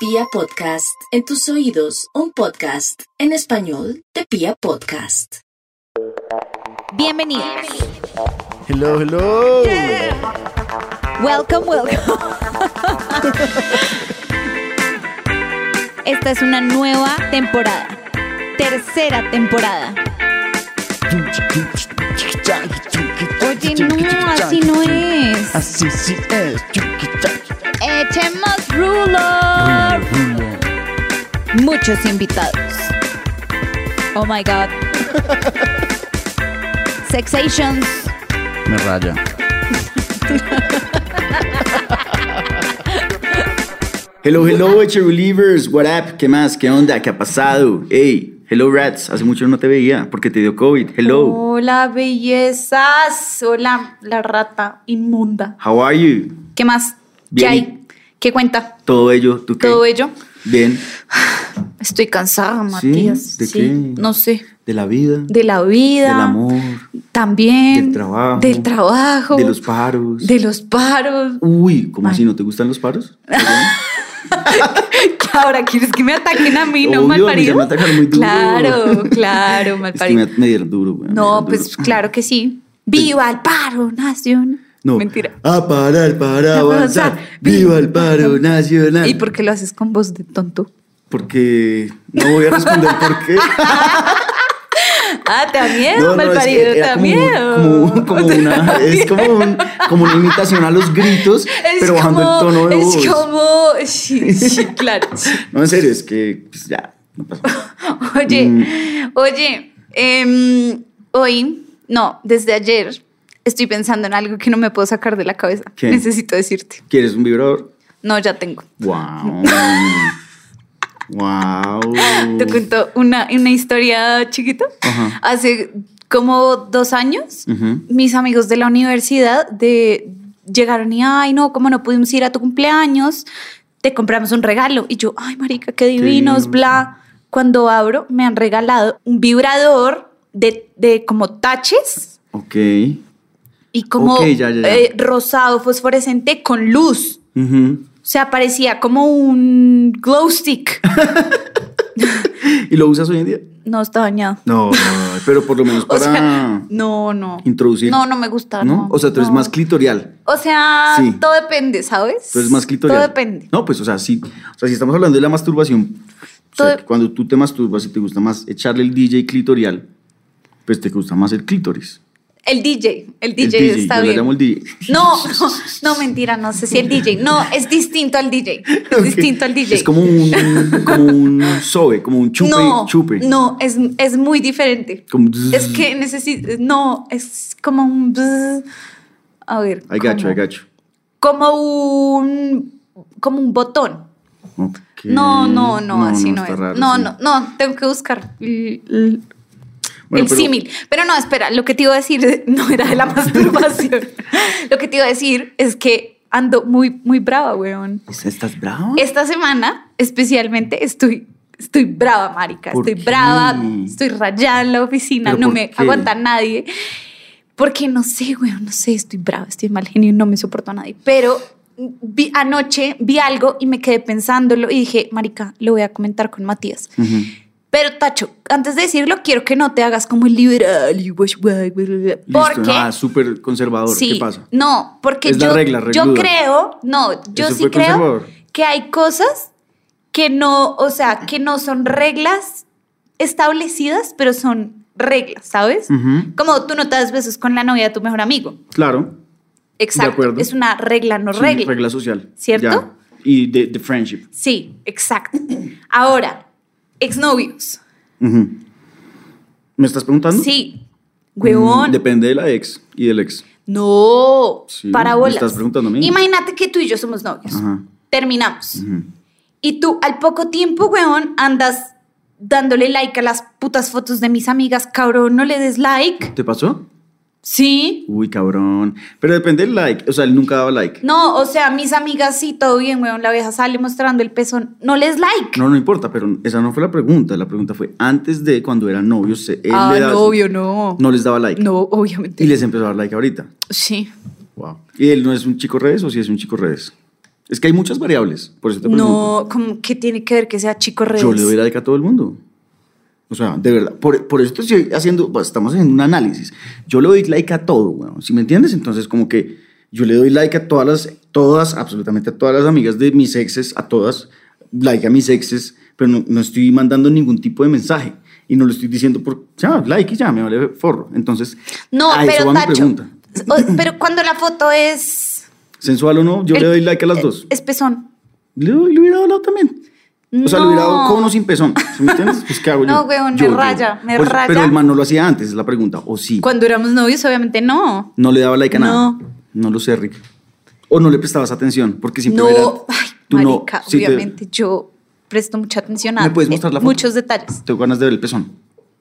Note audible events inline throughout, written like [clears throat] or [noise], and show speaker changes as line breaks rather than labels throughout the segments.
Pia Podcast, en tus oídos, un podcast en español de Pia Podcast.
Bienvenidos.
Hello, hello.
Welcome, welcome. Esta es una nueva temporada. Tercera temporada. Oye, no, así no es.
Así sí
eh,
es.
Echemos rulo. Muchos invitados. Oh my god. Sexations.
Me raya.
Hello, hello, Eche Relievers. What up? ¿Qué más? ¿Qué onda? ¿Qué ha pasado? Hey, hello, rats. Hace mucho no te veía porque te dio COVID. Hello.
Hola, bellezas. Hola, la rata inmunda.
How are you?
¿Qué más?
Bien.
¿Qué hay? ¿Qué cuenta?
Todo ello, ¿tú qué?
Todo ello.
Bien.
Estoy cansada, Matías.
¿De qué?
No sé.
De la vida.
De la vida.
Del amor.
También.
Del trabajo.
Del trabajo.
De los paros.
De los paros.
Uy, ¿cómo así? ¿No te gustan los paros?
¿Qué Ahora quieres que me ataquen a mí, no
Obvio,
mal
a mí ya
parido.
me atacaron muy duro. [laughs]
Claro, claro, mal
Es que me,
parido.
me dieron duro, güey. me
No,
dieron
pues
duro.
claro que sí. Viva el paro nación.
No.
Mentira.
A parar para
Avanzar.
avanzar. Viva el paro nacional.
¿Y por qué lo haces con voz de tonto?
Porque no voy a responder por
[laughs]
qué.
Ah, también,
No, no,
mal
es que
parido,
era como
también.
un- Como, como
[laughs]
una, es como, un- como una imitación a los gritos,
Es
pero bajando el
como-
tono de voz.
Es como. Sí, sí,
[laughs]
claro. sí.
No, en serio, es que pues, ya, no pasa nada.
Oye,
Mm.
oye, em, hoy, no, desde ayer estoy pensando en algo que no me puedo sacar de la cabeza.
¿Qué?
Necesito decirte.
¿Quieres un vibrador?
No, ya tengo.
¡Wow! ¡Wow!
Te cuento una, una historia chiquita.
Mm. Ajá.
Hace como dos años,
Ujú.
mis amigos de la universidad de, llegaron y, ay, no, como no pudimos ir a tu cumpleaños, te compramos un regalo. Y yo, ay, marica, qué divinos,
divino".
bla. Cuando abro, me han regalado un vibrador de, de como taches
Ok.
y como
Ok, ya, ya, ya.
eh, rosado fosforescente con luz.
Ujú.
O sea, parecía como un glow stick.
¿Y lo usas hoy en día?
No, está dañado.
No, pero por lo menos
[laughs] O
para
sea, no, no.
introducir.
No, no me gusta.
¿No?
No,
O sea, tú eres
no.
más clitorial.
O sea,
Sí.
todo depende, ¿sabes?
Tú eres más clitorial.
Todo depende.
No, pues, o sea, sí. O sea, si estamos hablando de la masturbación, o sea,
Todo-
que cuando tú te masturbas y te gusta más echarle el DJ clitorial, pues te gusta más el clítoris.
El DJ, el
El
DJ, está
yo
bien.
le llamo el DJ.
[laughs] No, no, no, mentira, no sé si el DJ. No, es distinto al DJ.
[laughs]
Es
Ok.
distinto al DJ.
Es como un, como un sobe, como un chupe,
no,
chupe. Mm.
No, es, es muy diferente.
Como zzz.
Es que necesito. No, es como un. bzz. A ver.
I got you,
como-
I got you.
Como un. Como un botón.
Ok.
No, no, no, así no,
está
es.
raro,
no,
sí.
no, no, tengo que buscar l- l-
Bueno, pero-
el símil. Pero no, espera, lo que te iba a decir [laughs] no era de la masturbación. lo que te iba a decir es que ando muy, muy brava, weón.
O sea, ¿Estás bravo?
Esta semana, especialmente, estoy, estoy brava, marica.
¿Por
Estoy
qué?
brava, estoy rayada en la oficina,
¿Pero
no
por
me
qué?
aguanta nadie. Porque no sé, weón, no sé, estoy brava, estoy mal genio, no me soporta nadie. Pero vi, anoche vi algo y me quedé pensándolo y dije, marica, lo voy a comentar con Matías.
Ujú.
Pero, Tacho, antes de decirlo, quiero que no te hagas como el liberal y guay, guay, guay, guay,
Listo,
porque
ah, súper conservador. ¿Qué pasa?
no, porque
Es la
yo,
regla,
yo
regluda.
creo, no, yo
Eso
sí
fue
creo
conservador.
que hay cosas que no, o sea, que no son reglas establecidas, pero son reglas, ¿sabes?
Ujú.
Como tú no te das besos con la novia de tu mejor amigo.
Claro.
Exacto.
acuerdo.
Es una regla, no
Sí,
regla.
regla social.
¿Cierto?
Ya. Y de, de friendship.
Sí, exacto. Ahora, exnovios.
Ujú. ¿Me estás preguntando?
Sí.
Mm,
Huevón.
Depende de la ex y del ex.
No,
Sí,
para
me
bolas.
estás preguntando a mí.
Imagínate que tú y yo somos novios.
Ajá.
Terminamos.
Ujú.
Y tú al poco tiempo, weón, andas dándole like a las putas fotos de mis amigas, cabrón, no le des like.
¿Te pasó?
Sí.
Uy, cabrón. Pero depende del like. O sea, él nunca daba like.
No, o sea, mis amigas sí, todo bien, weón, la vieja sale mostrando el pezón, no les like.
No, no importa, pero esa no fue la pregunta. La pregunta fue antes de cuando eran novios. se- Él le daba-
no.
No les daba like.
Ah, No, obviamente.
Y les empezó a dar like ahorita.
Sí.
Wow. Y él no es un chico redes o si es un chico redes. Es que hay muchas variables, por eso te pregunto.
No, como que tiene que ver que sea chico redes.
Yo le doy la deca a todo el mundo. O sea, de verdad. Por, por eso te estoy haciendo, pues, estamos haciendo un análisis. Yo le doy like a todo, weón. ¿Sí me entiendes? Entonces, como que yo le doy like a todas las, todas, absolutamente a todas las amigas de mis exes, a todas, like a mis exes, pero no, no estoy mandando ningún tipo de mensaje. Y no lo estoy diciendo por, ya, like y ya, me vale forro. Entonces,
No,
a Ah, eso
pero
va mi
Tacho.
pregunta.
o- pero cuando la foto es.
¿Sensual o no? Yo le
el- eh,
doy like a las dos.
Es pezón.
Le, doy- le hubiera dado lado también. O sea, le hubiera dado con o sin pezón. ¿Sí ¿Me entiendes? Pues, ¿qué hago yo?
No, weón, me
Yo, yo.
raya, me
Por eso,
raya.
Pero el man no lo hacía antes, es la pregunta. ¿O sí?
Cuando éramos novios, obviamente no.
No le daba like a
No.
nada. No lo sé, Rick. O no le prestabas atención, porque siempre
No,
era-
ay,
tú no-
marica,
sí te-
obviamente yo presto mucha atención a
¿Me puedes mostrar la foto?
muchos detalles.
Tengo ganas de ver el pezón.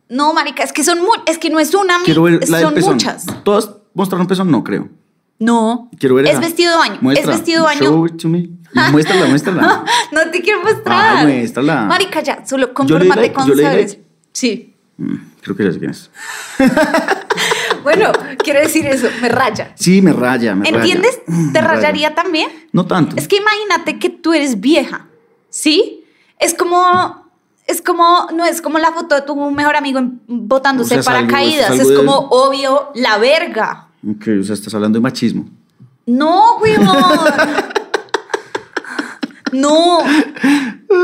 No, marica, es que son mu- es que no es una, mi-
Quiero ver la del
son
pezón.
muchas.
¿Todas mostraron pezón? No, creo.
No.
Quiero ver
Es
esa.
vestido de baño,
Muestra.
es vestido de baño.
Show it to me. Muéstrala, muéstrala.
[laughs] no te quiero mostrar.
Ay, muéstrala.
Marica, ya, solo
Yo le di
confórmate
like,
con
yo le di
saber.
like.
Sí.
Mm, creo que ya sé quién es.
Bueno, quiero decir eso, me raya.
Sí, me raya, me raya.
¿Entiendes?
Mm,
¿Te
me raya.
rayaría también?
No tanto.
Es que imagínate que tú eres vieja, ¿sí? Es como, es como, no es como la foto de tu mejor amigo en- botándose
O sea, es algo-
paracaídas.
es
Es,
algo de-
como, obvio, la verga.
Ok, o sea, estás hablando de machismo.
No, weón. [laughs] no.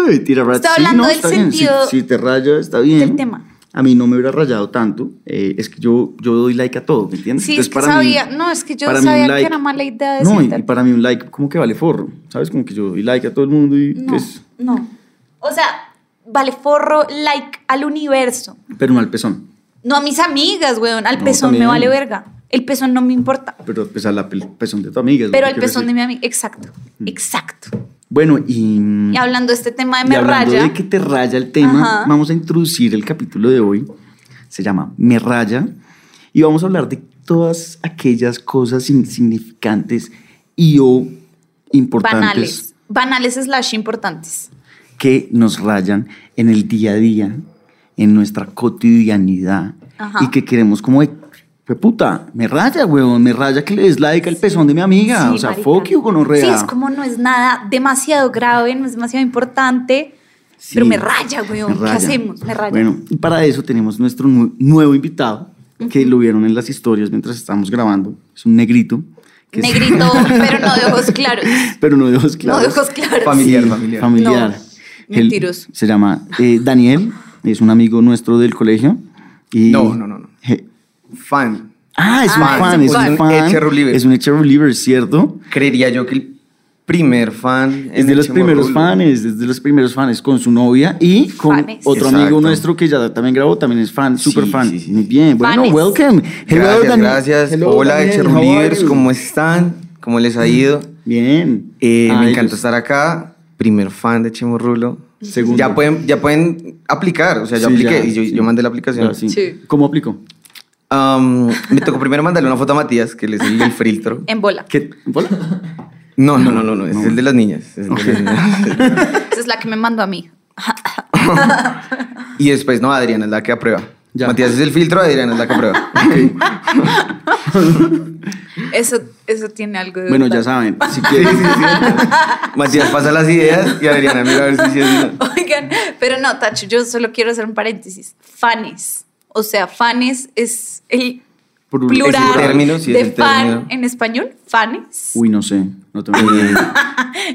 Ay, tira raya.
Está
Sí,
hablando
no,
del
está bien. Si-
sentido
Si, te raya, está bien.
del tema.
A mí no me hubiera rayado tanto. eh, es que yo, yo doy like a todo, ¿me entiendes?
Sí, es
Entonces,
que sabía. no, es que yo
para mí un
sabía que
like-
era mala idea de
No, y, y
sentarte.
para mí un like como que vale forro, ¿sabes? Como que yo doy like a todo el mundo y
No,
pues,
no. O sea, vale forro, like al universo.
pero no al pezón,
No a mis amigas, weón. Al
No,
pezón
también.
me vale verga. El pezón no me importa.
pero pues al pezón de tu amiga.
Pero el pezón de mi amiga. Exacto,
Mm.
exacto.
Bueno, y... mm,
Y hablando de este tema de
y
me
hablando
raya.
de que te raya el tema,
Ajá.
vamos a introducir el capítulo de hoy. Se llama Me raya. Y vamos a hablar de todas aquellas cosas insignificantes y o importantes
banales. Banales slash importantes.
que nos rayan en el día a día, en nuestra cotidianidad
Ajá.
y que queremos como, pues puta, me raya, weón, me raya que le des like al pezón de mi amiga,
Sí,
o sea,
marica.
fuck you, gonorrea.
Sí, es como no es nada demasiado grave, no es demasiado importante.
Sí.
Pero me raya, weón.
Me
¿Qué
raya.
hacemos? Me raya.
Bueno, y para eso tenemos nuestro nu- nuevo invitado, que lo vieron en las historias mientras estábamos grabando, es un negrito. que es- [laughs]
Negrito, pero no de ojos claros.
pero no de ojos claros.
ojos claros.
Familiar,
Sí,
familiar. familiar.
No,
Él
mentiroso.
Se llama eh, Daniel, es un amigo nuestro del colegio. Y
No, no, no, no.
Je-
Fan.
Ah, es un
Ah,
fan, es un fan.
Eche Reliever.
Es un Eche Reliever, ¿cierto?
Creería yo que el primer fan.
Es de los primeros fans, es de los primeros fans con su novia y con
Fanes.
otro
Exacto.
amigo nuestro que ya también grabó, también es fan, super fan.
sí, sí.
Muy bien, bueno,
Fanes.
welcome. Hello,
gracias,
Daniel.
gracias.
Hello,
Hola,
Daniel, how are
Echerulivers,
you?
¿cómo están? ¿Cómo les ha ido?
Bien.
Eh,
Ah,
me encanta
ellos.
estar acá. Primer fan de Chemo Rulo.
Segundo.
Ya pueden, ya pueden aplicar. O sea, yo
Sí,
apliqué
ya,
y yo,
sí.
yo mandé la aplicación.
Ya, sí.
Sí.
¿Cómo aplico?
Am, me tocó primero mandarle una foto a Matías, que le es el, el filtro.
En bola.
[laughs] ¿Qué?
[laughs]
¿Hola?
No, no, no, no, no, es el de las niñas. es el de las niñas. [laughs]
Esa es la que me mandó a mí.
Y después, no, Adriana es la que aprueba.
Ya.
Matías es el filtro, Adriana es la que aprueba.
Eso, eso tiene algo de.
Bueno,
verdad.
ya saben, si quieren.
Matías pasa las ideas y Adriana mira a ver si sí es una.
[laughs] Oigan, pero no, Tacho, yo solo quiero hacer un paréntesis. Fanes. O sea, fanes es el
Por un-
plural
es el término, sí, es
de
el
fan
término.
en español. Fanes.
Uy, no sé, no tengo ni idea.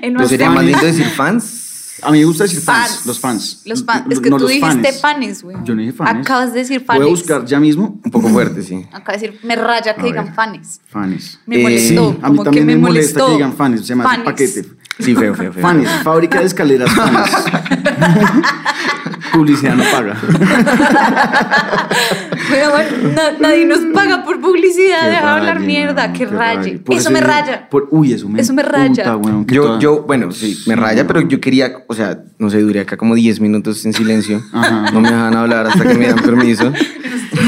En
¿No sería
nuestro-
más lindo decir fans?
A mí me gusta decir fans, los fans.
Los fans. Es
L-
que
no
tú
los
dijiste
fanes.
panes, güey.
Yo no dije fans.
Acabas de decir fanes.
Voy a buscar ya mismo.
Un poco fuerte, sí.
Acabas de decir, me raya que
A
digan
ver.
fanes.
Fanes.
Me
Eh,
molestó.
sí,
A mí
como
también
que
me
me
molesta
molestó.
que digan fanes, se me hace un
Fanes.
paquete.
Sí, feo, feo,
[laughs]
feo.
Fanes, fábrica de escaleras fanes. [laughs] Publicidad no paga.
Pero bueno, na- nadie nos paga por publicidad.
Qué
Deja de hablar
raye,
mierda,
weón,
que
qué raye.
raye.
Por
Eso me
yo-
raya.
por- uy, eso me
Eso me raya.
emputa, weón, que
Yo,
toda-
yo, bueno, sí, me raya, pero yo quería, o sea, no sé, duré acá como 10 minutos en silencio.
Ajá.
No me dejan hablar hasta que me dan permiso.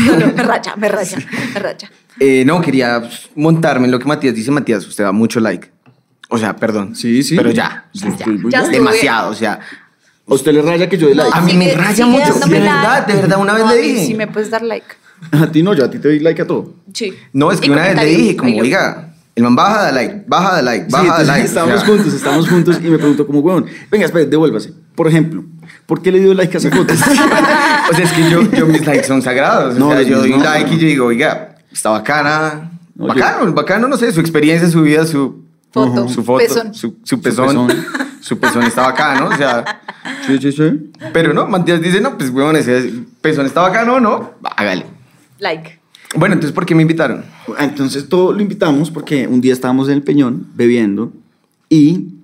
Solo me raya, me raya, me raya.
Eh, no, quería pues, montarme en lo que Matías dice. Matías, usted da mucho like. O sea, perdón.
Sí, sí.
Pero ya.
Yo estoy muy
ya
bien.
estuvo.
Demasiado, o sea.
¿A usted le raya que yo de like?
A mí
Sigue-
me raya
sigue
mucho,
dándome
de
like.
verdad, de verdad, una vez
No,
le
a mí
dije.
Sí, me puedes dar like.
[laughs] A ti no, yo a ti te doy like a todo.
Sí.
No, es que
Y
una vez le
comentarios.
dije, como,
Ay, lo-
oiga, El man baja de like, baja de like, baja de
entonces
like. o sea,
Estamos juntos, estamos juntos y me preguntó como, weón, venga, espere, devuélvase. Por ejemplo, ¿por qué le dio like a esa
[laughs]
foto? [laughs]
O sea, es que yo, yo mis likes son sagrados.
No,
o sea,
los
yo
míos
doy un
no.
like y yo digo, oiga, está bacana.
No, yo-
bacano, bacano, no sé, su experiencia, su vida, su
Foto,
su foto,
pezón.
Su, su pezón, [laughs] su pezón,
pezón.
está bacano, o sea,
sí, sí, sí.
pero no, Matías dice, no, pues weón, ese pezón está bacano, no, hágale.
Like.
Bueno, entonces, ¿por qué me invitaron?
Entonces todo lo invitamos porque un día estábamos en el Peñón bebiendo y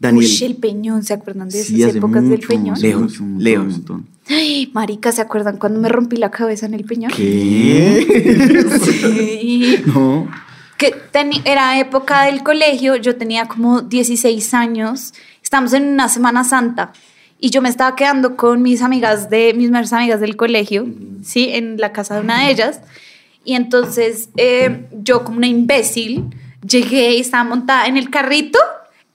Daniel...
Uy, el peñón, ¿se acuerdan de
Sí,
esas
hace
épocas del
mucho,
peñón?
hace
Lejos,
mucho, un montón,
lejos.
un montón.
Ay, marica, ¿se acuerdan cuando me rompí la cabeza en el peñón?
¿Qué?
Sí.
[laughs] No.
que teni- era época del colegio, yo tenía como 16 años, estamos en una Semana Santa y yo me estaba quedando con mis amigas de mis mejores amigas del colegio, sí, en la casa de una de ellas y entonces eh, yo como una imbécil llegué y estaba montada en el carrito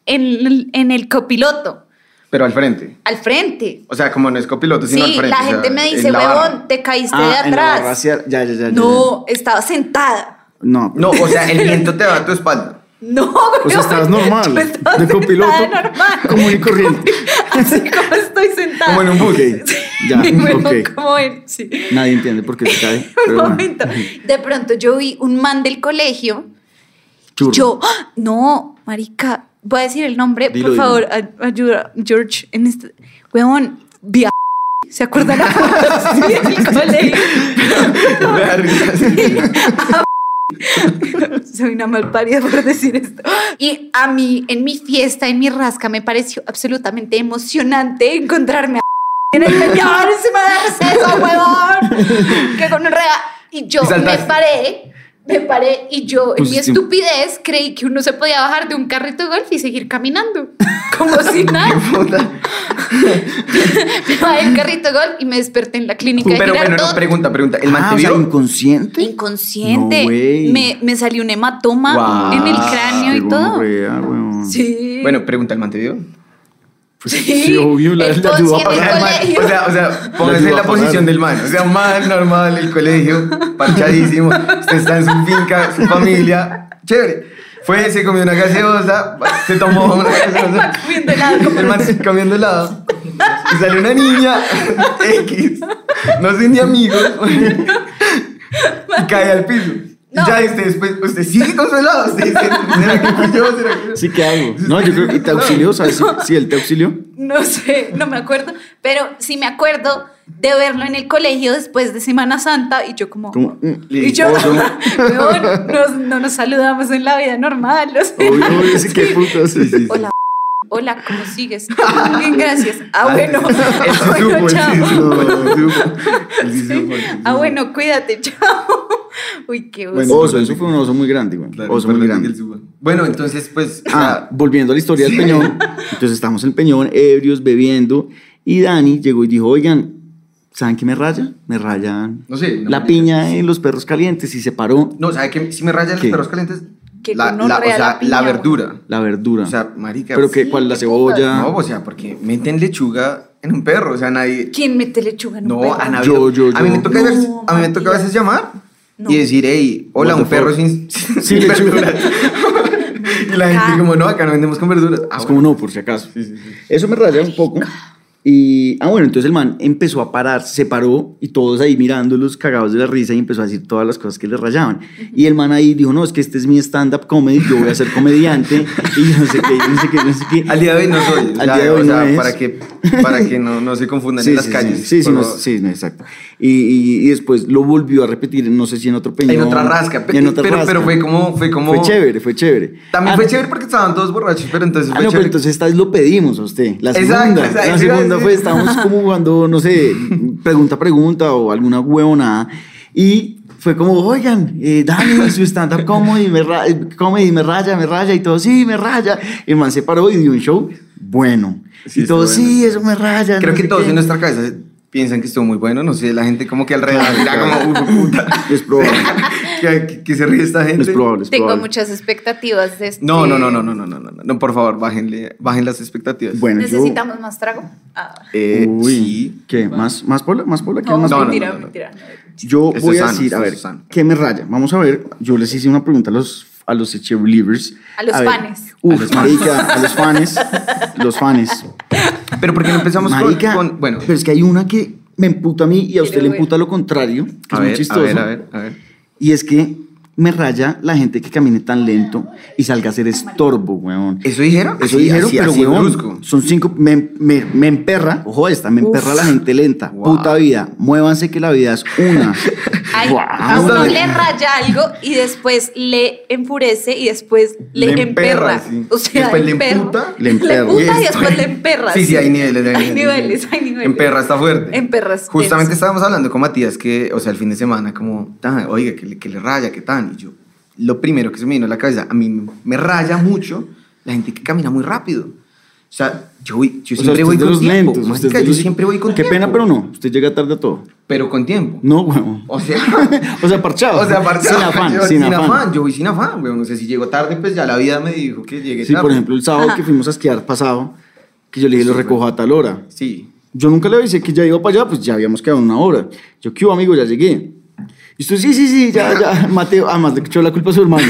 en el, en el copiloto
Pero al frente.
al frente.
O sea, como no es copiloto,
Sí,
sino al frente.
la
o sea,
gente me
en
dice,
la barra.
huevón, te caíste Este de
Ah, en la barra
atrás.
hacia- ya, ya, ya, ya.
No, estaba sentada.
No.
No, o sea, el viento te va a tu
[laughs]
espalda. [laughs]
No,
O sea, estabas normal,
Yo estaba
de
sentada
copiloto,
normal.
común y corriente.
Así como estoy sentada.
Como en un
[laughs]
bus.
Ok, ya,
Y bueno,
ok.
como en- sí.
Nadie entiende por qué se cae.
[laughs] Un
pero bueno.
momento. De pronto yo vi un man del colegio.
Churro. [laughs]
Yo, ¡ah! no, marica, voy a decir el nombre,
Dilo,
por
dilo.
favor, ay- ayuda, George, en este, weón, vi a-
[laughs]
¿se acuerdan? [laughs] Sí, del colegio.
Me da risa.
Soy una malparida por decir esto. Y a mí, en mi fiesta, en mi rasca, me pareció absolutamente emocionante encontrarme a [laughs] en el señor encima de receso, huevón. Que con un Y yo
Y
me
saltaste. Pues
paré, me paré y yo, en mi
Pusiste un-
estupidez, creí que uno se podía bajar de un carrito de golf y seguir caminando. Como
[laughs]
si nada. me bajé del carrito de golf y me desperté en la clínica de
Pero bueno, no,
Girardot.
pregunta, pregunta. ¿El man
Ah,
te
o sea,
vio?
inconsciente.
Inconsciente.
No, güey.
me, me salió un hematoma
Guau,
en el
Ah,
cráneo
Qué
y todo.
gonorrea, weón.
Sí.
Bueno, pregunta, ¿el man te vio?
Pues, sí, obvio, la,
el
la ayudó a
consciente-
O sea,
pagar.
el man-
colegio.
o sea, o sea, póngase en
ayuda
la
a pagar.
posición del man. O sea, un man normal, el colegio, parchadísimo. Usted está en su finca, su familia. Chévere. Fue, se comió una gaseosa, se tomó una gaseosa.
Comiendo helado, como-
El man comiendo helado. Y salió una niña X. No sé ni amigos. Y cae al piso. Y
No.
Ya, y usted después, usted sigue con su helado. Usted dice, ¿será que fui yo? ¿Será que no?
Sí, ¿qué hago? No, yo creo que te auxilió, ¿sabes? Sí, sí, él te auxilió.
No sé, no me acuerdo, pero sí me acuerdo de verlo en el colegio después de Semana Santa y yo como...
Como, mm,
Y yo,
oso.
[laughs] "Weón, nos- no nos saludamos en la vida normal. o sea,
Obvio, obvio, sí, qué putas. Sí, sí, sí.
Hola,
Oh.
hola, ¿cómo sigues? Bien, gracias. Ah, bueno.
[laughs]
[laughs]
Él sí
Ah,
supo,
bueno,
él sí
chao.
supo, él sí supo.
[laughs]
Él sí supo, él sí
Ah,
supo.
bueno, cuídate, chao. [laughs] Uy, qué oso.
Bueno,
Oso, eso fue un oso muy grande, güey.
Claro,
oso muy
importante que
grande.
él suba. Bueno, entonces, pues. o
Ah,
sea,
volviendo a la historia del Peñón. Entonces estamos en el Peñón, ebrios, bebiendo. Y Dani llegó y dijo, oigan, ¿saben qué me raya? Me rayan
No sé, no
la
me-
piña en los perros calientes y se paró
no, ¿sabe qué? Si me rayan los
¿Qué?
perros calientes.
Que
la,
con
la- o
orrea
sea,
la piña,
la
güey.
verdura.
la verdura.
O sea, marica.
Pero que,
sí,
¿cuál? La
qué
cebolla.
No, o sea, porque meten lechuga en un perro. O sea, nadie.
¿Quién mete lechuga en un
No,
perro?
Ana
Yo, yo,
A mí me
yo.
toca, a veces-
No,
a, mí me toca a
Matías.
veces llamar
No.
y decir, hey, hola,
What the
un perro
fuck?
sin, [laughs] sin
lechuga.
verduras. [laughs] y la gente,
Ah.
como, no, acá no vendemos con verduras. Ah,
es
bueno.
como no, por si acaso. Eso me raya un poco. Y, ah, bueno, entonces el man empezó a parar, se paró y todos ahí mirándolos cagados de la risa y empezó a decir todas las cosas que le rayaban. Y el man ahí dijo, no, es que este es mi stand-up comedy, yo voy a ser comediante y no sé qué, y no sé qué, no sé
[laughs]
qué.
Al día de hoy no soy.
Al
o sea,
día de hoy
o sea,
no es.
para que, para que no, no se confundan
Sí,
en las
sí,
calles.
Sí, sí, sí,
por
no,
favor.
sí, no, exacto. Y, y- y después lo volvió a repetir, no sé si en otro peñón.
En otra rasca.
en otra
pero,
rasca.
pero fue como. Fue, como
Fue chévere, fue chévere.
También
Ah,
fue chévere porque estaban todos borrachos, pero entonces
Ah,
fue
no, pero
chévere.
entonces esta vez lo pedimos a usted. La
Exacto,
segunda,
exacto,
la
sí,
segunda
sí.
fue, estábamos como jugando, no sé,
[laughs]
pregunta pregunta o alguna huevonada. Y fue como, oigan, eh, Dani, su stand-up comedy me, ra- eh, comedy me raya, me raya. Y todo, sí, me raya. Y el man se paró y dio un show bueno.
Sí,
y todo,
estuvo bueno.
sí, eso me raya.
Creo
no
que
sé
todos
qué".
en este nuestra cabeza piensan que estuvo muy bueno. No sé, la gente como que alrededor
Claro,
era
claro.
como, "Uy, puta.
Es [laughs] probable.
[laughs] que, que- que se ríe esta gente.
Es probable, es
Tengo
probable.
muchas expectativas de este...
No, no, no, no, no, no, no, no, no, por favor, bájenle, bajen las expectativas.
Bueno, yo-
¿Necesitamos más trago? Ah.
Eh,
Uy,
sí.
¿Qué? ¿Más, más pola? ¿Más pola? ¿Qué
No,
más
no,
pola?
mentira,
no, no.
mentira.
Yo
Esto
voy
es
a
sano,
decir, a
esto
ver,
es sano.
¿qué me raya? Vamos a ver, yo les hice una pregunta a los a los cheerleaders.
A los
ver,
fanes.
Uf, marica, a los
[laughs]
fanes. Los fanes.
Pero porque no empezamos con-
Marica,
con, Bueno,
pero es que hay una que me emputa a mí y a usted le
ver.
emputa lo contrario, que
a
es muy
ver, a
chistoso.
ver, a ver, a ver.
Y es que me raya la gente que camine tan lento y salga a ser estorbo, weón.
¿Eso dijeron?
Eso
Así-
dijeron,
así-
pero
así
huevón,
brusco.
son cinco, me, me, me emperra, ojo esta, me emperra la gente lenta,
Wow.
puta vida, muévanse que la vida es una.
[laughs]
Ay,
Wow.
A uno le raya algo y después le enfurece y después le,
Le emperra,
emperra.
sí.
O sea,
Después le
emperra.
emputa,
le emperra.
Le emputa y
Esto-
después le emperra.
Sí, sí, hay niveles.
Hay niveles, hay niveles.
En perra está fuerte.
En perra está
Justamente
denso.
estábamos hablando con Matías que, o sea, el fin de semana, como, "Ah, oiga, que le, que le raya, que tan. Y yo, lo primero que se me vino a la cabeza, a mí me raya mucho la gente que camina muy rápido. O sea, yo, voy- yo
O sea,
siempre
usted
voy
es de
con
los
tiempo.
lentos, usted
marica,
es de
yo
los-
siempre voy con
Qué
tiempo.
pena, pero no, usted llega tarde a todo.
Pero con
[laughs]
tiempo.
No, weón.
O sea,
O sea, parchado.
o sea,
[laughs]
parchado,
Sin afán,
yo
sin, afán.
Yo voy sin afán, güey. No sé si llego tarde, pues ya la vida me dijo que llegué
Sí,
tarde.
por ejemplo, el sábado que fuimos a esquiar pasado, que yo le dije, lo
pues.
recojo a tal hora.
Sí.
Yo nunca le avisé que ya iba para allá, pues ya habíamos quedado una hora. Yo, ¿qué hubo, amigo? Ya llegué. Y usted, sí, sí, sí, ya,
[laughs]
ya, Mateo. Además, le echó la culpa a su hermano.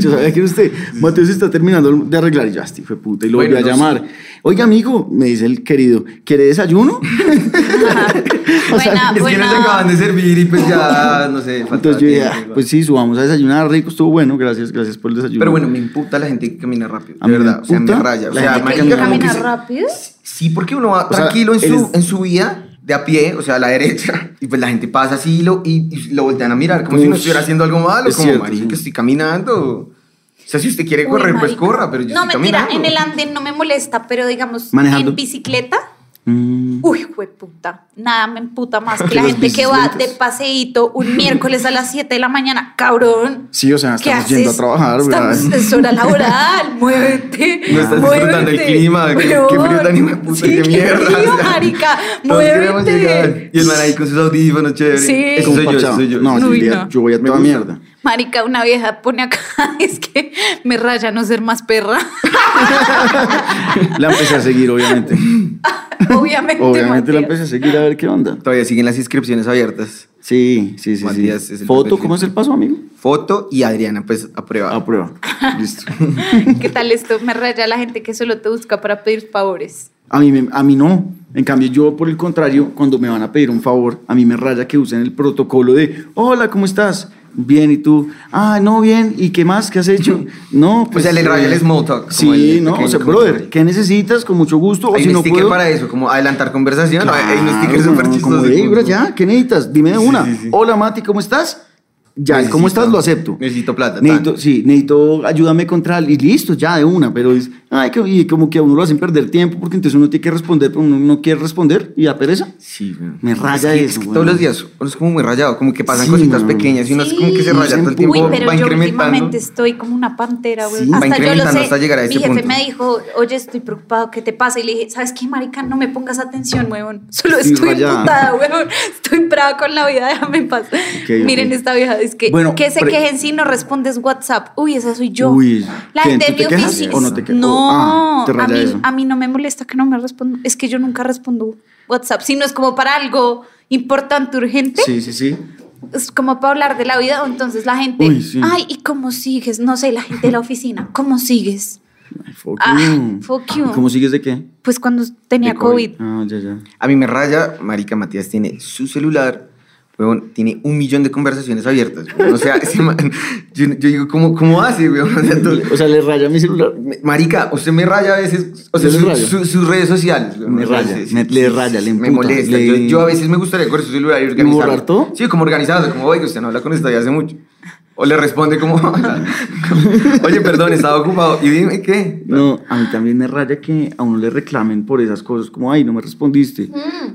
Yo sabía que era usted. Mateo se está terminando de arreglar. Y ya, este fue puta. Y lo
Bueno,
volví a
no
llamar. Oiga, amigo, me dice el querido, ¿quiere desayuno? [laughs] O sea,
Buena,
es que
buena.
no se acaban de servir y pues ya, no sé, faltaba
Entonces yo dije,
tiempo,
"Ah,
igual".
pues sí, subamos a desayunar, rico, estuvo bueno, gracias, gracias por el desayuno.
Pero bueno, me imputa la gente que camina rápido,
A
de
mí me
verdad, o sea, me
imputa
raya. O
la
sea,
gente que
marica, como
camina
que se-
rápido.
Sí, porque uno va
O sea,
tranquilo en, su,
eres-
en su vida, de a pie, o sea, a la derecha, y pues la gente pasa así y lo, y, y lo voltean a mirar, como si no
Ush,
estuviera haciendo algo malo,
es
como,
cierto,
marica,
sí.
estoy caminando. O sea, si usted quiere
Uy,
correr, pues
marica.
corra, pero yo
No,
estoy
mentira,
caminando.
en el andén no me molesta, pero digamos,
Manejando.
en bicicleta.
Mm,
Uy, puta. Nada me emputa más que la
Los
gente que va de
bicicletas.
paseíto un miércoles a las 7 de la mañana. Cabrón.
Sí, o sea,
¿qué
estamos
haces?
yendo a trabajar,
Estamos-
¿verdad?
Es hora
[laughs]
laboral. Muévete.
No estás disfrutando el clima, qué- qué
huevón.
frío tan hijo de puta, qué mierda,
frío,
o sea,
marica.
[laughs] Todos queremos llegar.
Muévete.
Y el man ahí con sus audífonos, chévere.
Sí.
es
Eso
como
soy yo, eso
parchado.
soy yo.
No, yo,
Uy,
iría-
no.
yo voy a
Me
toda
gusta.
mierda.
Marica, una vieja pone acá, [laughs] es que me raya no ser más perra. [laughs]
La empecé a seguir,
[laughs]
obviamente.
Obviamente.
Obviamente la
Matías.
empecé a seguir a ver qué onda.
Todavía siguen las inscripciones abiertas.
Sí, sí, sí. sí.
Matías es el
Foto,
perfil.
¿cómo es el paso, amigo?
Foto y Adriana, pues a prueba.
A
[laughs]
prueba. Listo.
¿Qué tal esto? Me raya la gente que solo te busca para pedir favores.
A mí, me- a mí no. En cambio, yo, por el contrario, cuando me van a pedir un favor, a mí me raya que usen el protocolo de: Hola, ¿cómo estás? Bien, ¿y tú? Ah, no, bien. ¿Y qué más? ¿Qué has
[laughs]
hecho? No, pues.
O sea, le raya el
eh,
small talk, como
Sí,
el
no. O
pequeño
sea,
comentario.
brother, ¿qué necesitas? Con mucho gusto. O
Hay
si
un
no
sticker
puedo.
para eso, como adelantar conversación. hay un sticker
Claro,
súper
weón,
chistoso.
Como, "Ey, bro, ya, ¿qué necesitas? Dime de
Sí,
una.
sí, sí.
Hola, Mati, ¿cómo estás? Ya, el
Necesito-
¿cómo estás? Lo acepto.
necesito plata, tan.
Necesito, sí, necesito, ayúdame contra... Y listo, ya, de una. Pero es, ay, que- y como que a uno lo hacen perder tiempo porque entonces uno tiene que responder, pero uno no quiere responder y da pereza.
Sí, weón.
Me raya
Es que-
eso,
es que
weón.
todos los días uno es como muy rayado, como que pasan
Sí,
cositas
weón.
pequeñas y uno es como que se
Sí.
raya todo el
Uy,
tiempo,
Uy, pero
va
yo
incrementando.
últimamente estoy como una pantera, güey.
Sí.
Hasta
Va
yo lo
incrementando
sé.
hasta llegar a
Mi
ese
jefe
punto.
me dijo, oye, estoy preocupado, ¿qué te pasa? Y le dije, ¿sabes qué, marica? No me pongas atención, huevón. [laughs] Solo
Estoy
estoy
rayada.
putada, huevón. Estoy brava con la vida, déjame en paz.
ok.
Miren esta vieja, es que,
Bueno,
que se
pre-
quejen si no respondes WhatsApp. Uy, esa soy yo.
Uy,
la
¿quién?
gente
¿Tú
de
te
mi
quejas
oficina.
o no te quejas?
No,
Ah, te
a,
raya
mí,
eso.
a mí no me molesta que no me respondan. Es que yo nunca respondo WhatsApp. Si no es como para algo importante, urgente
Sí, sí, sí.
es como para hablar de la vida, entonces la gente,
Uy, sí.
ay, ¿y cómo sigues? No sé, la gente de la oficina, ¿cómo sigues?
Ay, fuck
Ah,
you.
fuck you.
¿Y ¿Cómo sigues de qué?
Pues cuando tenía
De COVID.
COVID.
Ah, ya, ya.
A mí me raya, marica Matías tiene su celular, weón, tiene un millón de conversaciones abiertas. weón. O sea, [laughs] ese man- yo, yo digo, ¿cómo, cómo hace, weón? O sea, tú-
O sea, le raya mi celular.
me- marica, usted me raya a veces, o sea,
Yo le
su-
rayo.
su- sus redes sociales. weón.
Me
O sea,
raya,
sí, sí,
me-
sí,
le
sí,
raya,
sí,
le
Me
emputa,
molesta.
le-
Yo, yo a veces me gustaría coger su celular y organizarlo.
borrar todo?
Sí, como organizado, como, oiga, usted no habla con esta ya hace mucho. O le responde como, [laughs] oye, perdón, estaba ocupado. Y dime, ¿qué?
No, a mí también me raya que a uno le reclamen por esas cosas, como, ay, no me respondiste.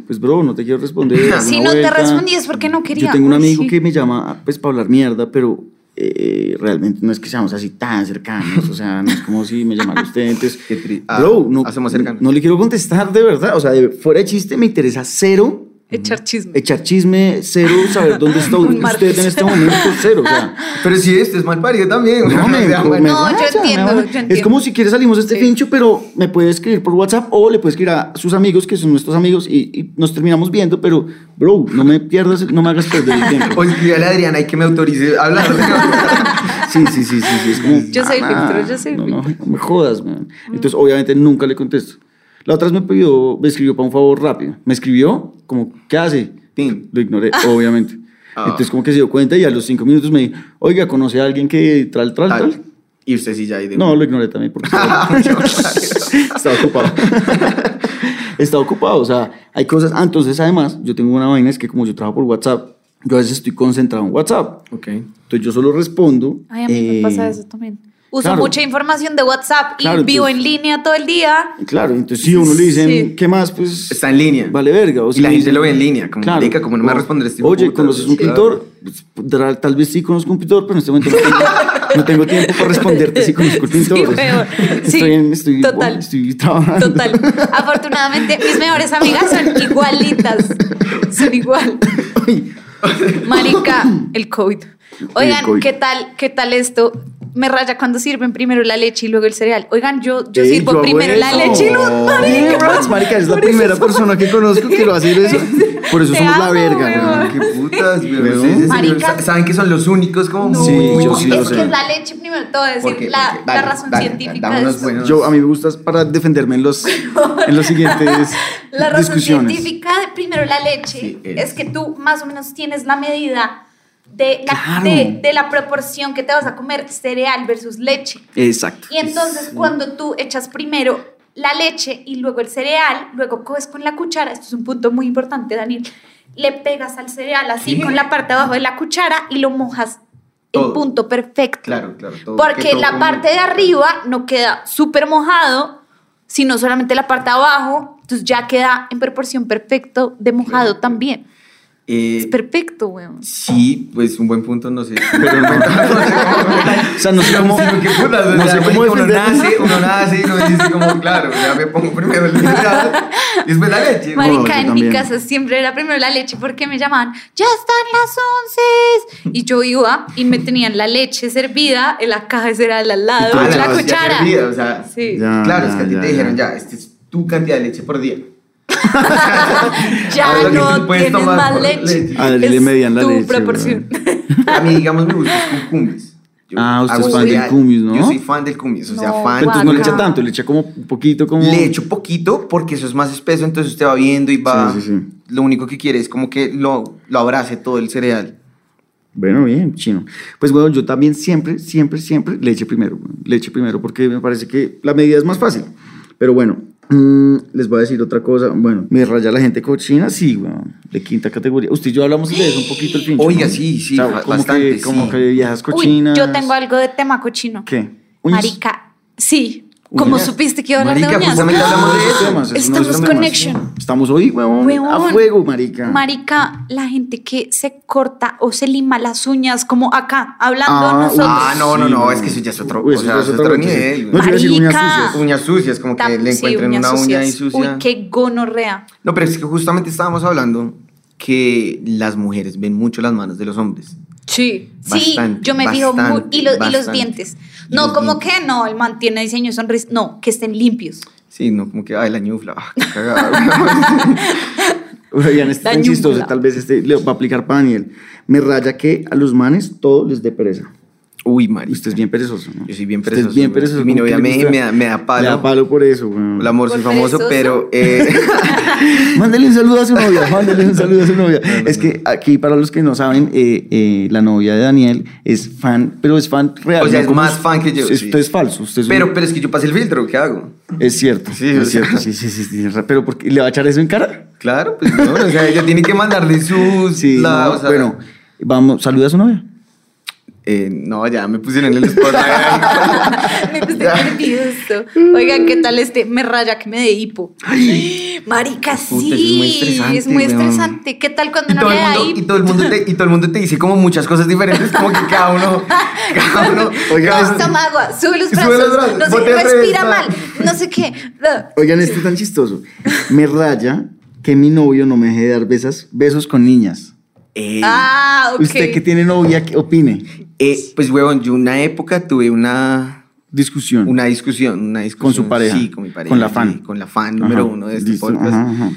Pues, bro, no te quiero responder.
[laughs]
dame
Mm. Si
una
no te
vuelta.
respondí es porque no quería.
Yo tengo un
Uy,
amigo
sí.
que me llama, pues, para hablar mierda, pero eh, realmente no es que seamos así tan cercanos, o sea, no es como si me llamara
[laughs]
usted, entonces,
Qué tri-
bro,
ah,
no,
hacemos cercanos.
no le quiero contestar de verdad, o sea, de- fuera de chiste, me interesa cero
Echar chisme.
Echar chisme, cero, saber dónde está
[laughs] Un
usted
martes.
en este momento, cero. O sea,
Pero si este es mal parido también. güey.
no, me-
O sea,
me-
bueno,
me
No, yo
raya, me
entiendo,
raya.
yo
Es
entiendo.
como si quieres salimos de este
Sí.
fincho, pero me puedes escribir por WhatsApp o le puedes escribir a sus amigos, que son nuestros amigos, y, y nos terminamos viendo, pero, bro, no me pierdas, no me hagas perder el tiempo.
O escribe a Adriana y que me autorice a [laughs] hablar.
Sí, sí, sí, sí, sí. Es como,
Yo soy
"Mamá,
filtro, yo soy
no, no, no me jodas, man. Entonces, obviamente, nunca le contesto. La otra vez me pidió, me escribió para un favor rápido. Me escribió, como, ¿qué hace?
Tin.
Lo ignoré, obviamente.
Ah.
Entonces, como que se dio cuenta y a los cinco minutos me dijo, oiga, ¿conoce a alguien que tral, tral,
Tal.
tal?
Y usted sí ya ahí de
No, lo ignoré también
[laughs]
porque
Ah,
estaba, [laughs] estaba ocupado. estaba ocupado, o sea, hay cosas. Ah, entonces, además, yo tengo una vaina, es que como yo trabajo por WhatsApp, yo a veces estoy concentrado en WhatsApp.
Ok.
Entonces, yo solo respondo.
Ay, a mí
eh,
me pasa eso también. Uso
claro.
mucha información de WhatsApp y
Claro,
vivo en
entonces-
línea todo el día.
Claro, entonces si uno le dicen,
Sí.
¿qué más? Pues
Está en línea.
Vale verga. O
Y
si
la
le
gente
dicen-
lo ve en línea, como, "Marica, como no me va a responder este
Oye,
puta".
¿conoces un
Sí.
pintor? Pues, tal- Tal vez sí conozco un pintor, pero en este momento no tengo, no tengo tiempo para responderte si conozco un
[laughs] Sí,
pintor. O sea,
weón. Sí,
estoy, en- estoy,
total.
estoy trabajando. [laughs]
Total. Afortunadamente, mis mejores amigas son igualitas. Son igual.
Ay,
Marica, el COVID. Oigan,
El COVID.
¿qué tal qué tal esto? Me raya cuando sirven primero la leche y luego el cereal. Ogan, yo, yo
Ey, yo
sirvo
hago
primero la
eso.
leche y luego marica.
Rats, marica, es la
Por eso
primera
somos-
persona que conozco que lo hace
[laughs]
eso. Por eso
Te
somos la
amo,
verga,
weón.
Qué putas,
Weón.
pero sí, sí, sí,
Marica.
pero saben que son los únicos como
Sí,
muy
yo sí lo
es
poquitos.
que
sé.
es la leche primero todo, es
¿Por qué?
decir, la,
¿Por qué?
la
Dale,
razón
dale,
científica.
da
de
unos
esto.
buenos-
Yo, a mí me gustas para defenderme en los, en los siguientes
[laughs] La razón
discusiones.
científica de primero la leche
Sí, es.
es. que tú más o menos tienes la medida de la,
Claro.
de, de la proporción que te vas a comer cereal versus leche.
Exacto.
Y entonces cuando tú echas primero la leche y luego el cereal, luego coges con la cuchara, esto es un punto muy importante, Daniel, le pegas al cereal así
¿Qué?
con la parte de abajo de la cuchara y lo mojas
Todo.
el punto perfecto.
Claro, claro, todo, que
Porque
todo
la
como-
parte de arriba no queda súper mojado, sino solamente la parte de abajo, entonces ya queda en proporción perfecto de mojado también.
Eh,
Es perfecto, weón.
Sí, pues un buen
[laughs]
punto, no sé. Pero [laughs] no, o
O sea, no sé
[laughs]
cómo-
qué putas,
no
o sea,
sé cómo
marica, uno
defenderme. [laughs]
nace, uno nace y uno dice como, claro, ya me pongo primero el [laughs] cereal y después la leche.
no, yo
Marica, en
también.
mi casa siempre era primero la leche porque me llamaban, ya están las once. Y yo iba y me tenían la leche servida en la caja de cereal al
Y
lado,
tú
la
Ah, no, sí, ya
cuchara.
servida, [laughs] o sea,
Sí.
Ya,
claro,
ya,
es que a ti
ya,
te
ya.
dijeron, ya, esta es tu cantidad de leche por día. Ahora
[laughs] Ya
lo que
no
tú puedes
tienes
tomar
más
por
leche.
leche.
A Adri le
Es
medían la
tu
leche,
proporción. [laughs]
A mí, digamos, me gustan los cucumbis. Yo
Ah, usted
hago
es fan del
cereal.
cumis, ¿no?
Yo soy fan del cumis, o sea,
No,
fan.
Pero entonces no le echa
Guaca.
tanto, le echa como un poquito, como.
Le echo poquito porque eso es más espeso, entonces usted va viendo y va.
Sí, sí, sí.
Lo único que quiere es como que lo, lo abrace todo el cereal.
Bueno, bien, chino. Pues bueno, yo también siempre, siempre, siempre leche primero. güey. Leche primero, porque me parece que la medida es más fácil. Pero bueno, mm, les voy a decir otra cosa. Bueno, me raya la gente cochina, sí, güey, de quinta categoría. Usted y yo hablamos de eso un poquito el pincho.
Oiga,
¿no?
sí, sí, ba-
como
bastante,
Que, como
sí.
que viejas
Uy,
cochinas.
yo tengo algo de tema cochino.
¿Qué? Uñas.
Marica, sí. ¿Cómo
Uñas.
supiste Este que iba a hablar
Marica,
de uñas? Ah.
justamente hablamos de
Esos
eso.
temas, esos no
Estamos
son temas.
connection.
Estamos hoy, huevón,
Huevón.
a fuego, marica.
Marica, la gente que se corta o se lima las uñas, como acá, hablando
Ah,
nosotros.
Ah, no, no,
Sí,
no,
no.
es que eso ya es otro,
Uy,
o
eso
sea,
ya
es
es
otro,
otro nivel,
nivel.
sí.
güey.
No, yo iba a decir uñas
Marica.
sucias.
Uñas sucias, como que
Tam-
le
sí,
encuentren
uñas
una uña ahí
sucias.
sucia.
Uy, qué gonorrea.
No, pero es que justamente estábamos hablando que las mujeres ven mucho las manos de los hombres.
Sí.
Bastante,
sí, yo me fijo
bastante,
muy- y, los- y los
bastante.
dientes.
Y
No,
los
como
dientes.
que no, el man tiene diseño de sonrisa. No, que estén
[laughs]
limpios. [laughs]
Sí, no, como que, ay, la ñufla, ah, qué cagada.
Oigan, este
La
es tan chistoso,
ñumbla.
tal vez este le va a aplicar para Daniel. Me raya que a los manes todo les dé pereza.
Uy,
Y
Mari.
usted es bien perezoso, ¿no?
Yo soy bien
Usted
perezoso,
es bien
güey.
perezoso.
Y mi
como
novia
que
me-
le gusta-
me da- me da palo.
Me da palo por eso, güey.
El amor soy
Por
famoso,
perezoso.
pero... eh,
Mándele un saludo a su novia, mándele un saludo a su novia.
No, no,
es que aquí, para los que no saben, eh, eh, la novia de Daniel es fan, pero es fan real.
O
no
sea, es
como
más
us-
fan que yo,
Usted
sí.
es falso.
[laughs]
Usted [laughs] es, un-
pero, pero es que yo pasé el filtro, ¿qué hago?
es cierto.
Sí, o
es
sea.
cierto. Sí, sí, sí, sí, Pero porque le va a echar eso en cara.
Claro, pues no, o sea, ella tiene que mandarle sus...
Sí,
la-
no,
o sea,
bueno, vamos, saluda a su novia.
eh, no, ya me pusieron
[laughs]
[laughs]
en el spot.
me puse nervioso. Oigan, ¿qué tal este? Me raya que me dé hipo. Marica,
Puta, eso es muy
sí.
estresante,
Es muy
weón.
estresante. ¿Qué tal cuando
y,
no
todo
le
el
da
mundo, y,
hipo?
todo el mundo te, y todo el mundo te dice como muchas cosas diferentes, como que cada
[laughs]
uno... Cada uno
Oiga,
cada
No, toma agua, sube los
Sube
brazos,
los brazos,
no sé,
voltea al revés,
respira
va.
mal, no sé qué.
Oigan, este es tan chistoso. Me raya que mi novio no me deje de dar besas, besos con niñas.
Eh,
Ah, ok.
¿Usted que tiene novia, qué opine?
eh, pues, huevón, yo una época tuve una
Discusión.
Una discusión, una discusión.
Con su pareja.
Sí, con mi pareja.
Con la
sí,
fan.
con la fan
Ajá,
número uno de este
listo,
podcast.
ajá, ajá.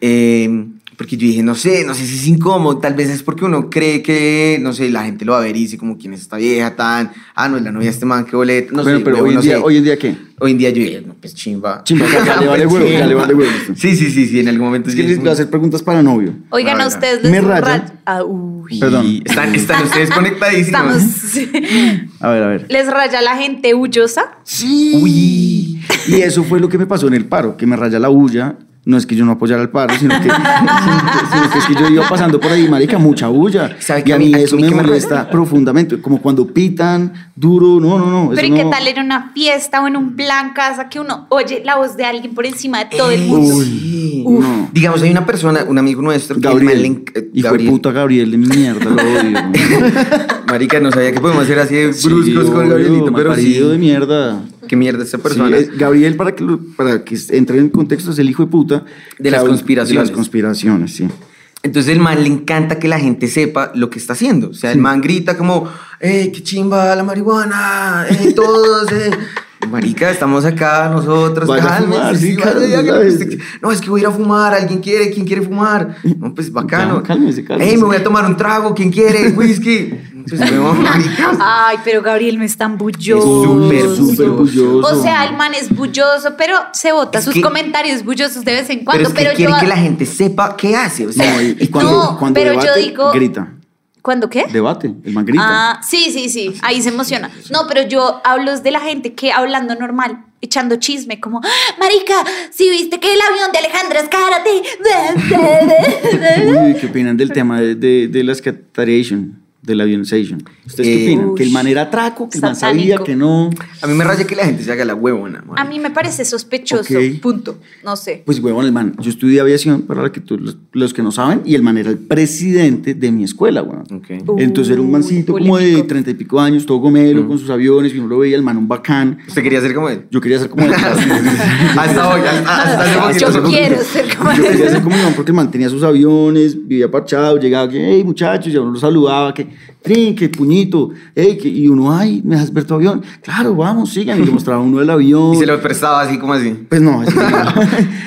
Eh, porque yo dije, no sé, no sé si es incómodo. Tal vez es porque uno cree que, no sé, la gente lo va a ver y dice como, ¿quién es esta vieja tan? Ah, no, es la novia de este man, qué boleta. No
Bueno,
sé,
pero
huevón,
hoy en
no
día-
sé.
hoy en día, ¿qué?
Hoy en día yo dije, no, pues chimba.
Chimba, o sea, ya le vale
Pues,
huevo, ya le vale huevo.
Sí, sí, sí, sí, en algún momento.
Es que
sí,
les
muy-
voy a hacer preguntas para novio.
Oigan, a
Raya.
ustedes les
Me raya.
ra- Ah, uy.
Y
Perdón.
Están, están ustedes conectadísimos.
Estamos.
A ver, a ver.
[laughs] les raya la gente huyosa.
Sí.
Uy.
Y eso fue lo que me pasó en el paro, que me raya la bulla. No es que yo no apoyara el paro, sino que, [laughs] sino que- sino que es que yo iba pasando por ahí, marica, mucha bulla.
¿Sabe
Y
que
a
a mí-
mí
a
eso
mí
me
que me raya?
molesta profundamente, como cuando pitan duro, no, no, no. eso
Pero ¿y qué
no.
tal en una fiesta o en un plan casa que uno oye la voz de alguien por encima de todo el
Eh,
mundo?
sí.
Uf.
No. Digamos, hay una persona, un amigo nuestro, que el man
Gabriel,
le enc- eh,
hijo
Gabriel.
de puta Gabriel de mi mierda, lo odio.
Marica, no sabía que podemos hacer así de
Sí,
[laughs] bruscos con
obvio,
Gabrielito, pero sí.
malparido de mierda.
Qué mierda esta persona.
Sí, eh, es- Gabriel, para que, lo- para que entre en contexto, es el hijo de puta.
De las
Gabriel-
conspiraciones.
De las conspiraciones, sí.
Entonces el man le encanta que la gente sepa lo que está haciendo. O sea, el man grita como, ¡eh, qué chimba la marihuana! ¡Eh,
[laughs]
todos! eh". Marica, estamos acá nosotros.
Vaya a
cálmense,
fumar, sí,
vaya,
cálmense,
haga lo que usted
¿sabes?
quiera. No, es que voy a ir a fumar. ¿Alguien quiere? ¿Quién quiere fumar? No, pues bacano.
Ya, cálmese, cálmese.
¡Eh, me voy a tomar un trago!
[laughs]
¿Quién quiere? ¡Whisky! Entonces, me
Ah,
voy, marica.
Ay, pero Gabriel me es tan bulloso.
súper, súper
bulloso.
O sea, el man es bulloso, pero se vota
Es
sus
que-
comentarios bullosos de vez en
Pero
cuando.
es que
Pero,
quiere
yo.
que la gente sepa qué hace. O sea,
No, y, y
[laughs]
cuando,
No,
cuando
pero yo
debate,
digo-
grita.
¿Cuándo qué?
Debate, el man grita.
Ah, sí, sí, sí, ahí se emociona. No, pero yo hablo es de la gente que hablando normal, echando chisme, como, "Ah, Marica, si viste que el avión de Alejandra [laughs]
[laughs]
Escárate.
Uy, ¿qué opinan del tema de, de, de la scatation, de la avionization? ¿Ustedes
Eh,
qué opinan?
uy,
que el man era traco, que el man
satánico.
sabía que no.
a mí me raya que la gente se haga la huevona.
A
marica.
mí me parece sospechoso,
Ok.
punto. No sé.
Pues, huevón, el man. Yo estudié aviación, para que tú- los, los que no saben, y el man era el presidente de mi escuela, huevón.
Ok.
Entonces era un
Uy,
mancito como de
polémico.
treinta y pico años, todo gomelo, con sus aviones, y uno lo veía, el man un bacán.
¿Usted quería ser como él?
Yo quería ser como él.
[laughs]
[laughs]
Hasta hoy, hasta, hasta hace poquito.
Ah, Yo quiero ser como
Yo quería
él.
ser como Iván porque mantenía sus aviones, vivía parchado, llegaba, que, hey muchachos, ya uno lo saludaba, que trin, que puñito, hey, que, y uno, ay, me dejas ver tu avión. Claro, vamos, sigan. Y le mostraba uno el avión.
Y se lo prestaba así como así.
Pues no, así que no.
[laughs]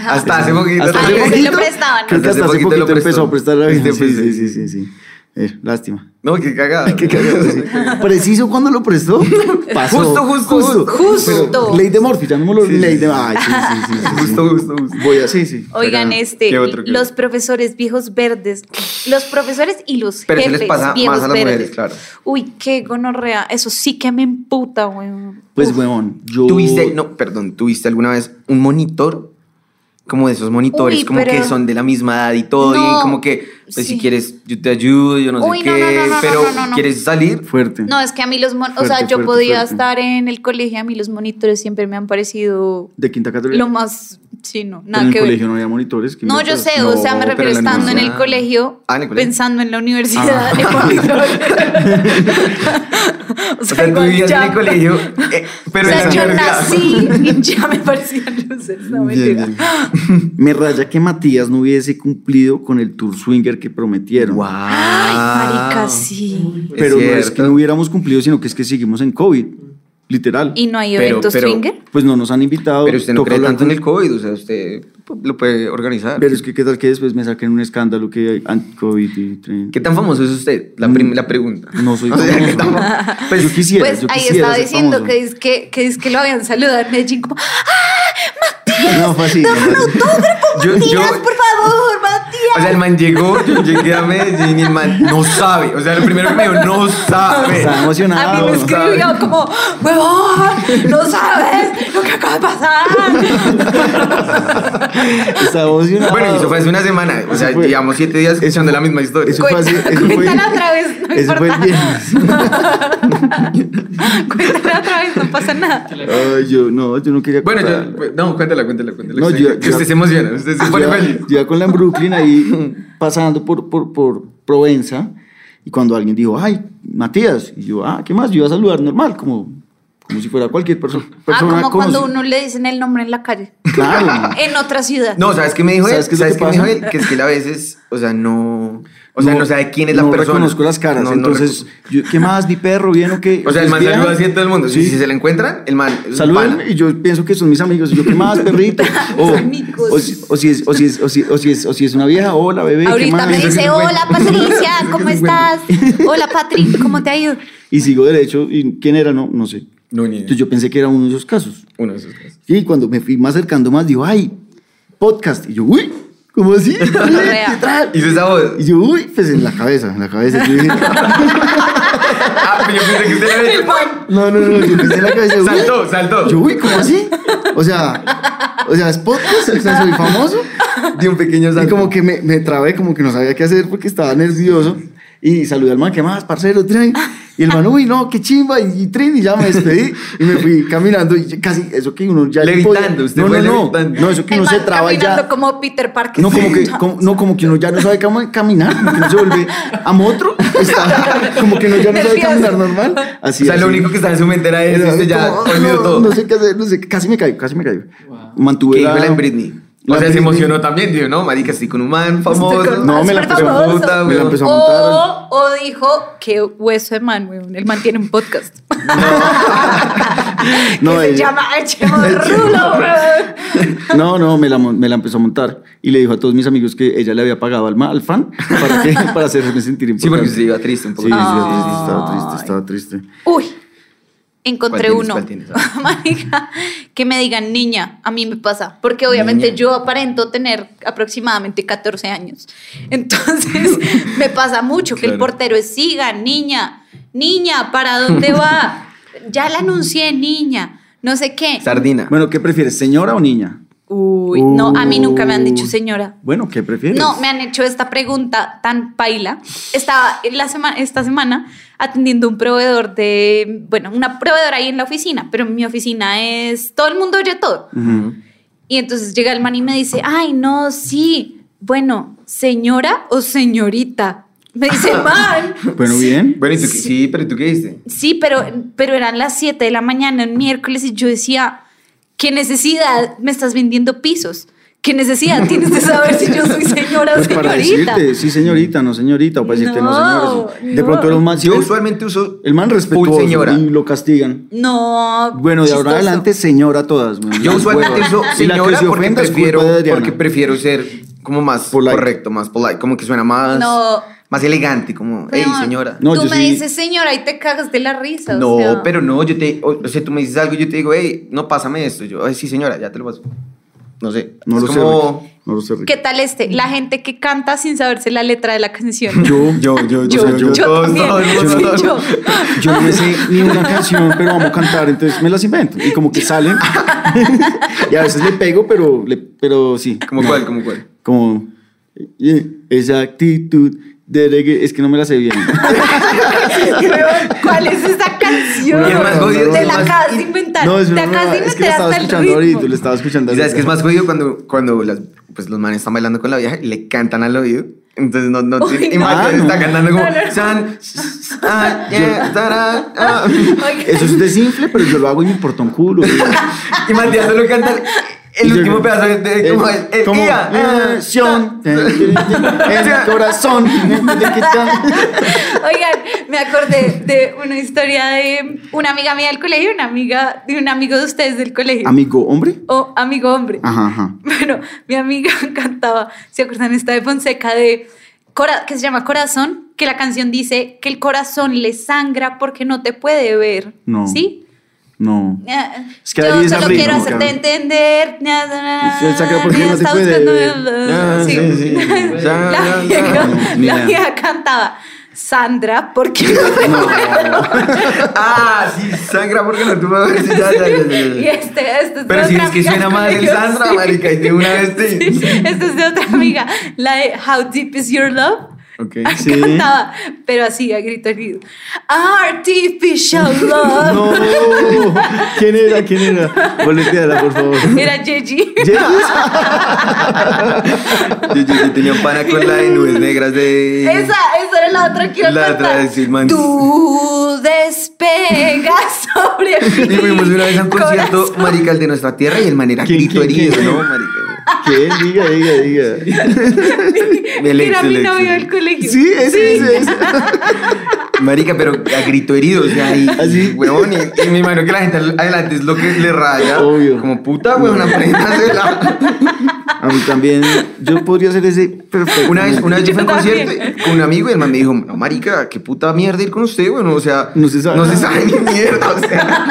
Hasta hace poquito.
Hasta hace
Ay, se
poquito.
lo prestaban.
Creo que hasta hace poquito, empezó a prestar el avión.
Este,
Sí,
pues,
sí, sí, sí. sí. Eh, lástima.
No, [laughs] qué cagada.
[laughs] Qué cagado, sí. Preciso cuando lo prestó.
[laughs]
Pasó.
Justo, justo, Pues,
justo.
Pero Ley de Murphy, llamémoslo
Sí, sí,
ley de.
sí.
Ay, sí, sí, sí, sí, sí.
[laughs] Justo, justo, justo.
Voy a. Sí, sí.
Oigan,
Pero,
este,
¿qué otro, qué
los
otro?
profesores viejos verdes, los profesores y los
Pero eso
jefes
les pasa
viejos
más a las
verdes.
mujeres, claro.
Uy, qué gonorrea, eso sí que me emputa, weón.
Pues,
Uf.
huevón, yo.
¿Tuviste, no, perdón, ¿tuviste alguna vez un monitor? Como de esos monitores,
Uy,
como que
pero-
son de la misma edad y todo,
No,
y como que, pues
sí.
si quieres, yo te ayudo, yo no
Uy,
sé
no, no,
qué,
no, no,
pero
no, no, no.
¿quieres salir?
Fuerte.
No, es que a mí los, mon- o sea,
Fuerte,
yo
fuerte,
podía
fuerte.
estar en el colegio, a mí los monitores siempre me han parecido
De quinta categoría.
lo más, sí, no,
Pero
nada
en
que
el colegio
ver.
no había monitores. que
No,
mira,
yo
pues,
sé, o sea, me
No, pero
refiero
en la
estando en el
universidad.
colegio,
Ah, en el colegio. Ah.
pensando en la universidad [laughs] de
[laughs]
monitor. o
O sea, tú
igual
vivías en
ya-
el colegio,
[laughs]
eh, pero
o sea,
en la
yo
universidad.
nací y ya me parecían luces,
[laughs]
no mentira.
Me raya que Matías no hubiese cumplido con el tour swinger que prometieron.
Wow.
Ay,
Ah.
marica, sí.
Pero no es que
cierto.
no hubiéramos cumplido, sino que es que seguimos en COVID. Literal.
¿Y no hay
Pero-
eventos
pero-
swinger?
Pues no nos han invitado.
Pero usted no
toca
cree
hablar
tanto
con-
en el COVID, o sea, usted lo puede organizar.
Pero es que qué tal que después me saquen un escándalo que hay ant- COVID y tren.
¿Qué tan famoso es usted?
Mm.
La, prim- la pregunta.
No
[laughs]
soy
O sea,
[laughs] famoso.
¿qué tan fa- Pues,
yo quisiera,
Pues
yo
ahí
quisiera
estaba
ser
diciendo
famoso.
que es que, que es que lo habían saludado en Medellín como
No, fue
[laughs]
así. no fue así. [laughs]
yo, yo-
Matías, por favor, Matías.
o sea, el man llegó, yo llegué a Medellín y el man no sabe. O sea, lo primero que me dijo, no sabe.
Estaba emocionado.
A mí me
no
escribió
sabe.
como, huevón, no sabes lo que acaba de
[laughs]
pasar.
Estaba emocionado.
Bueno, y eso fue hace una semana. O sea,
Eso fue-
llevamos siete días
eso
escuchando
fue-
la misma historia.
eso fue así, eso fue-
Cuéntala otra vez, no
eso fue el
importa.
viernes.
Cuéntala otra vez, no pasa nada.
Ay, yo no, yo no quería
Bueno,
contarla.
yo, pues, no, cuéntala, cuéntala, cuéntala.
No,
que
yo-
usted- que
yo-
usted se emociona, usted se
Yo
pone
iba-
feliz.
yo iba con la en Brooklyn ahí pasando por, por, por Provenza y cuando alguien dijo, ay, Matías, y yo, ah, ¿qué más? Yo iba a saludar normal, como, como como si fuera cualquier perso-
Ah,
persona.
como cuando
si-
uno Eh, le dicen el nombre en la calle. [laughs]
Claro.
En otra ciudad.
No, ¿sabes qué me dijo
¿Sabes
él?
qué es lo
¿Sabes
que
qué me dijo
pasa?
él? Que es que él a veces, o sea, no. O sea, no, sabe quién es la
no
persona.
reconozco las caras,
No, no
entonces,
reconozco.
yo, ¿qué más? ¿Mi perro? ¿Bien o qué?
o sea, el
¿Es
man
vieja?
saluda así a todo el mundo. Si-
Sí.
Si se le encuentran, el man. es un pana.
Salúdenme y yo pienso que son mis amigos. y Yo, ¿qué
[laughs]
más, perrito? O,
amigos.
o, si, o si es, o, si es, o, si, o, si es, o si es una vieja, hola, bebé. ¿qué
Ahorita
más?
me
Eso que
dice,
no
hola
[laughs]
Patricia, ¿cómo estás? Hola Patrick, ¿cómo te ha ido?
Y sigo derecho. ¿Y quién era? No, no sé.
No, ni
Entonces
idea.
yo pensé que era uno de esos casos.
Uno de esos casos.
Y cuando me fui más acercando más, digo, ay, podcast. Y yo, uy, ¿cómo
[laughs]
así? ¿Qué tal?
Hizo esa voz.
[laughs] Y yo, uy, pues en la cabeza, en la cabeza.
[laughs]
Yo dije,
Ah, pero yo pensé que usted le había dicho.
no, no, no, yo pensé en la cabeza. uy.
Saltó, saltó.
Yo, uy, ¿cómo así? O sea, o sea, es podcast, o sea, soy famoso.
De un pequeño
Y
salto.
como que me, me trabé, como que no sabía qué hacer porque estaba nervioso. Y saludé al man, ¿qué más, parcero? Trin? Y el man, uy, no, qué chimba. Y, y trin, y ya me despedí. Y me fui caminando. Y casi, eso que uno ya.
Levitando, usted
no,
fue
no,
levitando.
No, no, eso que
El
uno se
man
traba y
caminando
ya.
como Peter Parker.
No como,
[laughs]
que, como- no, como que uno ya no sabe cómo caminar, como que uno se vuelve a motro, está- como que uno ya no sabe
Nervioso.
caminar normal. Así,
o sea, lo
así.
único que estaba en su mente era eso.
Era
Usted ya
como,
olvidó
no,
todo.
No sé qué hacer, no sé, casi me caigo, casi me caigo. Mantuve
Que dijo la en Britney.
la
o sea,
Britney.
se emocionó también. Dijo, no, marica, estoy con un man
Estoy
famoso.
con
No, me la
Súper
empezó a
famoso.
puta,
me la
weón.
empezó a montar.
O, o dijo que hueso de man, weón. El man tiene un
[laughs]
podcast.
No,
[laughs] que se
ella-
llama
[laughs]
Echemo Rulo, weón.
No, no, me la, mon- me la empezó a montar. Y le dijo a todos mis amigos que ella le había pagado al, ma- al fan para,
[laughs]
que, para hacerme sentir
Sí,
importante.
porque se iba triste un
Sí,
poco.
sí,
Ah.
estaba triste, estaba triste.
Uy, encontré
¿Cuál tienes,
uno.
cuál tienes? Ah.
[laughs] Marica, que me digan niña, a mí me pasa, porque obviamente
Niña.
yo aparento tener aproximadamente 14 años. Entonces, [laughs] me pasa mucho que el
Claro.
portero es siga, niña, niña, ¿para dónde
[laughs]
va? ya la anuncié, niña, no sé qué.
Sardina.
Bueno, ¿qué prefieres, señora o niña?
Uy, no, a mí nunca me han dicho
Uy.
señora.
Bueno, ¿qué prefieres?
No, me han hecho esta pregunta tan paila. Estaba en la sema- esta semana atendiendo un proveedor de, bueno, una proveedora ahí en la oficina, pero mi oficina es todo el mundo oye todo.
Ujú.
Y entonces llega el man y me dice, ay, no, sí, bueno, señora o señorita. Me dice, man.
Bueno, bien.
Bueno, ¿y tú qué? Sí, pero ¿y tú qué diste?
Sí, pero, pero eran las 7 de la mañana en miércoles y yo decía, ¿qué necesidad me estás vendiendo pisos?
[laughs]
¿Qué necesidad tienes de saber si yo soy señora o
Pues
señorita?
para decirte, sí, señorita, no, señorita, o para decirte, no,
No,
señora. sí. De
no.
pronto era un man, sí,
Yo usualmente uso.
el man respetuoso
Full señora.
y lo castigan.
No.
Bueno, de ahora
chistoso.
adelante, señora todas. man.
Yo
Las
usualmente
huevas.
uso
Y la que
señora
se
porque
ofenda es culpa
prefiero,
de Adriana.
porque prefiero ser como más
Polite.
correcto, más polite, como que suena más,
No.
más elegante, como, hey,
Pero,
señora.
No,
tú
yo
me
sí-
dices señora y te cagas de la risa. o
No,
sea.
pero no, yo te, o, o sea, tú me dices algo y yo te digo, hey, no, pásame esto. Yo, ay, sí, señora, ya te lo paso. No sé.
No
es
lo sé,
como...
Rick. No lo sé, Rick.
¿Qué tal este? La gente que canta sin saberse la letra de la canción.
Mm.
[laughs]
Yo, yo, yo,
yo,
yo, yo,
yo
todos,
también.
todos,
Sí,
todos.
yo.
yo no me sé ni una canción, pero vamos a cantar, entonces me las invento. Y como que
[laughs]
salen. y a veces le pego, pero, le, pero sí.
[laughs] ¿Cómo
no,
cuál, cómo cuál?
Como. eh, Esa actitud de reggae. Es que no me la sé bien.
¿Cuál es esa canción?
Y el más jodido-
te
el
la
más-
acabas de inventar.
No, es
te
una
acabas
broma,
de
Es que lo
inventar
estaba
hasta el
escuchando
ritmo.
ahorita, lo estaba escuchando
Y sabes que es
ahorita.
más jodido cuando, cuando las, pues, los manes están bailando con la vieja y le cantan al oído. Entonces no, no
Uy,
tiene.
no.
Imagínate,
Ah, no.
está cantando como.
No, no, no.
San, ah, yeah, tará, ah.
Oiga,
Eso es desinfle, pero yo lo hago y me importa un
[laughs]
culo. güey.
Y Matías solo canta el- el
Y yo-
último pedazo de- de como
Eh,
el, el
como,
día. ah,
eh, Sion, eh, eh, eh, [laughs] en el
[laughs]
corazón.
[laughs] Oigan, me acordé de una historia de una amiga mía del colegio, y una amiga de un amigo de ustedes del colegio.
Amigo, hombre.
o amigo hombre.
Ajá, ajá.
Bueno, mi amiga [laughs] cantaba, ¿se acuerdan esta de Fonseca de Cora- que se llama Corazón? Que la canción dice que el corazón le sangra porque no te puede ver.
No.
¿Sí?
No.
Eh,
Es que
Yo
ahí es
solo
abrir,
quiero
¿no?
hacerte
Claro.
entender. na, na, na,
Se saca porque
na,
no te
está
puede
buscando-
ver.
Ah,
Sí.
sí,
[laughs]
sí. Ya,
[laughs] La
ya,
vieja,
ya.
la
Ah, Mira.
vieja cantaba Sandra porque no
[laughs]
te
Ah, sí, sangra porque no tuvo. [laughs] sí, ya, ya, ya, ya,
[laughs] Y
[laughs] ya.
este, este es
Pero
de
si
otra
es que
amiga
suena
del
mal el
colegio,
Sandra,
sí.
marica, este. y de una vez te-
[laughs] Sí, Esta es de otra amiga, la de How Deep Is Your Love.
Ok.
Sí. [laughs]
Cantaba, pero así, a grito herido.
[laughs]
Artificial Love.
No. ¿Quién era? ¿Quién era? Boleteala, por [laughs] favor.
Era Gigi.
Yo, yo- yo tenía un pana con la de
[laughs]
nubes negras de.
Esa, esa era la otra que iba a
La
cantar.
otra, sí, man.
Tú pega sobre mí.
[laughs] Y fuimos una vez a un concierto,
corazón.
marica, el de nuestra tierra, y el man era
¿Quién,
grito
quién,
herido,
quién?
¿no, marica?
¿Qué? Diga, diga, diga.
El ex,
Era mi
el ex,
novio
el
del
ex.
colegio.
Sí, ese, ese, ese.
Marica, pero a grito herido, o sea, y,
Así.
huevón, y, y me imagino que la gente al- adelante es lo que le raya.
Obvio.
Como puta, huevón, apréndasela.
A mí también, yo podría hacer ese perfecto.
Una vez, una vez yo fui a un
También.
concierto con un amigo y el man me dijo, no, marica, qué puta mierda ir con usted, bueno, o sea,
No se sabe
no se
nada".
sabe ni mierda, o sea,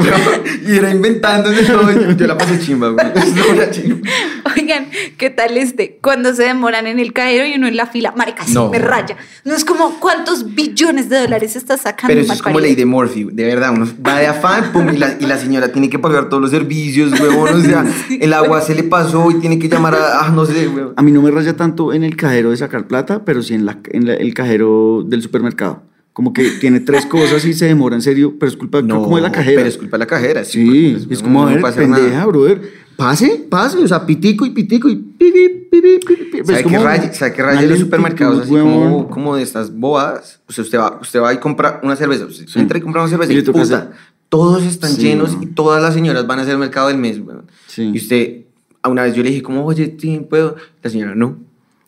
huevón, y era inventándose todo, yo, yo la pasé chimba, güey, [laughs] es una chimba.
[laughs] Oigan, ¿qué tal este? Cuando se demoran en el caero y uno en la fila, marica, sí
No.
me raya. No es como cuántos billones de dólares está sacando.
Pero eso es como
Macario?
ley de Murphy, de verdad, uno va de afán, pum, y la, y la señora tiene que pagar todos los servicios, huevón, o sea, el agua se le pasó y tiene que llamar a, ah, no sé, huevón.
A mí no me raya tanto en el cajero de sacar plata, pero sí en, la, en la- el cajero del supermercado. Como que tiene tres cosas y se demora en serio, pero es culpa como de la cajera.
Pero es culpa de la cajera, sí.
Sí,
porque, pues,
es como,
no
a ver,
pasa nada.
pendeja, brother. Pase, pase, o sea, pitico y pitico y pi, pi, pi, pi, pi, pi. Pues
¿Sabe qué
como
raya, sabe qué
una
raya en los
lentitud,
supermercados? Así
huevón.
como, como de estas bobadas. O sea, usted va, usted va y compra una cerveza. Usted
Sí.
entra y compra una cerveza.
Y
Y
le toca
puta,
hacer-
todos están
Sí,
llenos
no.
y todas las señoras van a hacer el mercado del mes, weón.
Sí.
Y usted, a una vez yo le dije, como, oye, ¿tí, ¿puedo? La señora, no.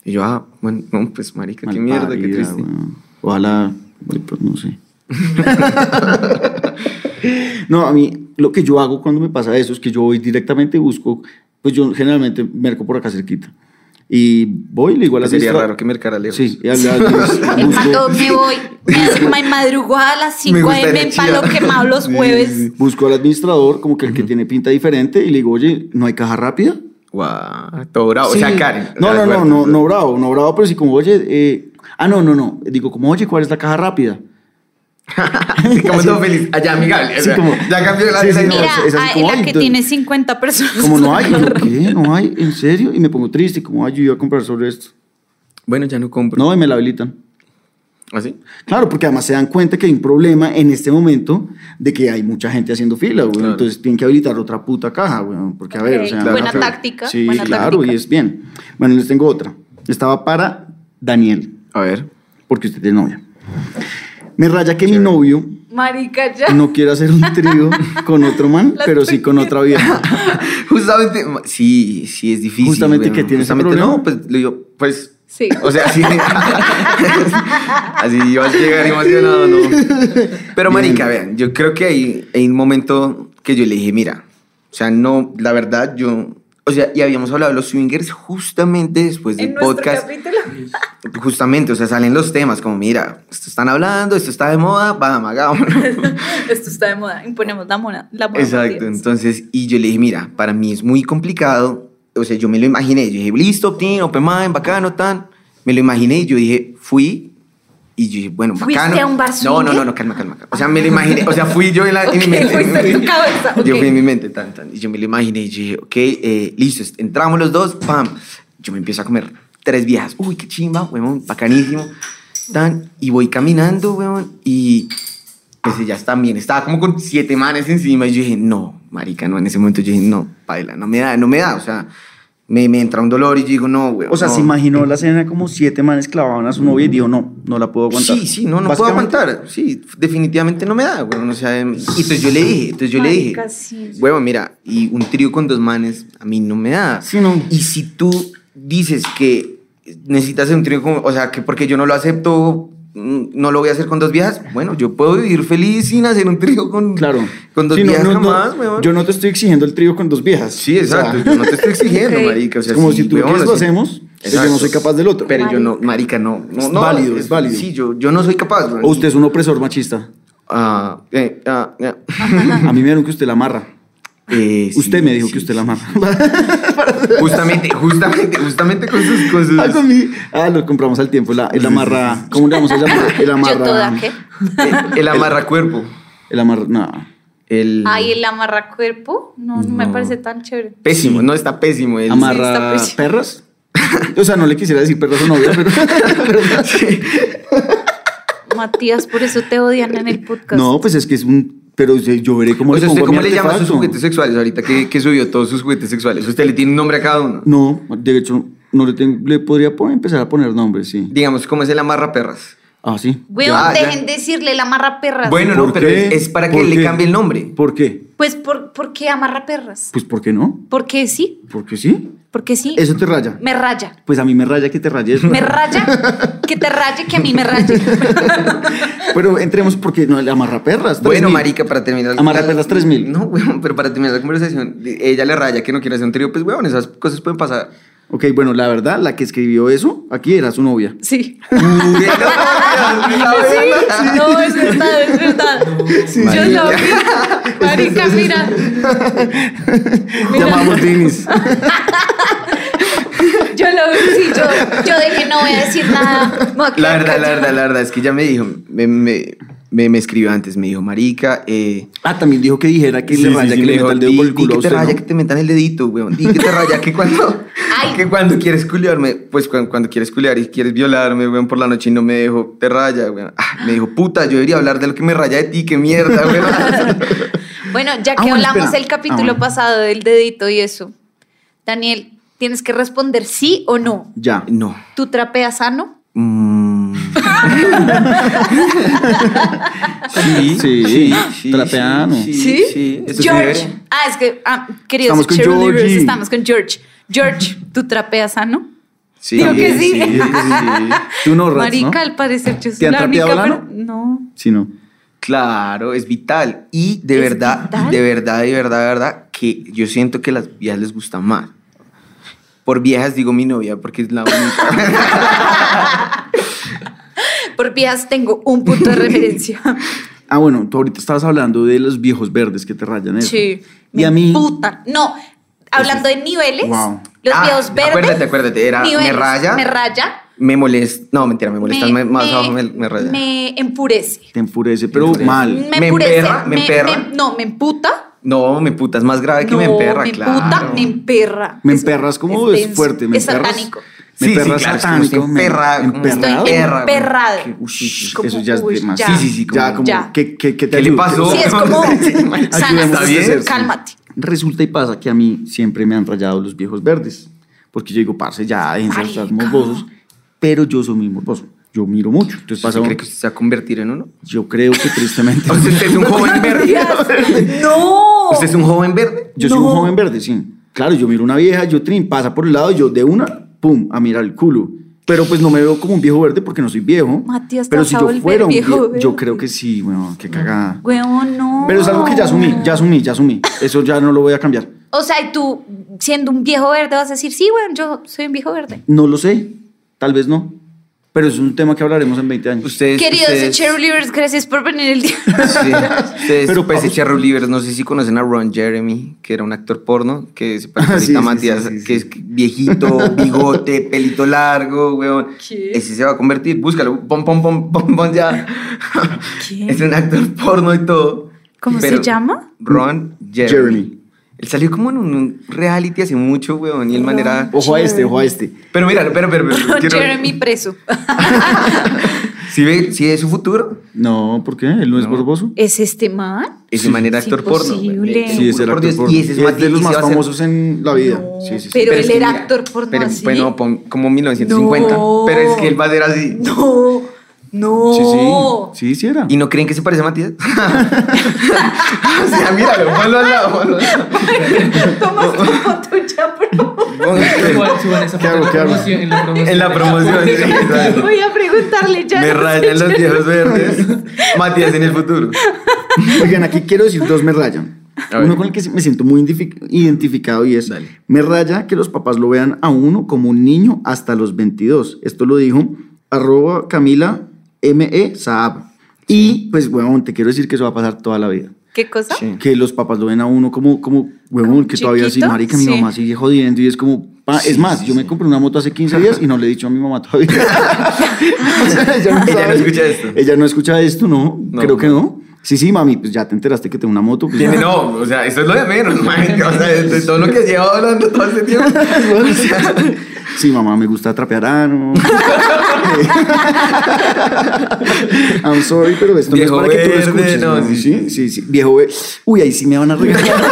Y yo, ah, bueno, no, pues, marica, qué mierda, qué
Malparida,
triste.
weón. Ojalá, uy, pues no sé. [laughs] no, a mí lo que yo hago cuando me pasa eso es que yo voy directamente y busco, pues yo generalmente merco por acá cerquita. Y voy y le digo a la
Sería
administra-
Pues, raro que mercara lejos.
Pues, Sí, y
[laughs]
habla- bus-
El
busco,
pato, me voy, me madrugó a las 5
gusta
a.m. en
energía.
palo quemado los jueves.
busco al administrador, como que el que tiene pinta diferente, y le digo, oye, ¿no hay caja rápida?
Guau, todo bravo.
Sí.
O sea, Karen.
No,
o sea,
no, no,
Alberto,
no,
o sea.
no bravo, no bravo, pero sí como, oye, eh, ah, no, no, no. Digo, como, oye, ¿cuál es la caja
[laughs]
rápida? [laughs]
Sí, [laughs] como
Así.
todo feliz, allá amigable. o
Sí,
sea,
como-
ya cambió la
sí, sí,
la-
no,
Mira,
es- es así
ah,
como,
la
ay,
que
tú-
tiene 50 personas.
Como no hay, Y yo, ¿qué? No hay, ¿en serio? Y me pongo triste, como, ay, yo iba a comprar sobre esto.
Bueno, ya no compro.
No, y me la habilitan.
¿Así?
Claro, porque además se dan cuenta que hay un problema en este momento de que hay mucha gente haciendo fila, güey.
Claro.
Entonces tienen que habilitar otra puta caja, güey. Porque, a ver, o
Ok,
sea.
buena
claro.
táctica,
Sí,
buena
claro,
táctica.
y es bien. Bueno, les tengo otra. Estaba para Daniel,
A ver.
porque usted tiene novia. Me raya que mi novio
Marica, [laughs] ya.
no quiera hacer un
[laughs]
trío con otro man,
Las
pero sí con otra vieja.
[laughs] Justamente, sí, sí, es difícil.
Justamente
weón.
que tiene ese
Justamente,
problema.
no, pues le digo, pues.
Sí.
O
[laughs]
sea, así. así vas a llegar emocionado, ¿no? Pero, Marica, vean, yo creo que hay, hay un momento que yo le dije, mira, o sea, no, la verdad, yo. O sea, y habíamos hablado de los swingers justamente después del
en nuestro
podcast.
capítulo. [laughs]
Justamente, o sea, salen los temas como, mira, esto están hablando, esto está de moda, vamos, hagámoslo.
Esto está de moda. Imponemos la moda. La moda
Exacto,
Matías.
entonces, y yo le dije, mira, para mí es muy complicado, o sea, yo me lo imaginé, yo dije, listo, tin, open mind, bacano, tan, me lo imaginé y yo dije, fui, y yo dije, bueno,
¿Fuiste
bacano.
a un bar
no, no,
swinger?
no, no, calma, calma, calma. o sea, me lo imaginé, o sea, fui yo en, la, en
Ok,
mi mente.
fuiste en tu cabeza,
Yo
ok.
fui en mi mente, tan, tan, y yo me lo imaginé y yo dije, ok, eh, listo, est- entramos los dos, pam, yo me empiezo a comer tres viejas, uy, qué chimba, weón, bacanísimo, tan, y voy caminando, weón, y pues ellas también, estaba como con siete manes encima y yo dije, no, marica, no, en ese momento yo dije, no, paila, no me da, no me da, o sea, me, me entra un dolor y yo digo, no, weón.
O sea,
no.
se imaginó la escena como siete manes clavaban a su novia y dijo, no, no la puedo aguantar.
Sí, sí, no, no puedo
Básicamente,
aguantar. Sí, definitivamente no me da, weón. O sea, em, y entonces yo le dije, entonces yo
Marica,
le dije,
sí.
weón, mira, y un trío con dos manes a mí no me da.
Sí, no.
Y si tú dices que necesitas un trío con, o sea, que porque yo no lo acepto, mm, no lo voy a hacer con dos viejas, bueno, yo puedo vivir feliz sin hacer un trío con,
Claro.
con dos
Sí, no,
viejas
no, no,
jamás, weón.
Yo no te estoy exigiendo el trío con dos viejas.
Sí,
O sea,
exacto. yo no
[laughs]
te estoy exigiendo,
Ok.
marica. O sea,
es como
sí,
si tú
weón,
quieres lo
o sea,
hacemos, pero yo no
exacto.
soy capaz del otro.
Pero yo no, marica, no. no
Es
no,
válido, es válido.
Sí, yo, yo no soy capaz. weón.
O usted es un opresor machista.
Ah, eh, ah, eh.
a mí me dijeron que usted la amarra.
Eh, sí,
usted me dijo
sí,
que usted la
sí.
amarra.
Justamente, justamente, justamente con sus cosas.
ah, con mi- ah, lo compramos al tiempo. La, el amarra. ¿Cómo le vamos a llamar? El amarra.
[laughs] Yo toda, ¿qué?
El, el amarracuerpo.
El amarra. No.
El
Ay, el amarracuerpo. No, no, me
No.
parece tan chévere.
pésimo, no está pésimo. El,
está pues-
Amarra
pésimo.
perras. O sea, no le quisiera decir perras o novias, pero. [laughs]
Matías, por eso te odian en el podcast.
No, pues es que es un. Pero yo veré cómo
O
le
sea,
pongo
¿usted
a mi
cómo le llama a sus
artefacto.
juguetes sexuales ahorita que, que subió todos sus juguetes sexuales? ¿Usted le tiene un nombre a cada uno?
No, de hecho, no le tengo. Le podría poner- empezar a poner nombres, sí.
Digamos, ¿cómo es el amarra perras?
Ah, sí.
Weón,
Ya, ya.
dejen decirle la amarra perras.
Bueno, no,
¿Por
pero
qué?
es, es para que
¿Por
le
qué?
cambie el nombre.
¿Por qué?
Pues, ¿por, por qué amarra perras?
Pues ¿por qué no?
Porque sí,
Porque sí.
porque sí.
Eso te raya.
Me raya.
Pues a mí me raya que te rayes.
Me raya que te raye, que a mí me raye.
[laughs]
[laughs]
Pero entremos porque no, la amarraperras. 3000.
Bueno, marica, para terminar...
Amarra perlas 3000.
No, weón, pero para terminar la conversación, ella le raya que no quiere hacer un trío, pues, weón, esas cosas pueden pasar. [laughs]
Ok, bueno, la verdad, la que escribió eso aquí era su novia.
Sí.
Sí,
No, es verdad, es verdad. Yo lo vi. Marica, mira. Mira.
Llamamos Dinis.
Yo lo vi, sí, yo, yo dije, no voy a decir nada. me voy a
[laughs] La
quedar
verdad, la
callada.
verdad, la verdad, es que ella me dijo, me, me, me, me escribió antes, me dijo, marica, eh...
Ah, también dijo que dijera que
Sí,
le
sí,
raya
sí,
que
me
le
dijo,
meta el dedo
"Di-
por el
di
culo. a
que te
usted,
raya
¿no?
que te metan el dedito, weón. Di que te raya que cuando,
[laughs] Ay.
que cuando quieres culiarme, pues cuando, cuando quieres culiar y quieres violarme, weón, por la noche y no me dejo, te raya, weón. Ah, me dijo, puta, yo debería hablar de lo que me raya de ti, qué mierda, weón. [laughs]
Bueno, ya
Ah,
que
bueno,
hablamos
espera.
del
Ah,
capítulo
bueno.
pasado del dedito y eso, Daniel, tienes que responder sí o no.
Ya.
No.
¿Tú trapeas sano?
Mm. [laughs] sí,
Sí, trapeano.
¿Sí?
sí, eso sí
George.
debería.
ah, es que, ah, queridos
Estamos con
cheerleaders,
Georgie.
estamos con George. George, ¿tú trapeas sano?
Sí,
Digo que sí.
Sí, sí. [laughs] Tú no, Rats,
Marica,
¿no?
al parecer yo soy
¿Te han
la única.
trapeado
per-
ano?
No.
Sí, no.
Claro, es vital. Y de
¿Es
verdad,
vital?
de verdad, de verdad, de verdad, que yo siento que las viejas les gusta más. Por viejas digo mi novia, porque es
[laughs]
la única.
Por vías tengo un [laughs] punto de referencia.
Ah, bueno, tú ahorita estabas hablando de los viejos verdes que te rayan eso.
Sí.
Y a mí.
Puta. No. Hablando de niveles,
Wow.
los
Ah,
viejos verdes.
acuérdate, acuérdate, era me raya.
Me raya.
me molesta. No, mentira, me molesta. me- más abajo me, me raya.
me empurece.
Te enfurece, pero
Enfurece.
mal.
Me,
Me
empurece.
emperra, me emperra.
no, me emputa.
no, me puta, es más grave que
no,
me emperra,
me
claro.
emputa, me emperra.
Me
Es-
emperras como es
tenso,
fuerte. Me
es
emperras-
satánico.
Me
Sí, sí,
emperras
claro, es como
satánico.
si
me
emperra, como
Estoy
emperrado.
Emperra, güey.
emperrado.
Qué- uy, sí,
Como,
Eso ya es
uy,
de más.
ya.
Sí, sí, sí, como-
Ya, como.
Ya.
¿Qué, qué, qué te
¿Qué le
ayuda?
pasó? [laughs]
Sí, es como
Ayudemos
sana,
a
bien.
hacer-
cálmate.
Resulta y pasa que a mí siempre me han rayado los viejos verdes. Porque yo digo, parce, ya, dejen de estar
Marica.
morbosos. Pero yo soy muy morboso. Yo miro mucho. Entonces pasa
¿Usted cree
un-
que usted se va a convertir en uno?
Yo creo que tristemente.
[laughs] O
[laughs]
sea, [laughs] usted es un joven verde. [laughs]
No.
¿Usted es un joven verde?
Yo soy un joven verde, sí. Claro, yo miro una vieja, yo trin, pasa por el lado, yo de una, pum, a mirar el culo. Pero pues no me veo como un viejo verde porque no soy viejo.
Matías, te
pero
vas
si
a
yo
volver
fuera un
viejo
viejo,
verde.
yo creo que sí, bueno, qué cagada.
Weón, no.
Pero es algo que ya asumí, ya asumí, ya asumí. Eso ya no lo voy a cambiar.
O sea, y tú, siendo un viejo verde, vas a decir, sí, weón, yo soy un viejo verde.
No lo sé, tal vez no. Pero es un tema que hablaremos en 20 años.
Ustedes,
Queridos de
ustedes-
cheerleaders, gracias por venir el [laughs] día.
Sí, ustedes
Pero
pero parece
vamos-
Charro Livers, no sé si conocen a Ron Jeremy, que era un actor porno, que se parece
Ah,
ahorita
[laughs] sí,
a
sí,
Matías,
sí, sí,
que es
[laughs]
viejito, bigote, pelito largo, weón. Ese se va a convertir, búscalo, pom, pom, pom, pom, pom, ya.
¿Quién?
Es un actor porno y todo.
¿Cómo se llama?
Ron Jeremy.
Pues, Jeremy.
Él salió como en un reality hace mucho, weón, y el man era...
Ojo a este, ojo a este.
Pero mira, pero, pero, pero, quiero-
Jeremy preso.
Si ve, si es su futuro,
No, ¿por qué? Él no, es
No.
borboso.
[laughs] ¿Es este man?
es de manera
Es
actor porno.
imposible.
weón.
Sí, es el
Por
actor
Dios,
porno.
Y ese es,
de los
Matiz, y
más
va a ser-
famosos en la vida.
No,
sí, sí, sí.
pero-
es
él
que
era
mira,
actor porno
Pero,
así.
Bueno, pon- como 1950.
No.
Pero es que él va a ser así.
No, no.
Sí, sí. Sí, sí era.
¿Y no creen que se parece a
[laughs]
Matías? [laughs] o sea, míralo, ponlo al lado, ponlo al lado.
Toma esta foto ya, pero
Suban- suban esa
¿Qué
foto
hago, qué hago?
en la promoción.
En la promoción. sí, exacto.
voy a preguntarle ya.
Me
no sé,
rayan los
ya.
viejos verdes. Matías en el futuro.
[laughs] Oigan, aquí quiero decir dos me rayan.
A ver.
Uno con el que me siento muy identifi- identificado y es, me raya que los papás lo vean a uno como un niño hasta los 22. Esto lo dijo arroba Camila M.E. Saab. Y pues, huevón, te quiero decir que eso va a pasar toda la vida.
¿Qué cosa?
Que los papás lo ven a uno como, como huevón, que todavía así,
chiquito?
marica, mi
Sí.
mamá sigue jodiendo y es como... pa, es más, yo me compré una moto hace 15 días y no le he dicho a mi mamá
[laughs]
todavía. [laughs] O sea, ella no,
Ella no
sabe.
escucha esto.
Ella no escucha esto, no,
No.
creo que no. Sí, sí, mami, pues ya te enteraste que tengo una moto. pues,
Tiene- no, o sea, eso es lo de menos, [laughs] marica. O sea, de, de todo lo que has llevado hablando todo
[laughs]
este tiempo. O sea,
Sí, mamá, me gusta trapear ano. [laughs] I'm sorry, pero esto
Viejo
no es para que tú lo
verde,
escuches.
no,
mami.
sí.
sí, sí, sí. Viejo verde. Uy, ahí sí me van a
[laughs]
regañar.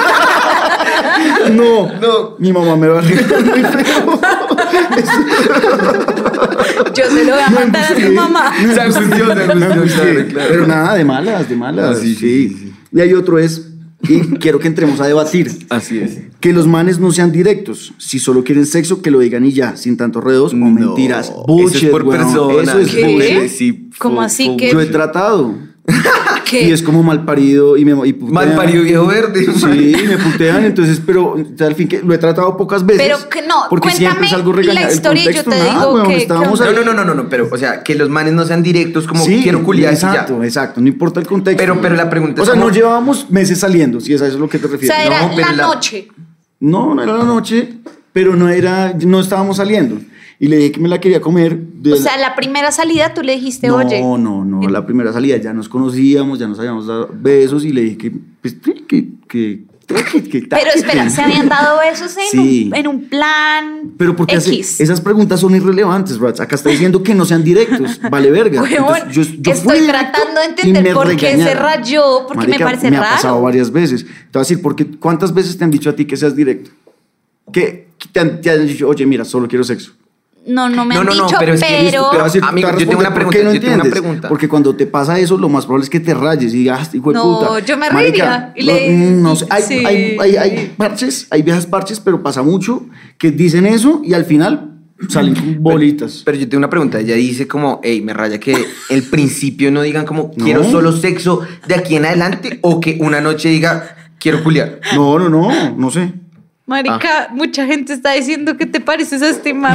No,
No. [laughs]
mi mamá me va a regañar muy feo.
yo se lo voy a mandar a su mamá.
Se angustió, se angustió, claro, claro.
Pero nada, de malas, de malas.
Ah, sí, sí, sí, sí.
Y hay otro es, y quiero que entremos a debatir,
Así es.
que los manes no sean directos. Si solo quieren sexo, que lo digan y ya, sin tantos redos o mentiras. Bullshit,
Eso es por
weón.
personas.
Eso es
¿Qué?
bullshit.
Sí,
¿Cómo
fu-
así
fu-
que-
Yo he tratado.
¿Qué?
Y es como mal parido y me y putean.
Mal parido viejo verde.
Sí, [laughs] me putean, entonces, pero al fin que lo he tratado pocas veces.
Pero que no,
porque
cuéntame
siempre es algo
la
regañado. El
historia y yo
contexto,
te
nada,
digo
weón,
que-
estábamos
que-
ahí.
No, no, no, no, no, no, pero, o sea, que los manes no sean directos como
Sí,
quiero culiar y ya.
Exacto, exacto, no importa el contexto.
Pero- pero la pregunta
O
es
sea,
cómo-
no llevábamos meses saliendo, si es a eso lo que te
O
refieres.
sea, era
No, pero
la
la-
noche.
No, no era la noche, pero no era, no estábamos saliendo. Y le dije que me la quería comer. de
O
la-
sea, la primera salida tú le dijiste,
no,
oye.
no, no, la primera salida ya nos conocíamos, ya nos habíamos dado besos y le dije que, pues, que, que, que, que- que-
Pero espera, ¿se habían dado besos en,
Sí.
un, en un plan
Pero porque hace-
X?
esas preguntas son irrelevantes, Rats. Acá está diciendo que no sean
[laughs]
directos. Vale verga.
Huevón,
Entonces, yo- yo fui
estoy
directo
tratando de
y
entender
me
[laughs] por qué se
regañaron.
rayó, porque me
Marica,
parece
me
raro.
ha pasado varias veces. Te voy a decir, porque, ¿cuántas veces te han dicho a ti que seas directo? Que que te han, te han dicho, oye, mira, solo quiero sexo.
No, no me
No,
han
no, no,
dicho, pero...
pero es que listo,
Te voy a decir,
Amigo,
Ah, te voy a
yo tengo
responder,
una
¿por
pregunta,
qué no
yo tengo una
entiendes?
pregunta.
Porque cuando te pasa eso, lo más probable es que te rayes y digas, "Ah, hijo de
No,
puta.
yo me reiría
Marica,
y le-
no, no sé, hay,
Sí.
hay- hay- hay parches, hay viejas parches, pero pasa mucho que dicen eso y al final salen con bolitas.
Pero yo tengo una pregunta. Ella dice como, hey, me raya que el principio no digan como, quiero
No.
solo sexo de aquí en adelante o que una noche diga, quiero culiar.
No, no, no, no sé. Ah.
Marica, mucha gente está diciendo que te pareces a
[laughs]
este mami.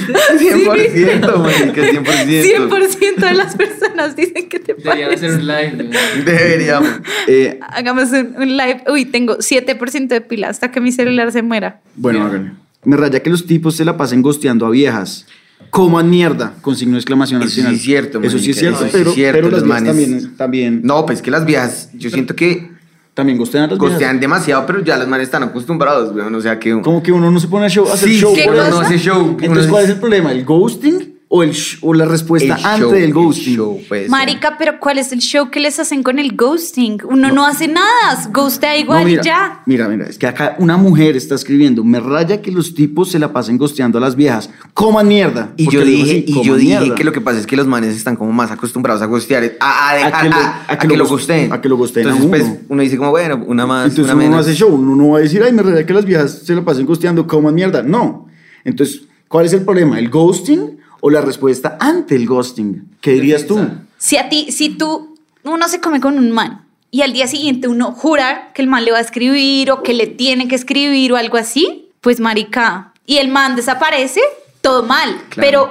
100%, marica, 100%.
100% de las personas dicen que te
Deberían hacer
pareces.
un live. güey.
Deberíamos.
Eh,
Hagamos un, un live. Uy, tengo 7% de pila hasta que mi celular se muera.
bueno,
Bien.
háganle. Me raya que los tipos se la pasen gosteando a viejas. Coman mierda, con signo de exclamación al
Eso sí
final.
es cierto,
Eso sí es
marica,
cierto,
eso sí
pero,
es cierto,
pero las
los
viejas
manes.
también, también,
No, pues que las viejas, yo siento que
también gostean a las viejas.
costean demasiado, pero ya los manes están acostumbrados, weón. O sea que.
Como que uno no se pone a, show, a hacer
Sí,
show
¿qué
por
cosa?
eso.
No
hace show. Uno
Entonces,
es-
¿cuál es el problema? ¿El ghosting o, el sh- o la respuesta
el
antes
show,
del
el
ghosting?
show, pues,
Marica, pero ¿cuál es el show que les hacen con el ghosting? Uno no, hace nada, ghostea
No,
igual
mira,
y ya.
Mira, mira, es que acá una mujer está escribiendo, me raya que los tipos se la pasen gosteando a las viejas. Coman mierda.
Y
Porque
yo
le digo
dije,
así,
y
"Coman
yo dije
mierda".
que lo que pasa es que los manes están como más acostumbrados a gostear, a, a,
A que lo-
a- a- a que lo gosteen.
a que lo gosteen a
Entonces, pues,
uno.
uno dice como, bueno, una más,
Entonces
una
uno no
menos.
hace show, uno no va a decir, ay, me raya que las viejas se la pasen gosteando, coman mierda. No. Entonces, ¿cuál es el problema? ¿El ghosting o la respuesta ante el ghosting? ¿Qué dirías tú?
Defensa.
Si a ti, si tú, uno se come con un man y al día siguiente uno jura que el man le va a escribir o que le tiene que escribir o algo así, pues marica. Y el man desaparece, todo mal.
Claro.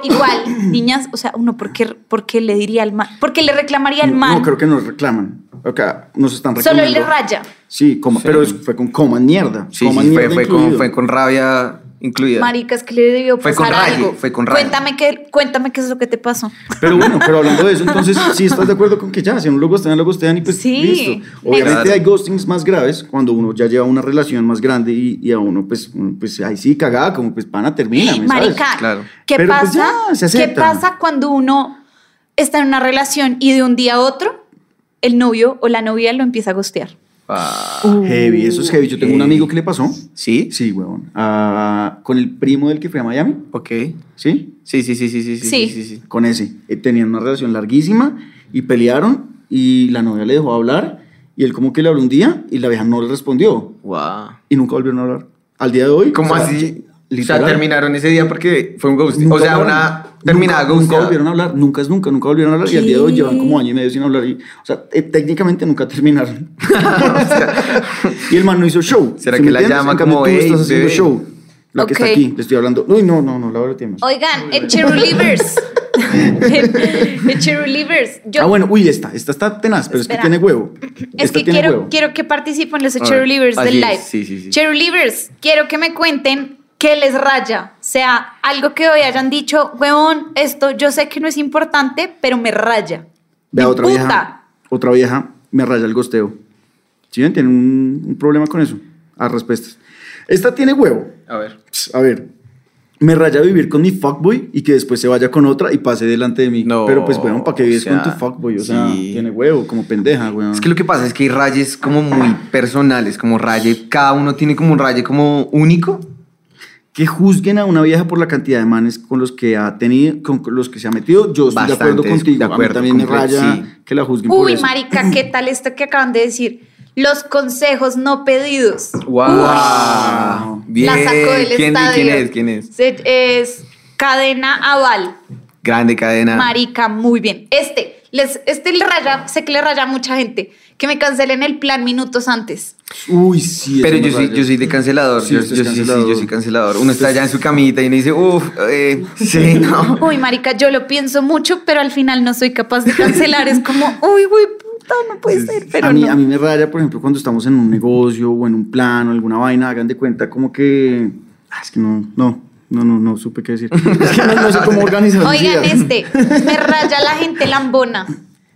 Pero igual, [clears throat] niñas, o sea, uno, ¿por qué, por qué le diría al man? ¿Por qué le reclamaría al man?
No, creo que nos reclaman. Acá nos están
Solo
reclamando.
le raya.
Sí, coma, pero es- fue con coman mierda.
Sí,
Coman
sí, fue,
mierda
fue con,
incluido.
fue con rabia incluida.
Marica, es que le debió
Fue
pasar
con raya,
algo.
fue con raya.
Cuéntame qué, cuéntame qué es lo que te pasó.
Pero bueno, pero hablando
[laughs]
de eso, entonces sí estás de acuerdo con que ya, si uno lo gostean, lo gostean y pues
Sí.
listo. Obviamente
Claro.
hay ghostings más graves cuando uno ya lleva una relación más grande y, y a uno pues, uno, pues ahí sí cagada, como pues pana termina, ¿me sabes?
Marica,
Claro.
¿qué,
Pero pues
pasa,
ya, se
¿qué
acepta.
pasa cuando uno está en una relación y de un día a otro el novio o la novia lo empieza a gostear?
Ah,
Heavy, eso es heavy. Yo tengo un
Heavy.
amigo que le pasó.
¿Sí?
Sí, huevón. Ah, con el primo del que fue a Miami,
Ok.
¿sí?
Sí, sí, sí, sí, sí, sí,
Sí.
sí, sí, sí.
Con ese. Eh, Tenían una relación larguísima y pelearon y la novia le dejó hablar y él como que le habló un día y la vieja no le respondió.
Wow.
y nunca volvieron a hablar. Al día de hoy.
¿Cómo
o sea,
así?
literal,
O sea, terminaron ese día porque fue un ghosting.
nunca
O sea,
hablaron.
una terminada
nunca, nunca
ghosteada.
volvieron a hablar, nunca es nunca, nunca volvieron a hablar. Y al día de hoy
¿Qué?
llevan como año y medio sin hablar. Y, o sea, eh, técnicamente nunca
[laughs]
terminaron. y el man no hizo show.
¿Será
¿sí
que
me
la
entiendes?
llama
En cambio,
como,
tú
"Ey,
estás haciendo
bebé"?
show? La que
Ok.
está aquí, le estoy hablando. Uy, no, no, no, Laura tiene.
Oigan, Echeru Livers. [laughs] Echeru Livers. Yo
Ah, bueno, uy, esta, esta está tenaz, pero
Espera.
es que tiene huevo.
Es
esta
que
tiene
quiero,
huevo.
quiero que participen los
ver,
Cherulivers
así
del
es,
live.
sí, sí, sí.
Cherulivers, quiero que me cuenten qué les raya. O sea, algo que hoy hayan dicho, huevón, esto yo sé que no es importante, pero me raya.
Vea,
Me
otra vieja.
puta.
Otra vieja me raya el gosteo. ¿Sí ven? Tienen un, un problema con eso. A respuestas. Esta tiene huevo.
A ver.
Pss, A ver. Me raya vivir con mi fuckboy y que después se vaya con otra y pase delante de mí.
No,
Pero pues, weón, ¿para qué vives
o sea,
con tu fuckboy? O sea,
sí.
tiene huevo, como pendeja, weón.
Es que lo que pasa es que hay rayes como muy personales, como raye, cada uno tiene como un raye como único.
que juzguen a una vieja por la cantidad de manes con los que ha tenido, con los que se ha metido, yo estoy de acuerdo
Bastante,
contigo.
de
a mí
acuerdo,
también me
completo,
raya
sí.
que la juzguen por
Uy,
eso.
marica,
[clears throat]
¿qué tal esto que acaban de decir? Los consejos no pedidos.
¡Wow! Bien.
La sacó del
¿Quién,
estadio.
¿Quién es? ¿Quién es?
Se- es cadena aval.
Grande cadena.
Marica, muy bien. Este, les, este le raya, sé que le raya a mucha gente. Que me cancelen el plan minutos antes.
Uy, sí.
Pero
eso
yo
me
soy,
raya.
yo soy de cancelador.
Sí,
yo,
usted
yo
es
sí- sí,
cancelador.
yo soy cancelador. Uno está allá en su camita y uno dice, uff, eh, sí, no.
Uy, marica, yo lo pienso mucho, pero al final no soy capaz de cancelar. Es como, uy, güey,
[laughs]
puta, no [laughs] puede ser, pero
a, mí,
no.
a mí me raya, por ejemplo, cuando estamos en un negocio o en un plan o alguna vaina, hagan de cuenta como que. ah, Es que no, no, no, no, no supe qué decir. [laughs] Es que no, no sé cómo organizar. mis
Oigan,
días.
este, me raya la gente lambona.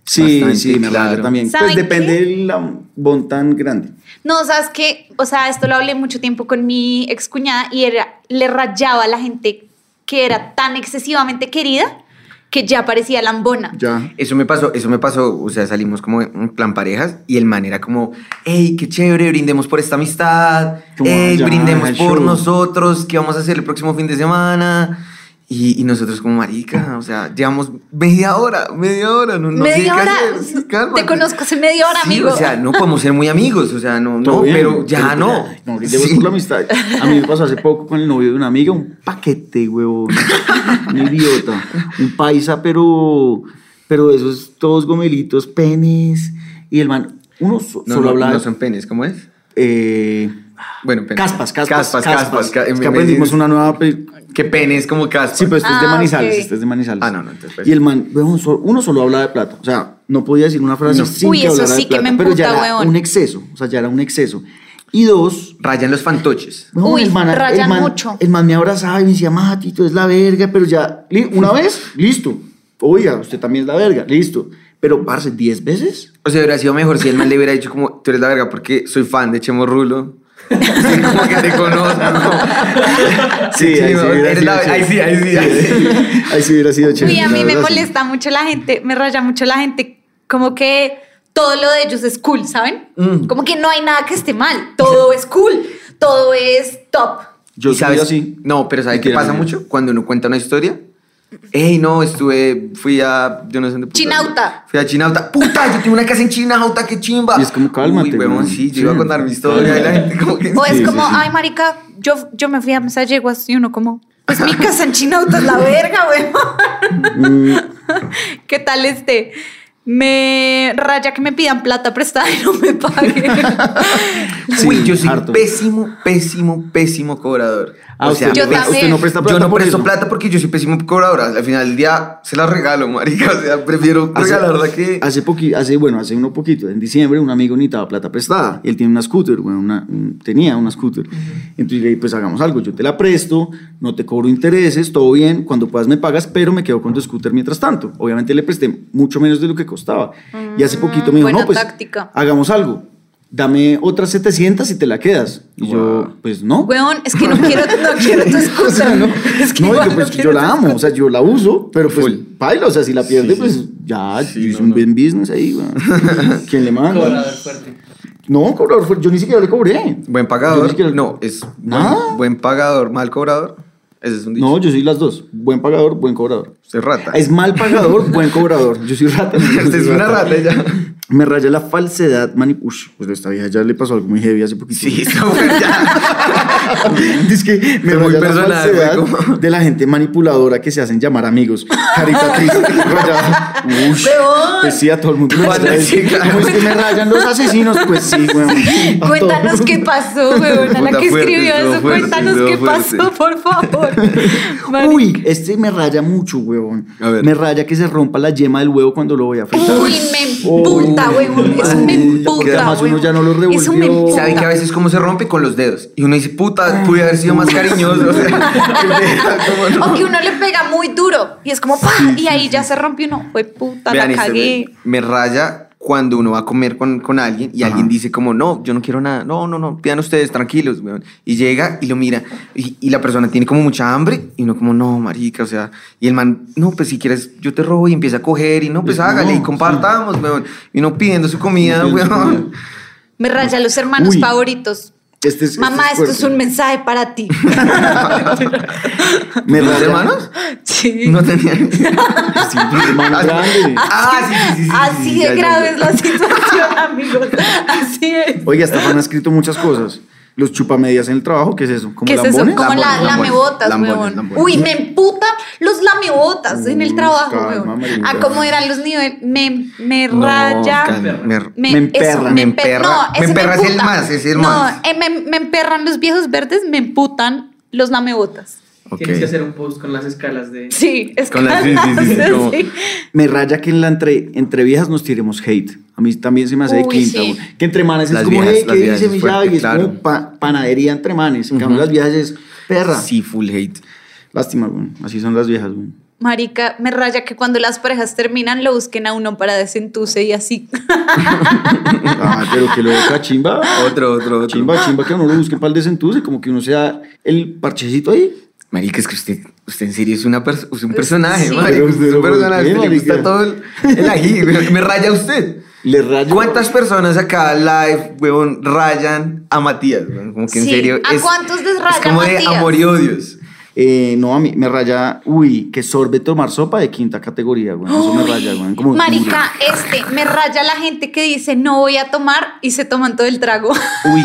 Sí,
Bastante,
sí, me raya
claro.
también. Pues
¿Saben
depende del lambón tan grande.
No, sabes que, o sea, esto lo hablé mucho tiempo con mi excuñada y era, le rayaba a la gente que era tan excesivamente querida que ya parecía lambona.
Ya.
Eso me pasó, eso me pasó, o sea, salimos como en plan parejas y el man era como, hey, qué chévere, brindemos por esta amistad,
Como,
"Ey,
ya,
brindemos
el
por
show".
nosotros, ¿qué vamos a hacer el próximo fin de semana? Y, y nosotros como, marica, o sea, llevamos media hora, media hora, no, no sé qué
media hora.
hacer, sí, cálmate".
Te conozco hace media hora,
Sí,
amigo.
o sea, no podemos ser muy amigos, o sea, no,
Todo
no,
bien, pues
pero ya no.
No, brindemos
Sí.
por la amistad. A mí me pasó hace poco con el novio de una amiga, un paquete, huevón. Un idiota. Un paisa, pero. Pero esos todos gomelitos, penes. Y el man, uno so-
No,
solo
no,
hablaba.
no son penes, ¿cómo es?
eh,
Bueno, penes.
caspas, caspas.
Caspas, caspas. ca-
Es
en
que
vez de
aprendimos
decir-
una nueva. pe-
Que penes como caspas.
Sí, pero este es de
Ah,
Manizales.
ok.
Este es de Manizales.
Ah, no, no, entonces, pues.
Y el man, huevón, so- uno solo hablaba de plata. O sea, no podía decir una frase
No.
sin
Uy,
que
eso
hablara de
sí que me
plata, Pero ya
emputa,
era
huevón.
un exceso. O sea, ya era un exceso. Y dos,
Rayan los fantoches.
No,
Uy,
el man, el
rayan
man-
mucho.
El man me abrazaba y me decía, Mati, tú eres la verga, pero ya, li- una vez, listo. Oiga, usted también es la verga, listo. Pero, parce, ¿10 veces?
O sea, hubiera sido mejor si el man le hubiera dicho como, tú eres la verga porque soy fan de Chemo Rulo. Sí, como que te conozco. como-
Sí,
ahí sí hubiera
eres
sido
la-
chévere.
ahí sí, ahí sí, ahí sí. [laughs] Ahí sí hubiera sido chévere.
Uy, a
la
mí me
verdad, sí.
molesta mucho la gente, me raya mucho la gente, como que todo lo de ellos es cool, ¿saben?
Mm.
Como que no hay nada que esté mal, todo es cool, todo es top.
[laughs] Yo
Y
soy así.
No, pero ¿sabes
Y
qué
que-
pasa mucho? Cuando uno cuenta una historia. Ey, no, estuve, fui a, yo no sé dónde. putas,
Chinauta.
Fui a Chinauta. Puta, yo tengo una casa en Chinauta, qué chimba.
Y es como, cálmate,
Uy, huevón,
güey.
sí, yo
Sí.
iba a contar mi historia
[laughs]
y la gente como que...
O es
Sí, sí,
como,
sí.
ay, marica, yo, yo me fui a Mesalleguas y uno como, pues mi casa en Chinauta es la verga,
Mm.
weón. [laughs] ¿Qué tal este? Me raya que me pidan plata prestada y [laughs] no
[laughs]
me paguen.
Uy,
Sí,
yo soy
harto.
pésimo, pésimo, pésimo cobrador.
Ah, usted,
Yo
no pre-
también.
usted no presta plata
Yo no
por
presto
eso.
plata porque yo soy pésimo cobrador. Al final del día se la regalo, marica. O sea, prefiero regalarla que.
Hace poqui- hace, bueno, hace uno poquito, en diciembre, un amigo necesitaba plata prestada. Él tiene una scooter, bueno, una- un- tenía una scooter. Entonces le dije, pues hagamos algo, yo te la presto, no te cobro intereses, todo bien, cuando puedas me pagas, pero me quedo con tu scooter mientras tanto. Obviamente le presté mucho menos de lo que costaba. y hace poquito me dijo,
Mm, buena
no, pues
táctica.
hagamos algo, dame otras 700 y te la quedas. Y yo,
Wow.
pues no.
Weón, es que no quiero, no quiero
[laughs]
tu
O sea,
excusa.
[laughs]
no,
Es que
no,
igual
yo,
no
pues, yo
quiero tu
la amo, o sea, yo la uso, pero pues
Full.
paila, o sea, si la pierde, pues ya,
Sí,
hizo
no,
un
no.
buen business ahí,
[laughs]
güey. ¿Quién le manda? Cobrador fuerte. No, cobrador fuerte, yo ni siquiera le cobré.
Buen
Yo ni
pagador.
siquiera-
No, es.
Nada.
Buen, buen pagador, mal cobrador. Ese es un dicho.
No, yo soy las dos, buen pagador, buen cobrador.
Usted es rata. [laughs]
Es mal pagador, buen cobrador. Yo soy rata. yo
Usted
soy
es una rata ya.
Me raya la falsedad, mani. Ush, pues esta vieja ya le pasó algo muy heavy hace poquito.
[laughs] Sí, está bueno, ya.
es que me
Fue muy
raya la
personal,
falsedad
fue como-
de la gente manipuladora que se hacen llamar amigos. Carita triste,
[laughs]
rayada. Ush,
¡Huevón!
pues sí, a todo el mundo. le
Cuando
raya.
sí, claro.
¿Cómo es que me rayan los asesinos? Pues sí, weón. A
Cuéntanos
todo.
qué pasó, weón. A la
Puta,
que
fuerte,
escribió
estuvo
eso,
fuerte,
cuéntanos
estuvo
qué
fuerte.
pasó, por favor. Marica.
[laughs] Uy, este me raya mucho, weón.
A ver.
Me raya que se rompa la yema del huevo cuando lo voy a fritar.
Uy, me puta,
Uy,
weón. Eso
marica,
me
que
puta.
además uno ya no lo
Eso me
revolvió.
emputa.
¿Sabe que a veces cómo se rompe con los dedos? Y uno dice, puta, pude haber sido más cariñoso. [laughs] O sea, qué verga, cómo no. [laughs]
O que uno le pega muy duro y es como pa, y ahí ya se rompe uno. Fue puta,
Vean este
la
esto,
cagué.
me, me raya cuando uno va a comer con, con alguien y alguien dice como, no, yo no quiero nada, no, no, no, pidan ustedes, tranquilos, weón. Y llega y lo mira y, y la persona tiene como mucha hambre y uno como, no, marica, o sea, y el man, no, pues si quieres, yo te robo y empieza a coger y no, pues
No,
hágale y
sí.
compartamos, weón. Y uno pidiendo su comida,
Uno pidiendo su
weón.
comida.
Me raya los hermanos
Uy.
favoritos.
Este es,
Mamá, esto es un
fuerte.
mensaje para
[laughs]
ti.
¿Me
¿Mis
raya.
hermanos?
Sí.
No tenía.
Sí, mi
[laughs]
hermano
Ah,
grande.
Ah, sí, sí, sí, sí, sí.
Así
sí, ya,
de
ya,
grave
ya.
es la situación, [laughs] amigos. Así es.
Oiga, esta fan ha escrito muchas cosas. Los chupamedias en el trabajo, ¿qué es eso? ¿Como
¿Qué es eso?
lambones?
Como la,
Lambones,
lamebotas,
lambones,
huevón.
lambones.
Uy, me emputan los lamebotas en el
Uy,
trabajo,
calma,
huevón.
marica.
Ah, cómo eran los niveles. Me, me
No,
raya.
calma, me-
Me
eso,
emperra.
Me
emper-
emperra.
em- no,
Me
ese
emperra es el
emputa.
más, es el
no,
más.
eh, me, me emperran los viejos verdes, me emputan los lamebotas.
Ok.
Tienes que hacer un post con las escalas de.
[laughs] Sí, es
Con la- sí, sí, sí,
[laughs]
sí, como-
Me raya que en la entre, entre viejas nos tiremos hate. A mí también se me hace de
Uy,
quinta.
sí.
güey. Que entre manes
Las
es como,
viejas-
"Ey,
las
¿qué
viejas
dice
es
mi
fuerte,
llave? Es
claro.
como pa- panadería entre manes. En cambio,
Ujú.
las viejas es perra.
Sí, full hate.
Lástima, güey. Así son las viejas, güey. [laughs]
Marica, me raya que cuando las parejas terminan lo busquen a uno para desentuce y
[laughs]
así.
Ah, pero que lo deja chimba.
Otro, otro, otro.
Chimba, chimba, que uno lo busque para el desentuce, como que uno sea el parchecito ahí.
Marica, es que usted, usted en serio es, una pers- es un personaje,
Sí.
marica,
Pero
usted
usted
es
lo
un
voltea,
personaje. usted le gusta
marica.
todo el, el
[laughs]
ají. Me, me raya usted.
Le rayo.
¿Cuántas personas acá live, huevón, rayan a Matías? weón? Como que en
Sí,
serio.
¿a cuántos les raya
Es como de
Matías?
amor y odios.
Eh, no, a mí me raya, uy, que sorbe tomar sopa de quinta categoría, güey. Eso me raya, güey. Como,
Marica, este, me raya la gente que dice no voy a tomar y se toman todo el trago. [laughs]
Uy.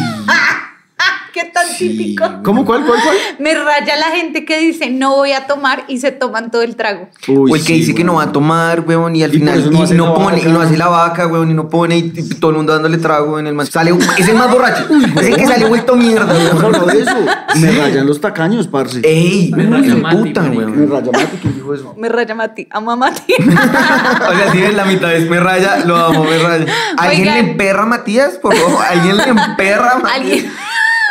Qué tan
Sí.
típico.
¿Cómo, cuál, cuál, cuál?
Me raya la gente que dice no voy a tomar y se toman todo el trago.
Uy,
o el que
sí,
dice que
güey.
no va a tomar, weón, y al
Y por
final
eso
y
no
no,
hace la
pone,
vaca.
y no hace la vaca, weón, y no pone, y, y todo el mundo dándole trago en el más. Sale, un- es el más borracho. es el que sale vuelto mierda,
Hemos
weón.
hablado de eso. Me rayan los tacaños, parce.
Ey,
Me
uy,
raya
me
Mati,
putan,
marica.
Me
weón.
raya Mati, ¿quién dijo eso?
Me raya Mati, amo a
[laughs]
Mati.
O sea, si ves la mitad es me raya, lo amo, me raya. ¿Alguien
Oigan.
le emperra a Matías? Por favor, ¿alguien le emperra a Matías?
Alguien-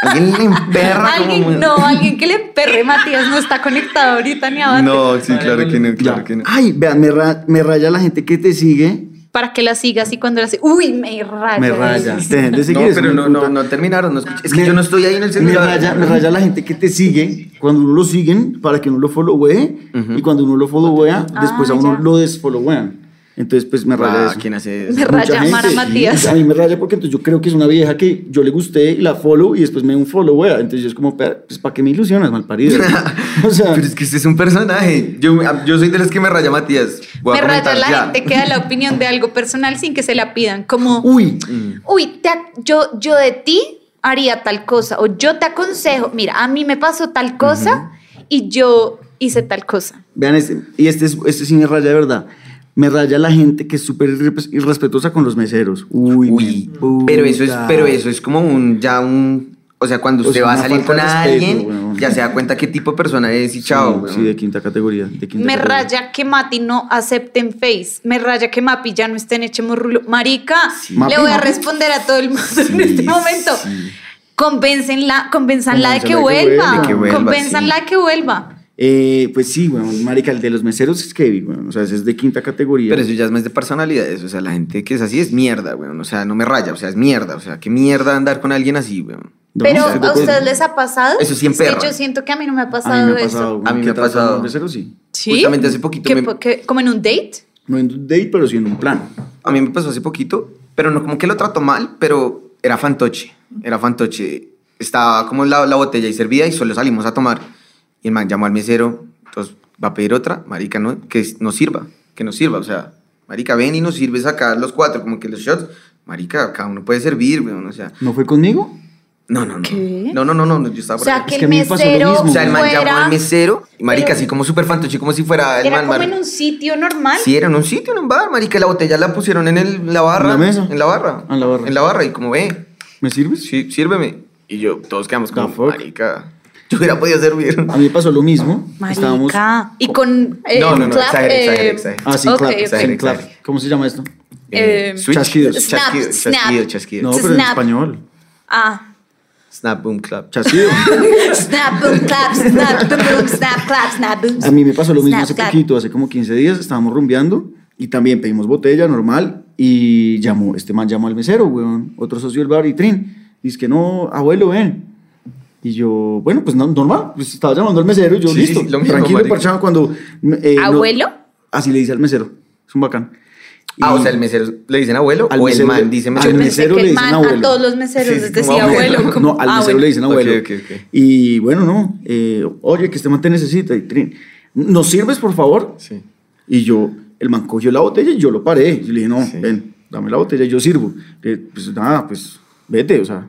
¿Alguien le emperra? como muy-
alguien, no, alguien que le perre Matías no está conectado ahorita ni abate.
No, sí, claro que no, Ah,
Ya.
[laughs] claro que no.
Ay, vean, me, ra- me raya la gente que te sigue.
Para que la sigas y cuando la sigas. Uy, me raya.
Me raya. Te dejen de seguir,
No,
eso
pero
me
no,
puta.
no, no terminaron, no escuché. Es que
Me-
yo no estoy ahí en el
Me
celular.
raya, me raya la gente que te sigue cuando uno lo siguen para que uno lo followee y cuando uno lo followea, después a uno
Ah, ya.
lo desfollowean. Entonces, pues me raya
Ah,
eso.
¿quién hace
Me
eso?
raya
Mucha
amar a
gente.
Matías.
A mí me raya porque entonces yo creo que es una vieja que yo le gusté, la follow y después me da un follow, wea. Entonces yo es como, "Pero, pues, ¿para qué me ilusionas, mal
[laughs]
parido? o sea,
Pero es que este es un personaje. Yo, ah, yo soy de los que me raya Matías. Voy
Me
a
raya
comentar
la
ya.
gente que da la opinión de algo personal sin que se la pidan. Como,
uy,
uy, te ac- yo, yo de ti haría tal cosa. O yo te aconsejo, mira, a mí me pasó tal cosa y yo hice tal cosa.
vean este, y este, es- este sí me raya de verdad. Me raya la gente que es súper irre- irrespetuosa con los meseros. Uy,
Uy,
me puta.
pero eso es, pero eso es como un, ya un, o sea, cuando
O
usted
sea,
va a
una
salir
falta
con
de respeto,
alguien,
weón.
ya se da cuenta qué tipo de persona es y
Sí,
chao.
Sí,
weón.
de quinta categoría. de quinta
Me
categoría.
raya que Mati no acepte en Face. Me raya que Mapi ya no esté en Echemorrulo. Marica,
Mapi,
le voy a
Mapi.
responder a todo el mundo en este momento. Convéncenla, convénzanla de que
Convénzanla de que
vuelva.
vuelva. De que
vuelva,
Convénzanla
sí.
de que vuelva.
Eh, pues sí, bueno, marica, el de los meseros es heavy, bueno, o sea, ese es de quinta categoría.
Pero eso ya es más de personalidades, o sea, la gente que es así es mierda, weón. O sea, no me raya, o sea, es mierda, o sea, qué mierda andar con alguien así, weón.
No,
Pero
estoy de
a
acuerdo.
ustedes les ha pasado.
Eso sí
Es que
emperra.
yo siento que a mí no me ha
A mí
pasado
me ha pasado,
eso.
güey,
A mí me
que
ha
tratas
pasado.
con los meseros, sí.
¿Sí?
Justamente hace poquito
¿Qué
me-
po- qué- como en un date.
No en un date, pero sí en un plan.
A mí me pasó hace poquito, pero no como que lo trató mal, pero era fantoche, era fantoche. Estaba como la, la botella y servía y solo salimos a tomar. Y el man llamó al mesero, entonces va a pedir otra, marica, no, que nos sirva, que nos sirva, o sea, marica, ven y nos sirves acá los cuatro, como que los shots. Marica, cada uno puede servir, weón, o sea,
¿No fue conmigo?
no, no, no.
¿Qué?
No, no, no, no, yo estaba
O
por
sea,
acá.
que
Ah, Es que a
el
mí me pasó lo
mesero
mismo,
O sea, el man llamó
fuera-
al mesero, y marica,
Pero-
así como súper fantoche, como si fuera el
Era
man,
como
mar-
en un sitio normal.
Sí, era en un sitio, en un bar, marica, la botella la pusieron en el, la barra.
¿En la mesa?
En la barra.
Ah, en la barra.
En la barra, y como, ve,
¿Me sirves?
sí, sírveme. Y yo, todos quedamos como,
The fuck?
marica, yo hubiera podido servir.
[laughs] A mí me pasó lo mismo.
Marica.
Estábamos.
Y con. eh,
No, no, no,
clap,
exagere,
eh,
exagere, exagere.
Ah, sí,
ok,
clap,
ok.
sí, clap. ¿Cómo se llama esto?
Eh,
switch.
Chasquidos.
Snap,
Chasquido,
snap.
chasquido, chasquido.
No, pero en
Snap.
español.
Ah.
Snap, boom, clap.
Chasquido.
Snap, boom, clap, snap, boom, boom, snap, clap, snap, boom.
A mí me pasó lo mismo
Snap,
hace
clap.
poquito, hace como 15 días, estábamos rumbeando y también pedimos botella normal y llamó, este man llamó al mesero, weón, otro socio del bar y Trin, dice que no, abuelo, ven. Y yo, bueno, pues no, normal, pues estaba llamando al mesero y yo,
Sí,
listo,
sí, lo mismo,
tranquilo,
marica.
parchado, cuando... eh, no-
¿Abuelo?
así le dice al mesero, es un bacán.
Ah, o sea, el mesero le dicen abuelo
Al
o el
mesero le-
man dice
al
Yo
mesero.
mes-
pensé
mesero
que
le
el
dicen
man a
abuelo.
todos los meseros
Sí,
les
como
decía
abuelo.
abuelo. como-
No, al
ah,
mesero
bueno.
le dicen abuelo.
Ok, ok, ok.
Y bueno, no. eh, Oye, que este man te necesita. Y Trin, ¿nos sirves, por favor?
Sí.
Y yo, el man cogió la botella y yo lo paré. Yo le dije, no,
Sí.
ven, dame la botella, yo sirvo. Eh, pues nada, pues vete, o sea.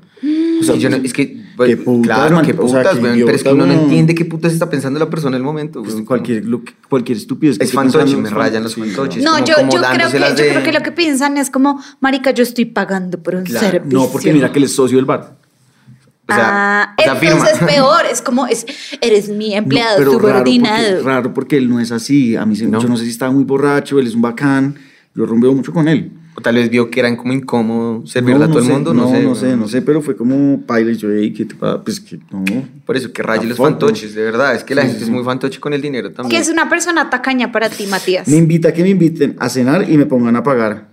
O sea,
Y yo no-
pues,
es que, güey,
qué putas,
claro,
man,
qué
o
putas,
sea, qué
güey, pero es que
idiota,
uno no
weón.
entiende qué putas está pensando la persona en el momento.
pues,
güey.
cualquier, lo que- cualquier estupidez. que
Es
esté
fantoche,
pensando,
me
es
rayan los
sí, weón.
fantoches.
No,
como-
yo,
como
yo, creo que,
dándoselas
yo
de-
creo que lo que piensan es como, marica, yo estoy pagando por un
Claro. No,
servicio.
No, porque mira que él es socio del bar.
O sea,
ah,
o sea, firma. [laughs]
entonces peor, es como, es, eres mi
No,
empleado
pero Raro
subordinado.
porque, raro porque él no es así. A mí se,
No.
yo no sé si estaba muy borracho, él es un bacán. Yo rumbeo mucho con él.
O tal vez vio que eran como incómodo servirle
No,
a
no
todo
sé,
el mundo. No, sé.
no
güey.
sé, no sé, pero fue como paila y yo, "Ey, ¿qué te pasa? Pues que no.
Por eso, que raye los
Tampoco.
fantoches, de verdad. Es que la
Sí,
gente
sí,
es
sí.
muy fantoche con el dinero también.
Que es una persona tacaña para ti, Matías.
Me invita a que me inviten a cenar y me pongan a pagar.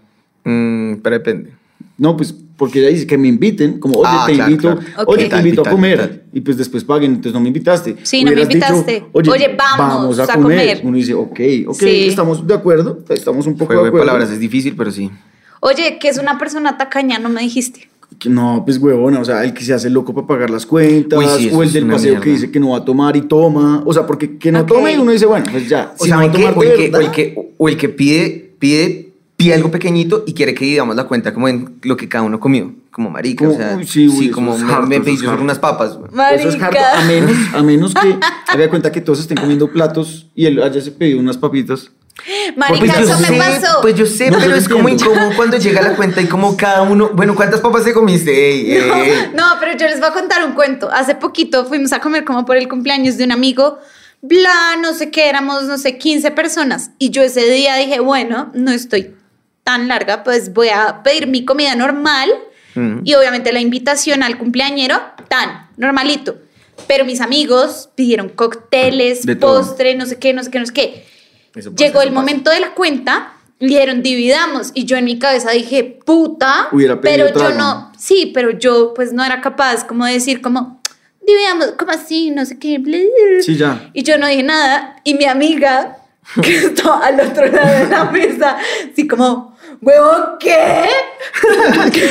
Mm, pero depende.
No, pues porque ella dice que me inviten, como, oye,
Ah,
te
claro,
invito,
claro.
Ok.
oye,
Vital,
te invito
vital,
a comer.
vital.
Y pues después paguen, entonces no me invitaste.
Sí, no me
Hubieras
invitaste. Oye, vamos a comer.
Uno dice, ok, ok,
Sí.
estamos de acuerdo, estamos un poco
Juego
de
de
acuerdo.
palabras es difícil, pero sí.
Oye, que es una persona tacaña, no me dijiste.
Que No, pues huevona, o sea, el que se hace loco para pagar las cuentas,
Uy, sí, eso
o el
es
del
una
paseo que
mierda.
dice que no va a tomar y toma, o sea, porque que no
Ok.
tome y uno dice, bueno, pues ya,
O
si
sea,
no va a
¿saben qué?
tomar
o
de
el, que, o,
verdad,
el que, o el que pide, pide, pide algo pequeñito y quiere que digamos la cuenta como en lo que cada uno comió. Como marica, o
Como,
sea,
uy, sí, uy, eso
como
es
me,
harto,
me
eso
pedí
es
yo solo
harto.
unas papas. güey.
Eso es harto, a menos, a menos
[laughs]
que haga cuenta que todos estén comiendo platos y él haya se pedido unas papitas.
Marica,
Pues yo
eso me
sé,
pasó.
Pues yo sé,
No, yo
pero
lo
es como
entiendo.
incómodo cuando llega la cuenta y como cada uno, bueno, ¿cuántas papas te comiste? Ey, ey, ey.
No, pero yo les voy a contar un cuento. Hace poquito fuimos a comer como por el cumpleaños de un amigo, bla, no sé qué, éramos, no sé, 15 personas. Y yo ese día dije, bueno, no estoy tan larga, pues voy a pedir mi comida normal
Ujú.
y obviamente la invitación al cumpleañero, tan, normalito. Pero mis amigos pidieron cócteles,
De todo.
postre, no sé qué, no sé qué, no sé qué.
Eso pasa,
Llegó
eso
el
pasa.
momento de la cuenta, le dieron dividamos y yo en mi cabeza dije, puta,
Hubiera pedido
pero yo
trago.
no, sí, pero yo pues no era capaz como de decir como, dividamos, como así, no sé qué, bla, bla".
Sí, ya.
Y yo no dije nada y mi amiga [laughs] que estaba al otro lado de la mesa, así como, huevo, ¿qué? [laughs] ¿Qué?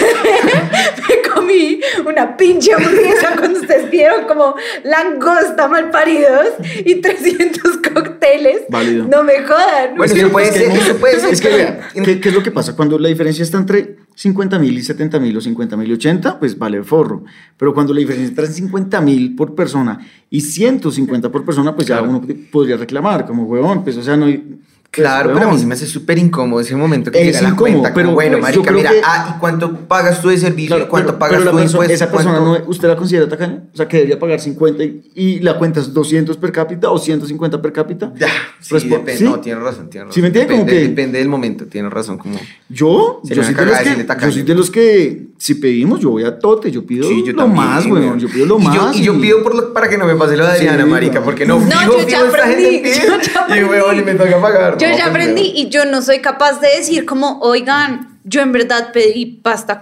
Me comí una pinche hamburguesa cuando ustedes vieron como langosta mal paridos y 300 cócteles.
Válido.
No me jodan.
Bueno,
Es que-
eso puede
es que
ser,
hay
eso
mucho-
puede ser.
Es que vean, ¿qué, qué es lo que pasa? Cuando la diferencia está entre 50 mil y 70 mil o 50 mil y 80, pues vale forro. Pero cuando la diferencia está en 50 mil por persona y 150 por persona, pues ya
Claro.
uno podría reclamar como huevón, pues o sea, no... hay- pues,
Claro, pero a mí
huevón.
se me hace súper incómodo ese momento que
Es
llega la
incómodo,
cuenta. Pero
pero
bueno,
yo
marica,
creo
mira,
que-
ah, ¿y cuánto pagas tú de servicio?
Claro,
¿Cuánto
pero-
pagas
pero la
tú de
perso-
impuestos?
Esa persona,
¿Cuánto?
no, ¿usted la considera tacaña? O sea, que debería pagar 50 y, y la cuenta es 200 per cápita o 150 per cápita.
Ya, sí,
Respo-
depende.
¿sí?
No, tiene razón, tiene razón.
Sí, me entiende como
depende,
que-
depende del momento, tiene razón. Como...
Yo,
Se
yo, soy de
le va a
los
cagar
que,
decirle tacaño.
yo soy de los que, si pedimos, yo voy a tote, yo pido
Sí, yo
lo
también,
más,
güey.
weón, yo pido lo
y
más.
Yo, y yo pido por lo- para que no me pase lo de Adriana,
Sí,
marica,
weón.
porque no,
No,
fijo,
yo ya
fijo, esta
aprendí,
gente
yo ya
pide, y weón, y me toca pagar.
Yo
No,
ya
pues,
aprendí
weón.
y yo no soy capaz de decir como, oigan, yo en verdad pedí pasta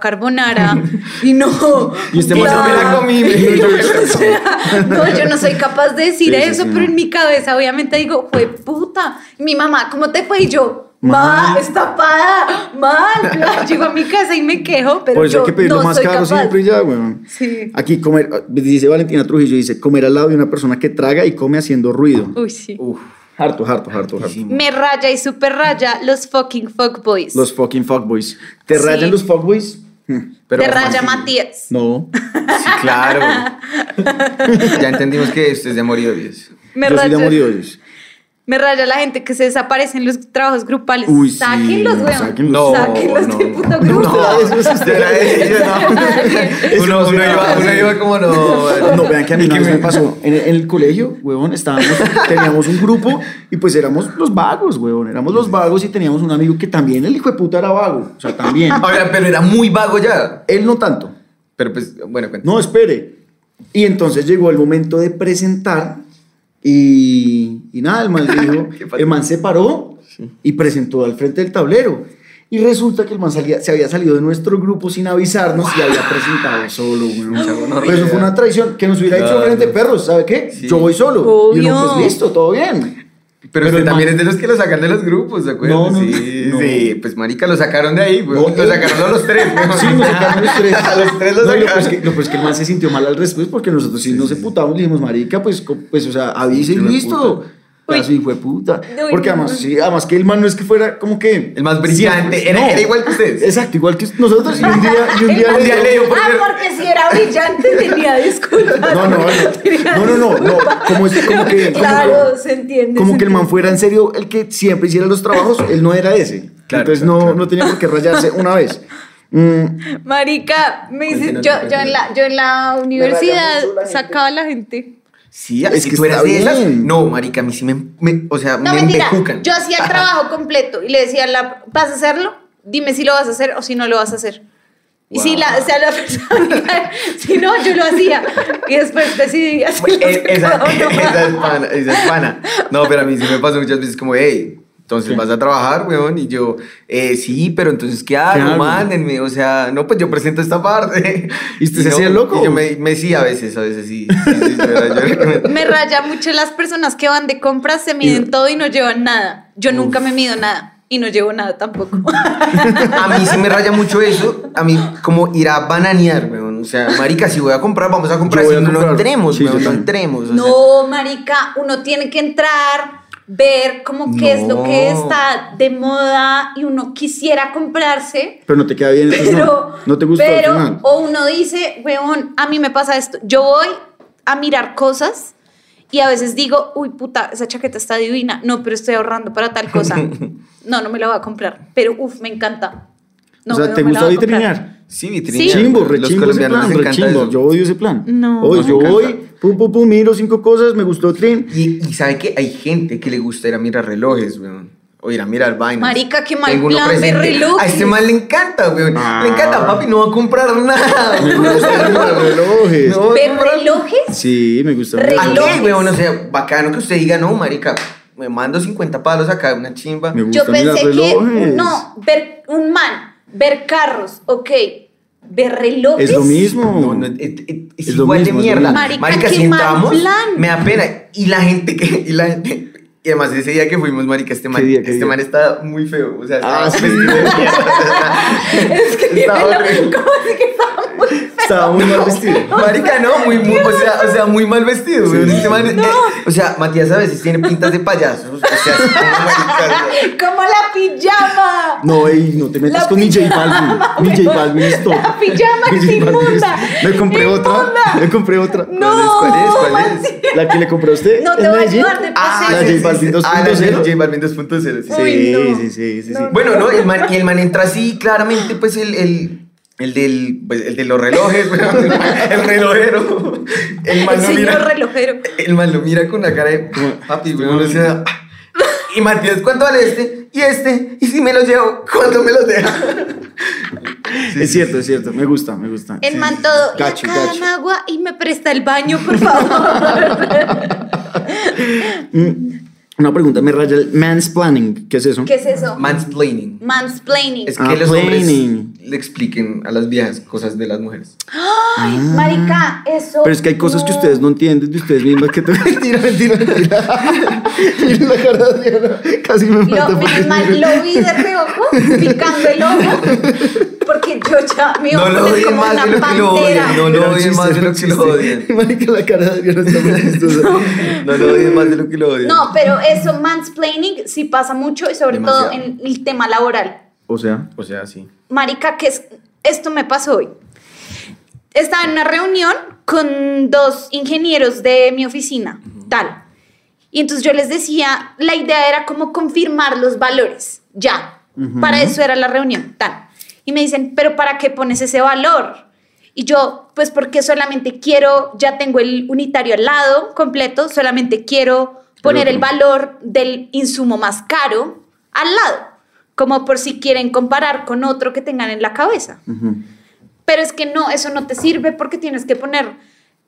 [laughs]
carbonara y no.
Y este
man
claro.
se me la comí, me dijo, "Yo me la
[laughs] O sea, No, yo no soy capaz de decir
Sí, sí,
eso,
sí,
pero
no.
en mi cabeza obviamente digo, fue puta. Mi mamá, ¿cómo te fue? Y yo, ma,
Mal.
estapada, mal. Claro, llego a mi casa y me quejo, pero
Por eso
yo
hay que pedir
no
lo más
soy
caro
capaz.
siempre y ya, weón.
Sí.
Aquí comer, dice Valentina Trujillo, dice, comer al lado de una persona que traga y come haciendo ruido.
Uy, sí.
Uf,
Harto, harto, harto, harto.
Me raya y super raya los fucking fuckboys.
Los fucking fuckboys. ¿Te
Sí.
rayan los fuckboys? Hmm,
pero-
Te raya Matías.
No.
Sí, claro. ya entendimos que esto es de amor y odio.
[laughs] Me
yo soy de
raya,
amor y odios.
me raya la gente que se desaparece en los trabajos grupales.
Uy, sí,
Sáquenlos, weón.
sáquenlos.
No,
Sáquenlos de
no.
puto grupo.
No, eso es [laughs] Uno, uno, iba, uno iba como no.
Ah,
eh,
No, vean que a mí una vez me pasó. En el, en el colegio, huevón, estábamos, teníamos un grupo y pues éramos los vagos, huevón. Éramos los vagos y teníamos un amigo que también el hijo de puta era vago. O sea, también.
Ahora, pero era muy vago ya.
Él no tanto.
Pero pues, bueno, cuenta.
No, espere. Y entonces llegó el momento de presentar y, y nada, el
[laughs]
man, dijo, el man se paró y presentó al frente del tablero. Y resulta que el man salía- se había salido de nuestro grupo sin avisarnos y había presentado solo. weón.
no,
Pues eso fue una traición que nos hubiera hecho
Claro.
frente de perros, ¿sabe qué?
Sí.
Yo voy solo. Y uno,
Obvio.
pues listo, todo bien.
Pero,
Pero
usted
el
también
man-
es de los que lo sacan de los grupos, ¿se acuerdan?
No, no,
sí,
no.
sí. Pues, marica, lo sacaron de ahí, güey.
No,
lo
eh.
sacaron a los tres, güey.
Sí, nos sacaron
[laughs]
los tres.
A los tres los
No, y lo
sacaron.
pues que, lo pues que el man se sintió mal al respecto pues, porque nosotros sí, nos emputamos y le dijimos, marica, pues, co- pues o sea, avisa y
Hijo de
listo.
puta.
Pedazo de hijo de puta.
Uy,
Porque
no.
además, sí, además que el man no es que fuera como que...
El más brillante,
Siempre-
era- era igual que ustedes.
Exacto, igual que nosotros.
[laughs]
Y un día, y un día,
Un día le dio por
Ah,
ver-
porque si era brillante [laughs] tenía
[laughs]
disculpas.
No, no, no.
Tenía
No, no, no, no. Como, es- como que... como-
Claro, se entiende.
Como
se
que el man
entiende.
fuera en serio el que siempre hiciera los trabajos, él no era ese.
Claro,
Entonces
claro,
no,
claro.
no tenía por qué rayarse una vez. Mm,
Marica, me dice,
Cuéntenos,
yo,
cuéntenos.
yo, en la, yo en la universidad sacaba a la gente.
Sí,
Es
es
que
que tú eras
está
de esas.
bien.
No, marica, a mí sí me. me- o sea,
No,
me
mentira.
embejucan.
Yo hacía el trabajo completo y le decía, a la, ¿vas a hacerlo? Dime si lo vas a hacer o si no lo vas a hacer. Y si la, o sea, la [laughs] persona, si no, yo lo hacía. Y después decidí hacerlo.
Eh, [laughs] esa, esa es pana, esa es pana. No, pero a mí sí me pasó muchas veces como, hey, entonces vas a trabajar, weón. Y yo, eh, sí, pero entonces, ¿qué hago?
hago?
Mándenme. O sea, no, pues yo presento esta parte. [laughs]
¿Y usted se
no,
hacía loco?
Y yo me, me sí, a veces, a veces sí. sí, sí, pero yo era como-
Me raya mucho las personas que van de compras, se miden todo y no llevan nada. Yo nunca me mido nada y no llevo nada tampoco.
A mí sí me raya mucho eso. A mí, como ir a bananear, weón. O sea, marica, si voy a comprar, vamos a comprar.
Yo voy
Si
a
no, no
comprar.
entremos,
Sí, yo
weón, no
también.
entremos. o sea.
No, marica, uno tiene que entrar, ver como qué es lo que
No.
está de moda y uno quisiera comprarse.
pero no te queda bien. entonces
Pero,
no, no te gustó al
pero,
final.
o uno dice, weón, a mí me pasa esto. Yo voy a mirar cosas y a veces digo, uy, puta, esa chaqueta está divina. No, pero estoy ahorrando para
[laughs]
tal cosa. no, no me la voy a comprar. Pero, uff, me encanta. No,
o sea,
weón,
¿te
me la
gustó
voy a comprar.
vitrinear?
Sí, vitrina.
Chimbo,
Los
rechimbo ese
colombianos
plan,
les encanta
rechimbo.
eso.
Yo odio ese plan.
No.
Hoy,
Nos
yo
encanta.
voy, pum, pum, pum, miro cinco cosas, me gustó trin.
Y, y sabe que hay gente que le gusta ir a mirar relojes, weón. O ir a mirar vainas.
Marica, qué mal
Tengo uno
plan de
presente.
relojes.
A este mal le encanta, weón.
Ah.
Le encanta, papi, no va a comprar
[laughs]
nada.
Me gustan los relojes.
No va a
¿Ver
comprar-
relojes?
Sí, me gustan los
¿A
Relojes.
relojes.
qué, weón? O sea, bacano que usted diga, no, marica, me mando 50 palos acá, una chimba.
Me
Yo
gustan
pensé
los
que,
relojes.
no, ver un man, ver carros, ok. Ver relojes.
Es lo mismo.
No, no, es, es- es
Es lo
igual
mismo,
de
es lo
mierda.
mismo.
Marica,
si
qué mal
entramos,
plan.
me da pena. Y la gente que. Y la gente- y además ese día que fuimos, marica, este man,
¿Qué día, qué
este
día?
man está muy feo. O sea,
Ah,
estaba
sí.
vestido
[laughs]
de mierda.
Es que
Está [laughs]
dímelo,
horrible.
¿cómo así que estaba muy feo?
Estaba muy mal vestido.
Marica, no, muy, muy- o, sea, o sea, muy mal vestido. güey. Este man, eh, o sea, Matías a veces tiene pintas de payaso. O sea, así como, marica, o sea,
Como la pijama.
No, ey, no te metas
La
con DJ
pijama,
Balvin. DJ
weón.
Balvin es todo.
La pijama es
DJ Balvin
inmunda.
Le compré otra.
Inmunda.
Le compré otra.
No,
¿Cuál es? ¿Cuál es?
Mati.
¿La que le compró a usted?
No te
en
voy a
Medellín?
ayudar, de
Ah,
paseo.
la J Balvin
Ah, la
2.0.
J Balvin 2.0, sí.
Uy,
Sí,
no.
sí, sí, sí, sí.
Bueno, no, el man, y el man entra así, claramente, pues el, el, el, del, pues, el de los relojes, [laughs] weón, el relojero. El man
El
lo
señor
mira.
relojero.
El man lo mira con la cara de papi, weón, o sea. Y Matías, ¿cuánto vale este? Y este, y si me lo llevo, ¿cuánto me los deja?
[laughs] es cierto, es cierto. Me gusta, me gusta.
El man todo. y
Gacho,
acá
gacho.
dan agua y me presta el baño,
[laughs]
por favor.
Mm, Una pregunta, me raya el mansplaining. ¿Qué es eso?
¿Qué es eso?
Mansplaining.
Mansplaining.
Es que
Ah,
los hombres
planning.
le expliquen a las viejas cosas de las
[laughs]
mujeres.
Ay, marica, eso.
Ah. Pero es que hay cosas que ustedes no entienden de ustedes mismas que te... [laughs] Mentira, mentira, mentira. [laughs] Miren la cara de Diana. Casi me
Lo,
mata. porque-
menos mal, lo vi de
[laughs]
reojo, picando el ojo. Porque yo ya. Mi
No
ojo
lo
es
odien
como
más
una
de lo que lo
pantera.
odian.
Era
No lo
un
odien
chiste,
más de
era
lo
un
que lo
chiste.
odian.
[laughs] Marica, la cara de Diana está muy
[laughs]
chistosa.
No lo odien más de lo que lo odian.
No, pero eso, mansplaining, sí pasa mucho y sobre todo
Demasiado.
en el tema laboral.
O sea,
O sea, sí.
Marica, que es, esto me pasó hoy. Estaba en una reunión con dos ingenieros de mi oficina, tal. Y entonces yo les decía, la idea era como confirmar los valores, ya. Para eso era la reunión, tal. Y me dicen, pero ¿para qué pones ese valor? Y yo, pues porque solamente quiero, ya tengo el unitario al lado completo, solamente quiero poner el valor del insumo más caro al lado, como por si quieren comparar con otro que tengan en la cabeza. Pero es que no, eso no te sirve porque tienes que poner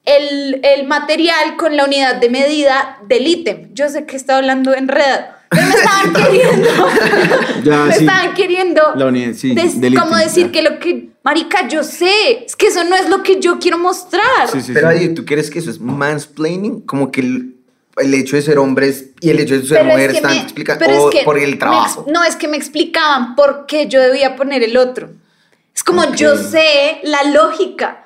el, el material con la unidad de medida del ítem. Yo sé que estaba hablando enredado,
[laughs]
pero me estaban queriendo.
Ya,
[laughs]
Ah,
me
sí.
estaban queriendo.
La unidad, sí,
des-
del
como
ítem,
decir
ya.
que lo que. Marica, yo sé. Es que eso no es lo que yo quiero mostrar.
sí, sí,
Pero
sí.
ahí, ¿tú crees que eso es mansplaining? Como que el- el hecho de ser hombres y el hecho de ser
Pero
mujer
es que
están
me-
explica-
pero es
o
que
por
me
el
ex-
trabajo.
no, es que me explicaban por qué yo debía poner el otro. Es como
Ok.
yo sé la lógica.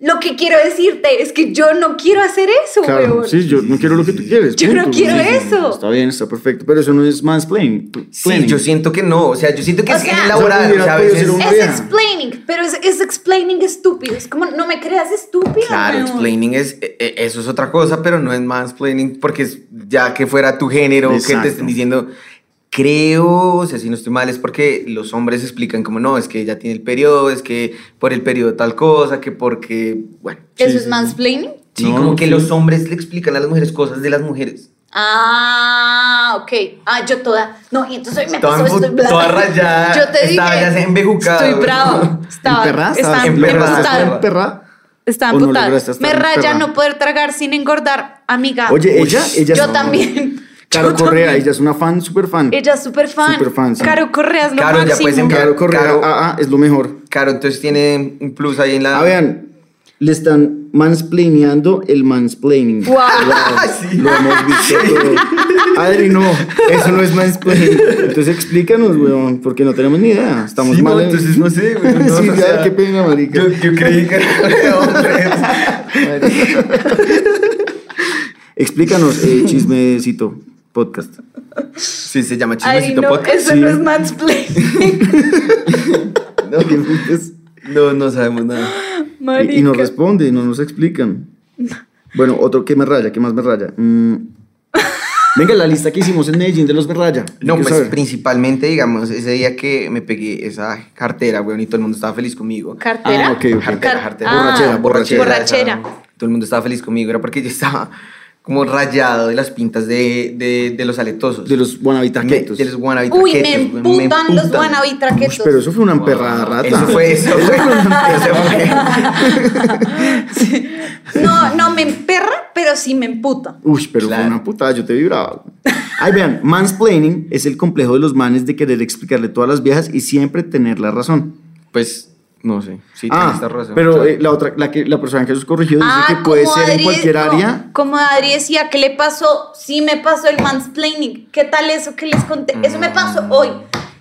Lo que quiero decirte es que yo no quiero hacer eso,
Claro,
huevón.
sí, yo no quiero lo que tú quieres.
Yo no quiero eso.
Está bien, está perfecto, pero eso no es mansplaining. pl-
Sí,
planning.
yo siento que no, o sea, yo siento que
O
es
sea,
elaborar,
Eso
o sea,
hubiera
a veces...
podido ser una
Es
idea.
explaining, pero es, es explaining estúpido. Es como, no me creas estúpido.
Claro,
huevón.
explaining es, e- e- eso es otra cosa, pero no es mansplaining porque es ya que fuera tu género, que te
Exacto.
estén diciendo, creo, o sea, si no estoy mal, es porque los hombres explican como, no, es que ella tiene el periodo, es que por el periodo tal cosa, que porque, bueno.
¿Eso
Sí,
es
sí,
mansplaining?
Sí,
No,
como que
sí.
los hombres le explican a las mujeres cosas de las mujeres.
Ah, ok. Ah, yo toda. No, y entonces hoy me
Toda
pasó esto.
empu-
bla, bla,
toda
bla.
rayada.
Yo te
Estaba
dije.
ya embejucada,
Estoy
güey. [laughs]
brava. Estaba,
¿Emperrada?
estaba
¿Estabas
emperrada?
emputada.
¿Emperrada?
Estaba
¿O no
emputada.
lograste estar
me raya
emperrada?
no poder tragar sin engordar. Amiga.
Oye,
Uy,
ella, ella
yo
es-
también.
Caro
Yo
Correa,
también.
ella es una fan, súper fan.
[laughs] Ella es súper fan.
Súper fan, sí.
Caro Correa es lo
Caro, ya pues,
máximo.
puedes enviar-
Caro Correa,
Caro-
ah, ah, es lo mejor.
Claro, entonces tiene un plus ahí en la...
Ah, vean, le están mansplaineando el mansplaining.
Wow.
Ah,
Lo hemos
[laughs]
visto todo. Adri, no, eso no es mansplaining. Entonces explícanos, weón, porque no tenemos ni idea. Estamos
Sí, no,
mal. en-
entonces no sé, güey, no,
sí,
o
ya,
sea,
qué pena, marica.
Yo, yo creí que era hombres.
Explícanos, eh, chismecito, podcast.
Sí, se llama
Ay,
Chismecito
no,
Podcast.
eso no
[laughs]
es mansplaining.
No, no, no sabemos nada.
[laughs] Marica.
Y, y nos responde, no nos explican. Bueno, otro que me raya, ¿qué más me raya? Mm. Venga, la lista que hicimos en Medellín de los me raya.
No,
Hay que
pues
saber.
principalmente, digamos, ese día que me pegué esa cartera, weón, y todo el mundo estaba feliz conmigo.
¿Cartera?
Ah, ok, ok.
Cartera,
Car-
cartera.
ah,
Borrachera, borrachera.
borrachera.
esa- todo el mundo estaba feliz conmigo, era porque yo estaba como rayado de las pintas de, de, de los aletosos.
de los
Me-
guanabitaquetos.
de los guanabitaquetos.
Uy, me
weón,
emputan los
emputan.
guanabitraquetos.
Pero eso fue una emperrada rata.
Eso
[laughs]
fue, eso fue. eso fue.
No, no me emperra, pero sí me emputa.
Uy, pero
Claro.
fue una putada, yo te vibraba. Ay, vean, mansplaining es el complejo de los manes de querer explicarle todas las viejas y siempre tener la razón.
Pues, no sé. Sí,
ah,
tienes razón.
pero
claro.
eh, la otra, la, que, la persona que los corrigió dice que puede
como
ser en
Adri-
cualquier
Ah, no,
área.
Como Adri decía, ¿qué le pasó? Sí me pasó el mansplaining. ¿Qué tal eso que les conté? Eso me pasó hoy.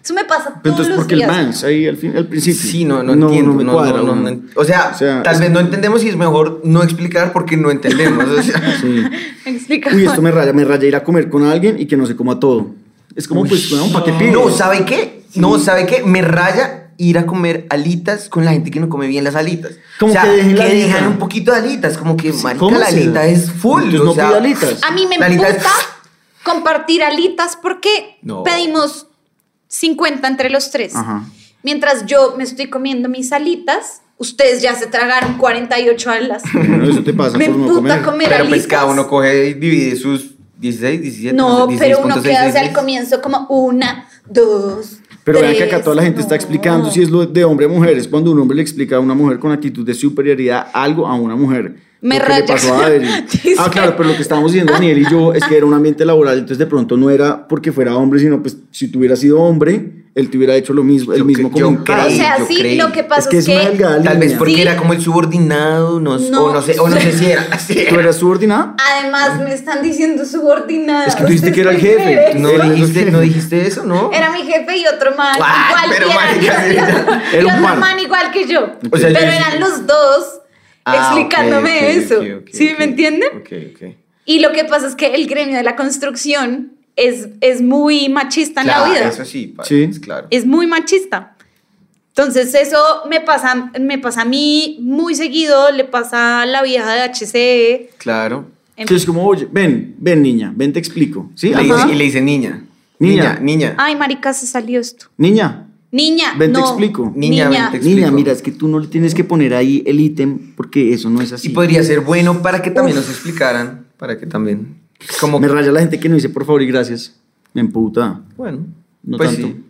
Eso me pasa todos
Pero entonces,
los
¿por qué
días.
el mans? Ahí al, fin, al principio.
Sí, no, no, entiendo.
me
no,
cuadra,
no, no,
weón.
no ent- o, sea,
O sea,
tal
es-
vez no entendemos y es mejor no explicar porque no entendemos. o sea.
[laughs] Sí.
[laughs] Explica.
Uy, esto me raya, me raya ir a comer con alguien y que no se coma todo. Es como, pues, weón, ¿para qué pides?
No, ¿sabe qué? No, ¿sabe qué? Me raya ir a comer alitas con la gente que no come bien las alitas.
Como
o sea,
que dejen la alita.
dejan un poquito de alitas, como que marica,
¿cómo
la
se-
alita es full.
Entonces
o
no
sea,
pida alitas.
A mí me
La alita es-
emputa compartir alitas porque
No.
pedimos 50 entre los tres.
Ajá.
Mientras yo me estoy comiendo mis alitas, ustedes ya se tragaron 48
[laughs]
alas.
Bueno, eso te pasa
[laughs] me
por no
emputa
comer.
comer
pues, Pero
alitas.
pues cada uno coge y divide sus 16, 17,
No,
sé,
pero uno queda hacia
16.666.
el comienzo como una, dos.
Pero vean
tres,
que acá toda la gente está
no.
explicando si es lo de hombre a mujer. Es cuando un hombre le explica a una mujer con actitud de superioridad algo a una mujer.
Me
Lo que le
raya.
pasó a
[laughs]
Adri.
Dice-
Ah, claro, pero lo que estábamos diciendo Daniel y yo es que era un ambiente laboral, entonces de pronto no era porque fuera hombre, sino pues si tuviera sido hombre, él te hubiera hecho lo mismo, el
Yo
mismo
cre- yo
O
comentario.
creí,
sea,
yo
sí,
creí.
lo que pasa
es que es una delgada
Tal vez
línea.
porque
Sí.
era como el subordinado, no, s-
No.
O, no sé, o no sé si era. [laughs] así
¿Tú eras subordinada?
Además me están diciendo subordinada.
Es que tú dijiste que era el jefe.
No
Él es
dijiste,
el
no
jefe.
dijiste eso, ¿no?
Era mi jefe y otro man
Ah,
igual
pero
que
marica, [laughs] sí,
era,
ya.
y
Era un
otro
par.
man igual que yo.
O sea, yo
pero
dije-
eran los dos
Ah, ok,
explicándome
ok,
eso.
ok, ok,
¿Sí
ok.
me entienden?
Ok, ok.
Y lo que pasa es que el gremio de la construcción es, es muy machista en
Claro,
la vida.
Eso sí, padre,
Sí.
es claro.
es muy machista. Entonces eso me pasa, me pasa a mí muy seguido, le pasa a la vieja de E. HCE.
Claro.
En
Entonces como, oye, ven, ven niña, ven te explico. ¿Sí?
Le
Ajá.
dice- y le dice niña.
Niña.
Niña, niña.
Ay, marica, se salió esto.
Niña,
Niña,
ven te
no.
explico.
Niña,
niña.
ven, te explico.
Niña, mira, es que tú no le tienes que poner ahí el ítem porque eso no es así.
Y podría ser bueno para que también nos explicaran, para que también. Como
Me raya la gente que no dice por favor y gracias. Me emputa.
bueno,
No
pues
tanto.
sí.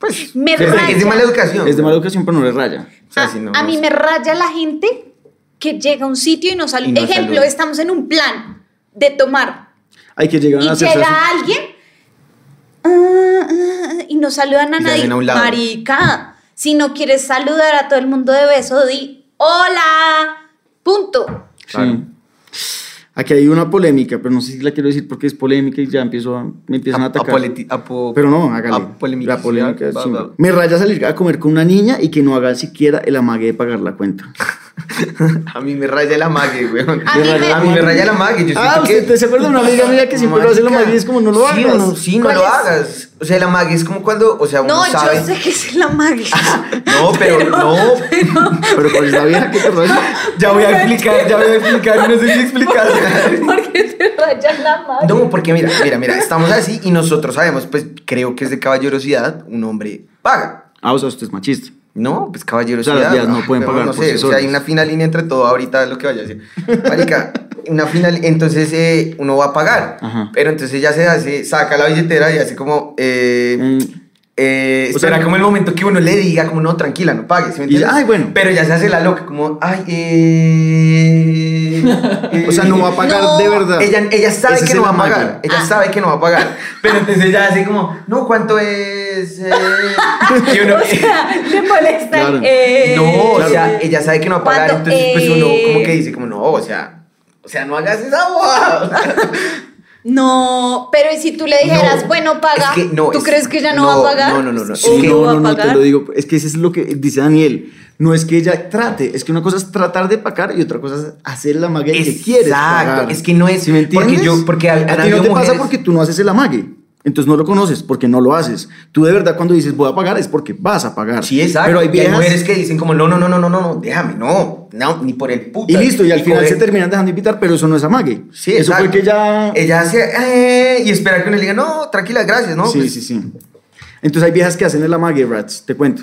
Pues
Me
es, de-
raya.
es de mala educación.
Es de mala educación, pero no le raya.
O sea,
Ah,
si no,
a
no
mí
sé.
me raya la gente que llega a un sitio y nos saluda.
Y no
Ejemplo,
saluda.
estamos en un plan de tomar
Hay que llegar
y
a hacerse
llega alguien ah, ah, y no saludan a
Y se
nadie.
hacen a un lado.
Marica, si no quieres saludar a todo el mundo de beso, di hola. Punto.
Sí. Aquí hay una polémica, pero no sé si la quiero decir porque es polémica y ya empiezo a, me empiezan a, atacar.
politi- a po-
Pero no, hágale.
a polemizar,
La polémica es
va,
chimba. [laughs]
va.
Me raya salir a comer con una niña y que no haga siquiera el amague de pagar la cuenta.
A mí me raya la mague, güey.
A mí me-
A mí me raya la mague. Yo
Ah,
siento
usted
que-
se acuerda de una amiga mía que siempre lo hace la
Marica,
mague y es como no lo
sí,
hagas.
uno- sí, no
¿Cuál
lo
es?
hagas. O sea, la mague es como cuando, o sea, uno
No,
sabe.
yo sé que es la magia.
[laughs] No, pero, no.
Pero con la vieja que
[laughs]
te raya.
Ya voy a explicar, ya voy a explicar, no sé si explicar.
¿Por qué te raya la magia?
No, porque mira, mira, mira, estamos así y nosotros sabemos, pues creo que es de caballerosidad, un hombre paga.
Ah, o sea, usted es machista.
No, pues caballerosidad.
O sea, las vías no
ah,
pueden
pero
pagar
No
por
sé,
sí
o sea,
solas.
hay una fina línea entre todo ahorita lo que vaya a hacer. Marica, una final, entonces eh, uno va a pagar,
Ajá.
pero entonces ya se hace, saca la billetera y hace como, eh,
Mm.
eh,
O sea,
espera como el momento que uno le diga, como no, tranquila, no pagues. ¿sí me
Y ya,
entiendes?
ay, bueno.
Pero ya se hace la loca, como, ay, eh, eh,
[laughs] O sea, no va a pagar
No.
de verdad.
Ella, ella sabe
Ese
que
es
no
el
va a
amague.
pagar. Ella
Ah.
sabe que no va
[laughs]
a pagar. Pero entonces ella así como, no, ¿cuánto es? eh?" Y [laughs] uno,
O sea, te molesta
Claro.
el, eh,
no, o sea, ella sabe que no va a pagar.
¿cuánto?
Entonces, pues uno
Eh.
como que dice, como, no, o sea, o sea, no hagas esa bobada.
No, pero ¿y si tú le dijeras,
No,
bueno, paga?
es que no,
¿Tú
es-
crees que ella no,
no,
va a pagar?
no, no, no, no,
¿O
es que-
no
no,
va
no,
a
no,
pagar?
te lo digo. Es que eso es lo que dice Daniel. No es que ella trate, es que una cosa es tratar de pagar y otra cosa es hacer la amague que quieres.
Exacto,
pagar.
es que no es-
¿Sí me
porque
entiendes?
yo- porque
a,
han-
ti
han
no
habido
te pasa
mujeres-
porque tú no haces el amague. Entonces no lo conoces porque no lo haces. Tú de verdad cuando dices voy a pagar es porque vas a pagar.
Sí, exacto.
Pero hay
Y
viejas
mujeres que dicen como, no, no, no, no, no, no, no, déjame, no, no, ni por el puto.
y listo, y al final se
termina
terminan dejando invitar, pero eso no es amague.
Sí,
eso
exacto.
fue que ya...
Ella hace, "Eh", y espera que uno le diga, no, tranquila, gracias,
Ah,
¿no?
sí,
Pues,
sí, sí. Entonces hay viejas que hacen el amague, Rats, te cuento.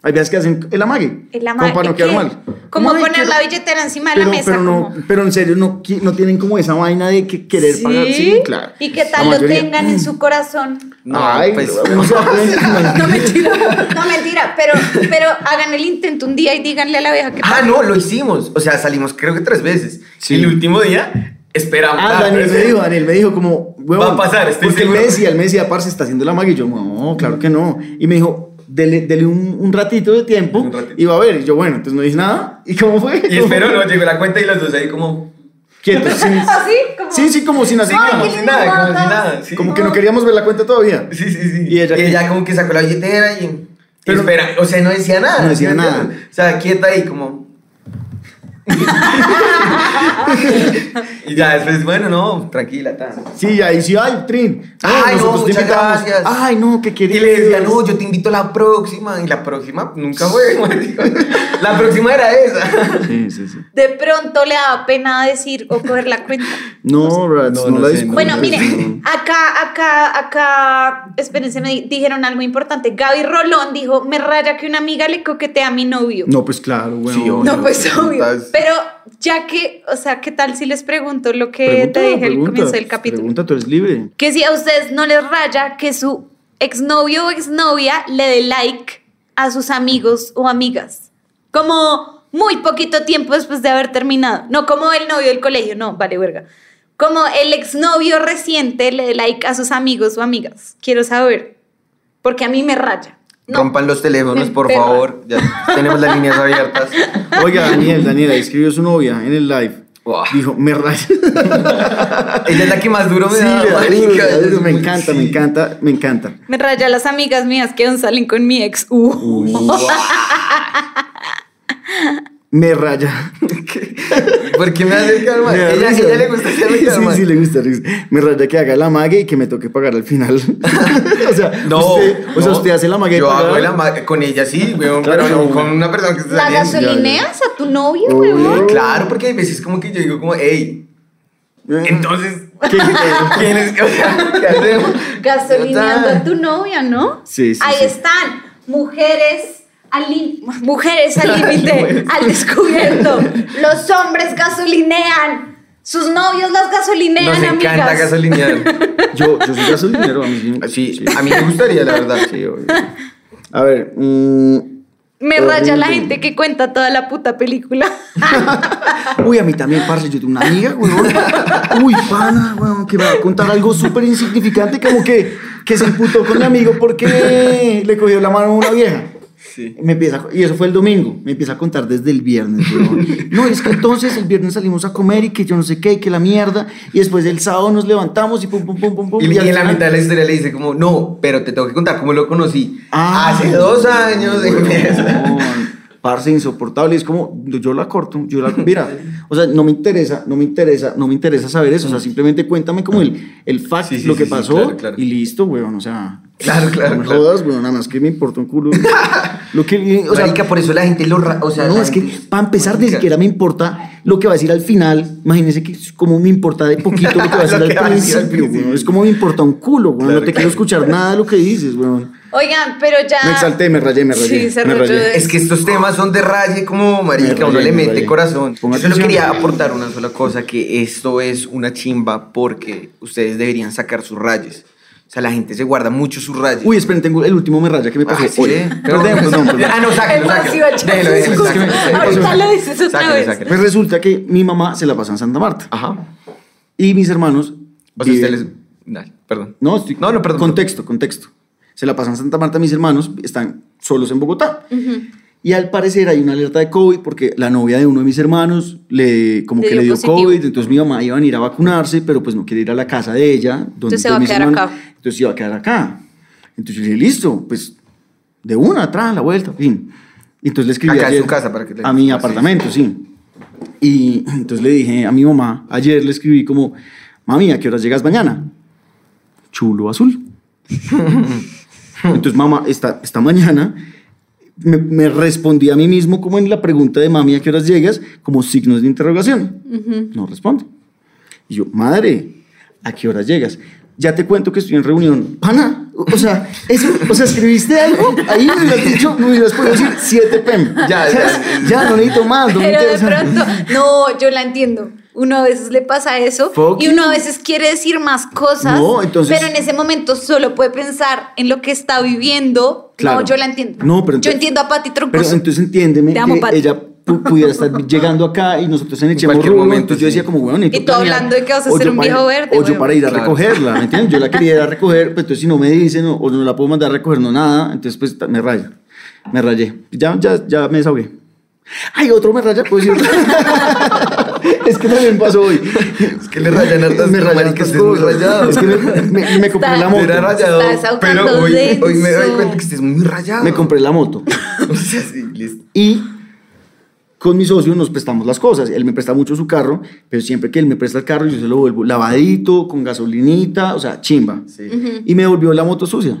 Hay viejas que hacen el amague.
El ama-
Como para no
¿qué?
quedar mal.
Como
Ay,
poner
quiero-
la billetera encima de
pero,
la mesa.
Pero, no,
como-
pero en serio, no, qui- no tienen como esa vaina de que querer pagar. Sí, claro.
¿Y qué
La
tal lo
mayoría.
tengan en su corazón?
No,
Ay,
pues,
[laughs] uno se aprende.
[laughs]
No, mentira. No, mentira. Pero, pero hagan el intento un día y díganle a la vieja que
Ah, no, lo hicimos. O sea, salimos creo que tres veces.
Sí.
El último día, esperamos.
Ah, Daniel me dijo, Daniel me dijo como, huevón,
Va a pasar, estoy
porque él me
seguro.
decía, él me decía, parce, está haciendo la magia, y yo, no, claro que no, y me dijo, dele, dele un, un ratito de tiempo,
Un ratito.
y va a ver, y yo, bueno, entonces no dije nada, ¿y cómo fue? [laughs]
Y espero, no, llegó la cuenta y los dos ahí como...
Quietos, sin-
[laughs] ¿Así? Como-
sí, sí, como sin
Sí,
hacer
como
nada,
si nada, como si nada. sí.
como que no queríamos ver la cuenta todavía.
Sí, sí, sí.
Y ella-
como que sacó la billetera y...
Pero-
y espera, o sea, no decía nada.
No decía
¿sí me
nada.
entiendes? O sea, quieta ahí como...
[laughs]
y ya, después, bueno, no, tranquila, tal.
Sí, ahí sí, ay, Trin. ah,
Ay, no,
nosotros te
muchas
invitamos.
gracias.
Ay, no, que quería.
Y le decía, no, yo te invito a la próxima. Y la próxima nunca fue. [laughs] marico. La próxima
[laughs]
era esa.
Sí, sí, sí.
De pronto le daba pena decir o coger la
[laughs]
cuenta.
No, Rats, no,
no
la
sé,
discutas.
no.
Bueno,
Pues,
miren, acá, acá, acá, espérense, me di- dijeron algo importante. Gaby Rolón dijo, me raya que una amiga le coquetea a mi novio.
No, pues claro, güey.
Sí, obvio.
No, pues
no,
obvio.
estás-
Pero ya que, o sea, ¿qué tal si les pregunto lo que
Pregunta,
te dije al
pregunta,
comienzo del capítulo?
Pregunta, tú eres
[laughs]
libre.
Que si a ustedes no les raya que su exnovio o exnovia le dé like a sus amigos o amigas. Como muy poquito tiempo después de haber terminado. No como el novio del colegio, no, vale, verga. Como el exnovio reciente le dé like a sus amigos o amigas. Quiero saber. Porque a mí me raya. No.
Rompan los teléfonos,
Me
por
emperra.
favor. Ya tenemos las líneas abiertas.
Oiga, Daniel, Daniela, escribió su novia en el live.
Wow.
Dijo, me raya.
Ella es la que más duro me
Sí,
da.
le da
marica.
duro, le da duro, me
Sí.
encanta, me encanta, me encanta.
Me raya las amigas mías que aún salen con mi ex. Uh.
Me raya.
¿Por qué me hace calma?
Me da
Ella,
risa.
ella le gusta hacerme calma.
Sí, sí, le gusta. risa. Me raya que haga la mague y que me toque pagar al final. [laughs] o sea,
No,
usted, o sea,
no.
usted hace la mague y
Yo
paga.
hago la mague con ella sí, weón,
Claro,
pero no
no.
con una persona que está
¿La
saliendo.
gasolineas a tu novio,
Uy.
huevón?
Claro, porque hay veces como que yo digo como, hey, entonces,
Eh, ¿Qué?
¿quién es? [laughs] O sea, ¿qué hacemos?
Gasolineando
Ya está.
a tu novia, ¿no?
Sí, sí,
Ahí
sí.
están, mujeres al lí- mujeres
[laughs]
al límite, al descubierto. Los hombres gasolinean. Sus novios las gasolinean,
Nos
amigas.
encanta gasolinear.
Yo, yo soy gasolinero, a mí sí.
Sí, a mí me gustaría, la verdad.
Sí, obvio. A ver, mm,
Me raya la
Horrible.
gente que cuenta toda la puta película. [laughs]
Uy, a mí también, parce, yo tengo una amiga, weón. Uy, pana, weón, que me va a contar algo súper insignificante, como que, que se emputó con mi amigo porque le cogió la mano a una vieja.
Sí.
Me empieza, y eso fue el domingo, me empieza a contar desde el viernes.
[laughs]
weón. No, es que entonces el viernes salimos a comer y que yo no sé qué, y que la mierda, y después el sábado nos levantamos y pum, pum, pum, pum, pum.
Y, y
al
en la
final-
mitad de la historia le dice como, no, pero te tengo que contar cómo lo conocí.
Ah,
Hace dos años. [laughs] empieza.
weón, Parce insoportable, es como yo la corto, yo la mira, o sea, no me interesa, no me interesa, no me interesa saber eso, o sea, simplemente cuéntame como el, el fact,
Sí, sí,
lo
sí,
que
sí,
pasó
claro, claro.
y listo, weón, o sea,
Claro, claro,
no me
claro.
jodas, weón, nada más que me importa un
[laughs]
culo. lo que, o sea,
Marica, por eso la gente lo... ra- O sea,
no,
la
es que
gente-
para empezar ni
Marica.
siquiera me importa lo que va a decir al final. Imagínense que es como me importa de poquito lo que
[laughs]
va a decir
Lo
al
que va a decir al
principio.
principio.
weón. Es como me importa un culo, weón. no
Claro,
te
claro.
quiero escuchar nada de lo que dices, weón.
Oigan, pero ya.
Me exalté, me rayé, me rayé.
Ah. Sí, se
me
rayó
rayé.
de-
Es que estos temas son de raye como marica,
Me
uno
rayé,
le
me
mete
rayé.
corazón.
Ponga
Yo solo
atención.
quería aportar una sola cosa, que esto es una chimba porque ustedes deberían sacar sus rayes. O sea, la gente se guarda mucho sus rayes.
Uy, esperen, tengo el último me raya que me pasó
Ah, sí,
hoy.
¿eh?
Perdón,
[laughs]
perdón, perdón.
Ah, no, sáquenlo,
Eso
sáquenlo.
sí va a echar
Déjelo, déjelo,
sus cosas.
sáquenlo,
Ahorita
sáquenlo.
lo dices otra
Sáquenlo,
vez.
sáquenlo.
Pues resulta que mi mamá se la pasa en Santa Marta
Ajá.
y mis hermanos.
O sea,
viven-
ustedes... Dale, perdón.
No, estoy-
No, no, perdón.
Contexto, contexto. Se la pasan en Santa Marta, mis hermanos están solos en Bogotá. Y al parecer hay una alerta de COVID porque la novia de uno de mis hermanos le, como
Le
que
dio
le dio
positivo.
COVID, entonces mi mamá iba a ir a vacunarse, pero pues no quiere ir a la casa de ella. Donde,
Entonces se
de
va a
mis
quedar
hermanos.
acá.
Entonces iba a quedar acá. Entonces yo le dije, listo, pues de una, atrás, la vuelta, fin. Entonces le escribí
Acá en
ayer
su casa, para que le-
a mi
sí.
apartamento, sí. Y entonces le dije a mi mamá, ayer le escribí como, mami, ¿a qué hora llegas mañana? Chulo azul. [laughs] entonces mamá, esta, esta mañana me, me respondí a mí mismo como en la pregunta de mami, ¿a qué horas llegas? Como signos de interrogación. No responde. Y yo, madre, ¿a qué horas llegas? Ya te cuento que estoy en reunión. Pana, o o sea, eso, o sea, escribiste algo, ahí me hubieras dicho, me hubieras podido decir 7 pm.
Ya, ya.
¿Sabes? ya, no necesito [laughs] más, no me
Pero de
interesa.
pronto, no, yo la entiendo. Uno a veces le pasa eso
Fuck
y uno
you.
a veces quiere decir más cosas,
No, entonces-
pero en ese momento solo puede pensar en lo que está viviendo.
Claro.
No, yo la entiendo.
No, pero
yo
entonces-
entiendo a Pati
Pero
Troncoso.
entonces entiéndeme
Pues, Te amo,
que
Pati.
ella pu- pudiera estar
[laughs]
llegando acá y nosotros en echemos
cualquier
rulo,
momento,
entonces yo
sí.
decía como, bueno,
Y tú hablando de que vas a ser un viejo verde,
O yo
huevón.
para ir a
Claro.
recogerla, ¿me entiendes? Yo la quería ir a recoger, pero entonces si no me dicen o, o no la puedo mandar a recoger, no nada, entonces pues ta- me raya, me rayé, ya, ya, ya me desahogué. Ay, otro me raya, pues [laughs] Es que también pasó hoy. Es
que le rayan hartas-
me rayan
marica,
hartas
usted es muy
cosas.
rayado.
Es que me, me- me compré
Está-
la
Te
moto.
Era rayado,
Estás ahogando
pero hoy, hoy me doy
denso.
cuenta que estés muy rayado.
Me compré la moto.
[laughs] O sea, sí, listo.
Y con mi socio nos prestamos las cosas. Él me presta mucho su carro, pero siempre que él me presta el carro, yo se lo vuelvo lavadito, con gasolinita, o sea, chimba.
Sí.
Y me volvió la moto sucia.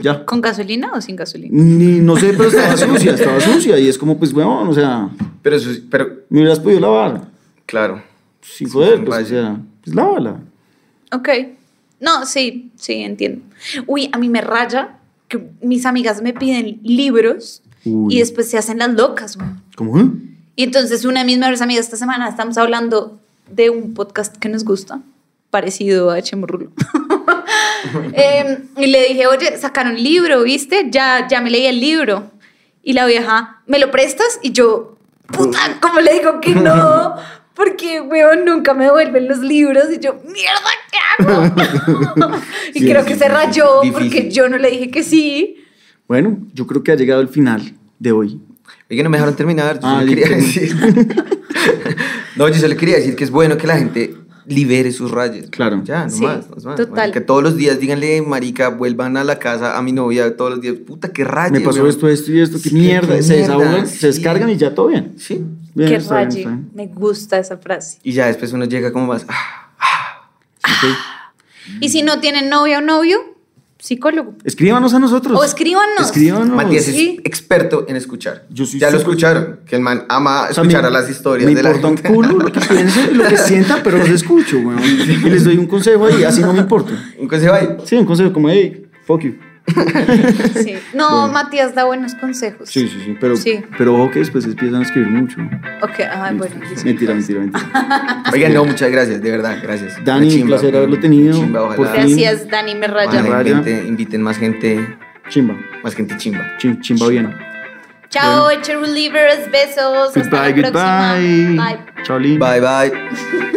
Ya.
¿Con gasolina o sin gasolina?
Ni, no sé, pero estaba sucia, estaba sucia. Y es como, pues, bueno, o sea,
Pero, eso sí- pero,
me hubieras podido lavar.
claro.
Sin
Sí,
poder,
sin
pues, o
rayo.
sea, pues, lávala.
Ok. No, sí, sí, entiendo. Uy, a mí me raya que mis amigas me piden libros
Uy.
y después se hacen las locas, güey.
¿Cómo? ¿eh?
Y entonces una de mis mejores amigas esta semana estamos hablando de un podcast que nos gusta, parecido a Chemurrulo. [laughs] Em, y le dije, oye, sacaron libro, ¿viste? Ya, ya me leí el libro. Y la vieja, ¿me lo prestas? Y yo, puta, ¿cómo le digo que no? Porque, weón, nunca me devuelven los libros. Y yo, mierda, ¿qué hago? y
Sí,
creo
sí,
que
sí,
se
sí,
rayó
difícil.
porque yo no le dije que sí.
Bueno, yo creo que ha llegado el final de hoy.
Oiga, no me dejaron terminar. Yo
Ah,
solo
listo.
quería decir. [laughs] no, yo solo quería decir que es bueno que la gente libere sus rayas.
Claro.
Ya, no
Sí,
más. no más.
total.
Que todos los días díganle, marica, vuelvan a la casa a mi novia todos los días. Puta, qué raya.
Me pasó
weón.
esto, esto y esto, qué
Sí,
mierda.
qué
se
mierda,
desahogan,
sí.
se descargan y ya todo bien.
Sí.
Bien,
que
está bien,
raye.
está bien.
Me gusta esa frase.
Y ya después uno llega como más. ah,
Ok.
Y si no tienen novia o novio, psicólogo.
Escríbanos a nosotros.
O escríbanos.
Escríbanos.
Matías
sí.
es experto en escuchar.
Yo soy
ya lo
súper-
escucharon. Que el man ama
O sea,
escuchar a las historias
me
de la
importa un
gente.
culo lo que piensen y lo que sientan, pero los escucho, weón. Y les doy un consejo ahí, así no me importa.
[laughs] Un consejo ahí.
Sí, un consejo como, hey, fuck you.
Sí. No, Matías da buenos consejos.
Sí, sí, sí. Pero,
Sí.
pero ojo que después empiezan a escribir mucho.
Ok, ah, bueno. listo.
mentira, mentira, mentira.
Oigan, no, muchas gracias, de verdad, gracias.
Dani,
Una
un placer haberlo tenido.
Chimba,
Por
ojalá.
fin.
Gracias, Dani, me raya.
Ojalá
Raya.
inviten- inviten más gente,
Chimba,
más gente chimba.
chim- chimba bien.
Chao, Cherry Besos. Hasta
Goodbye,
la próxima.
goodbye.
Bye.
Chao, Lin.
Bye bye.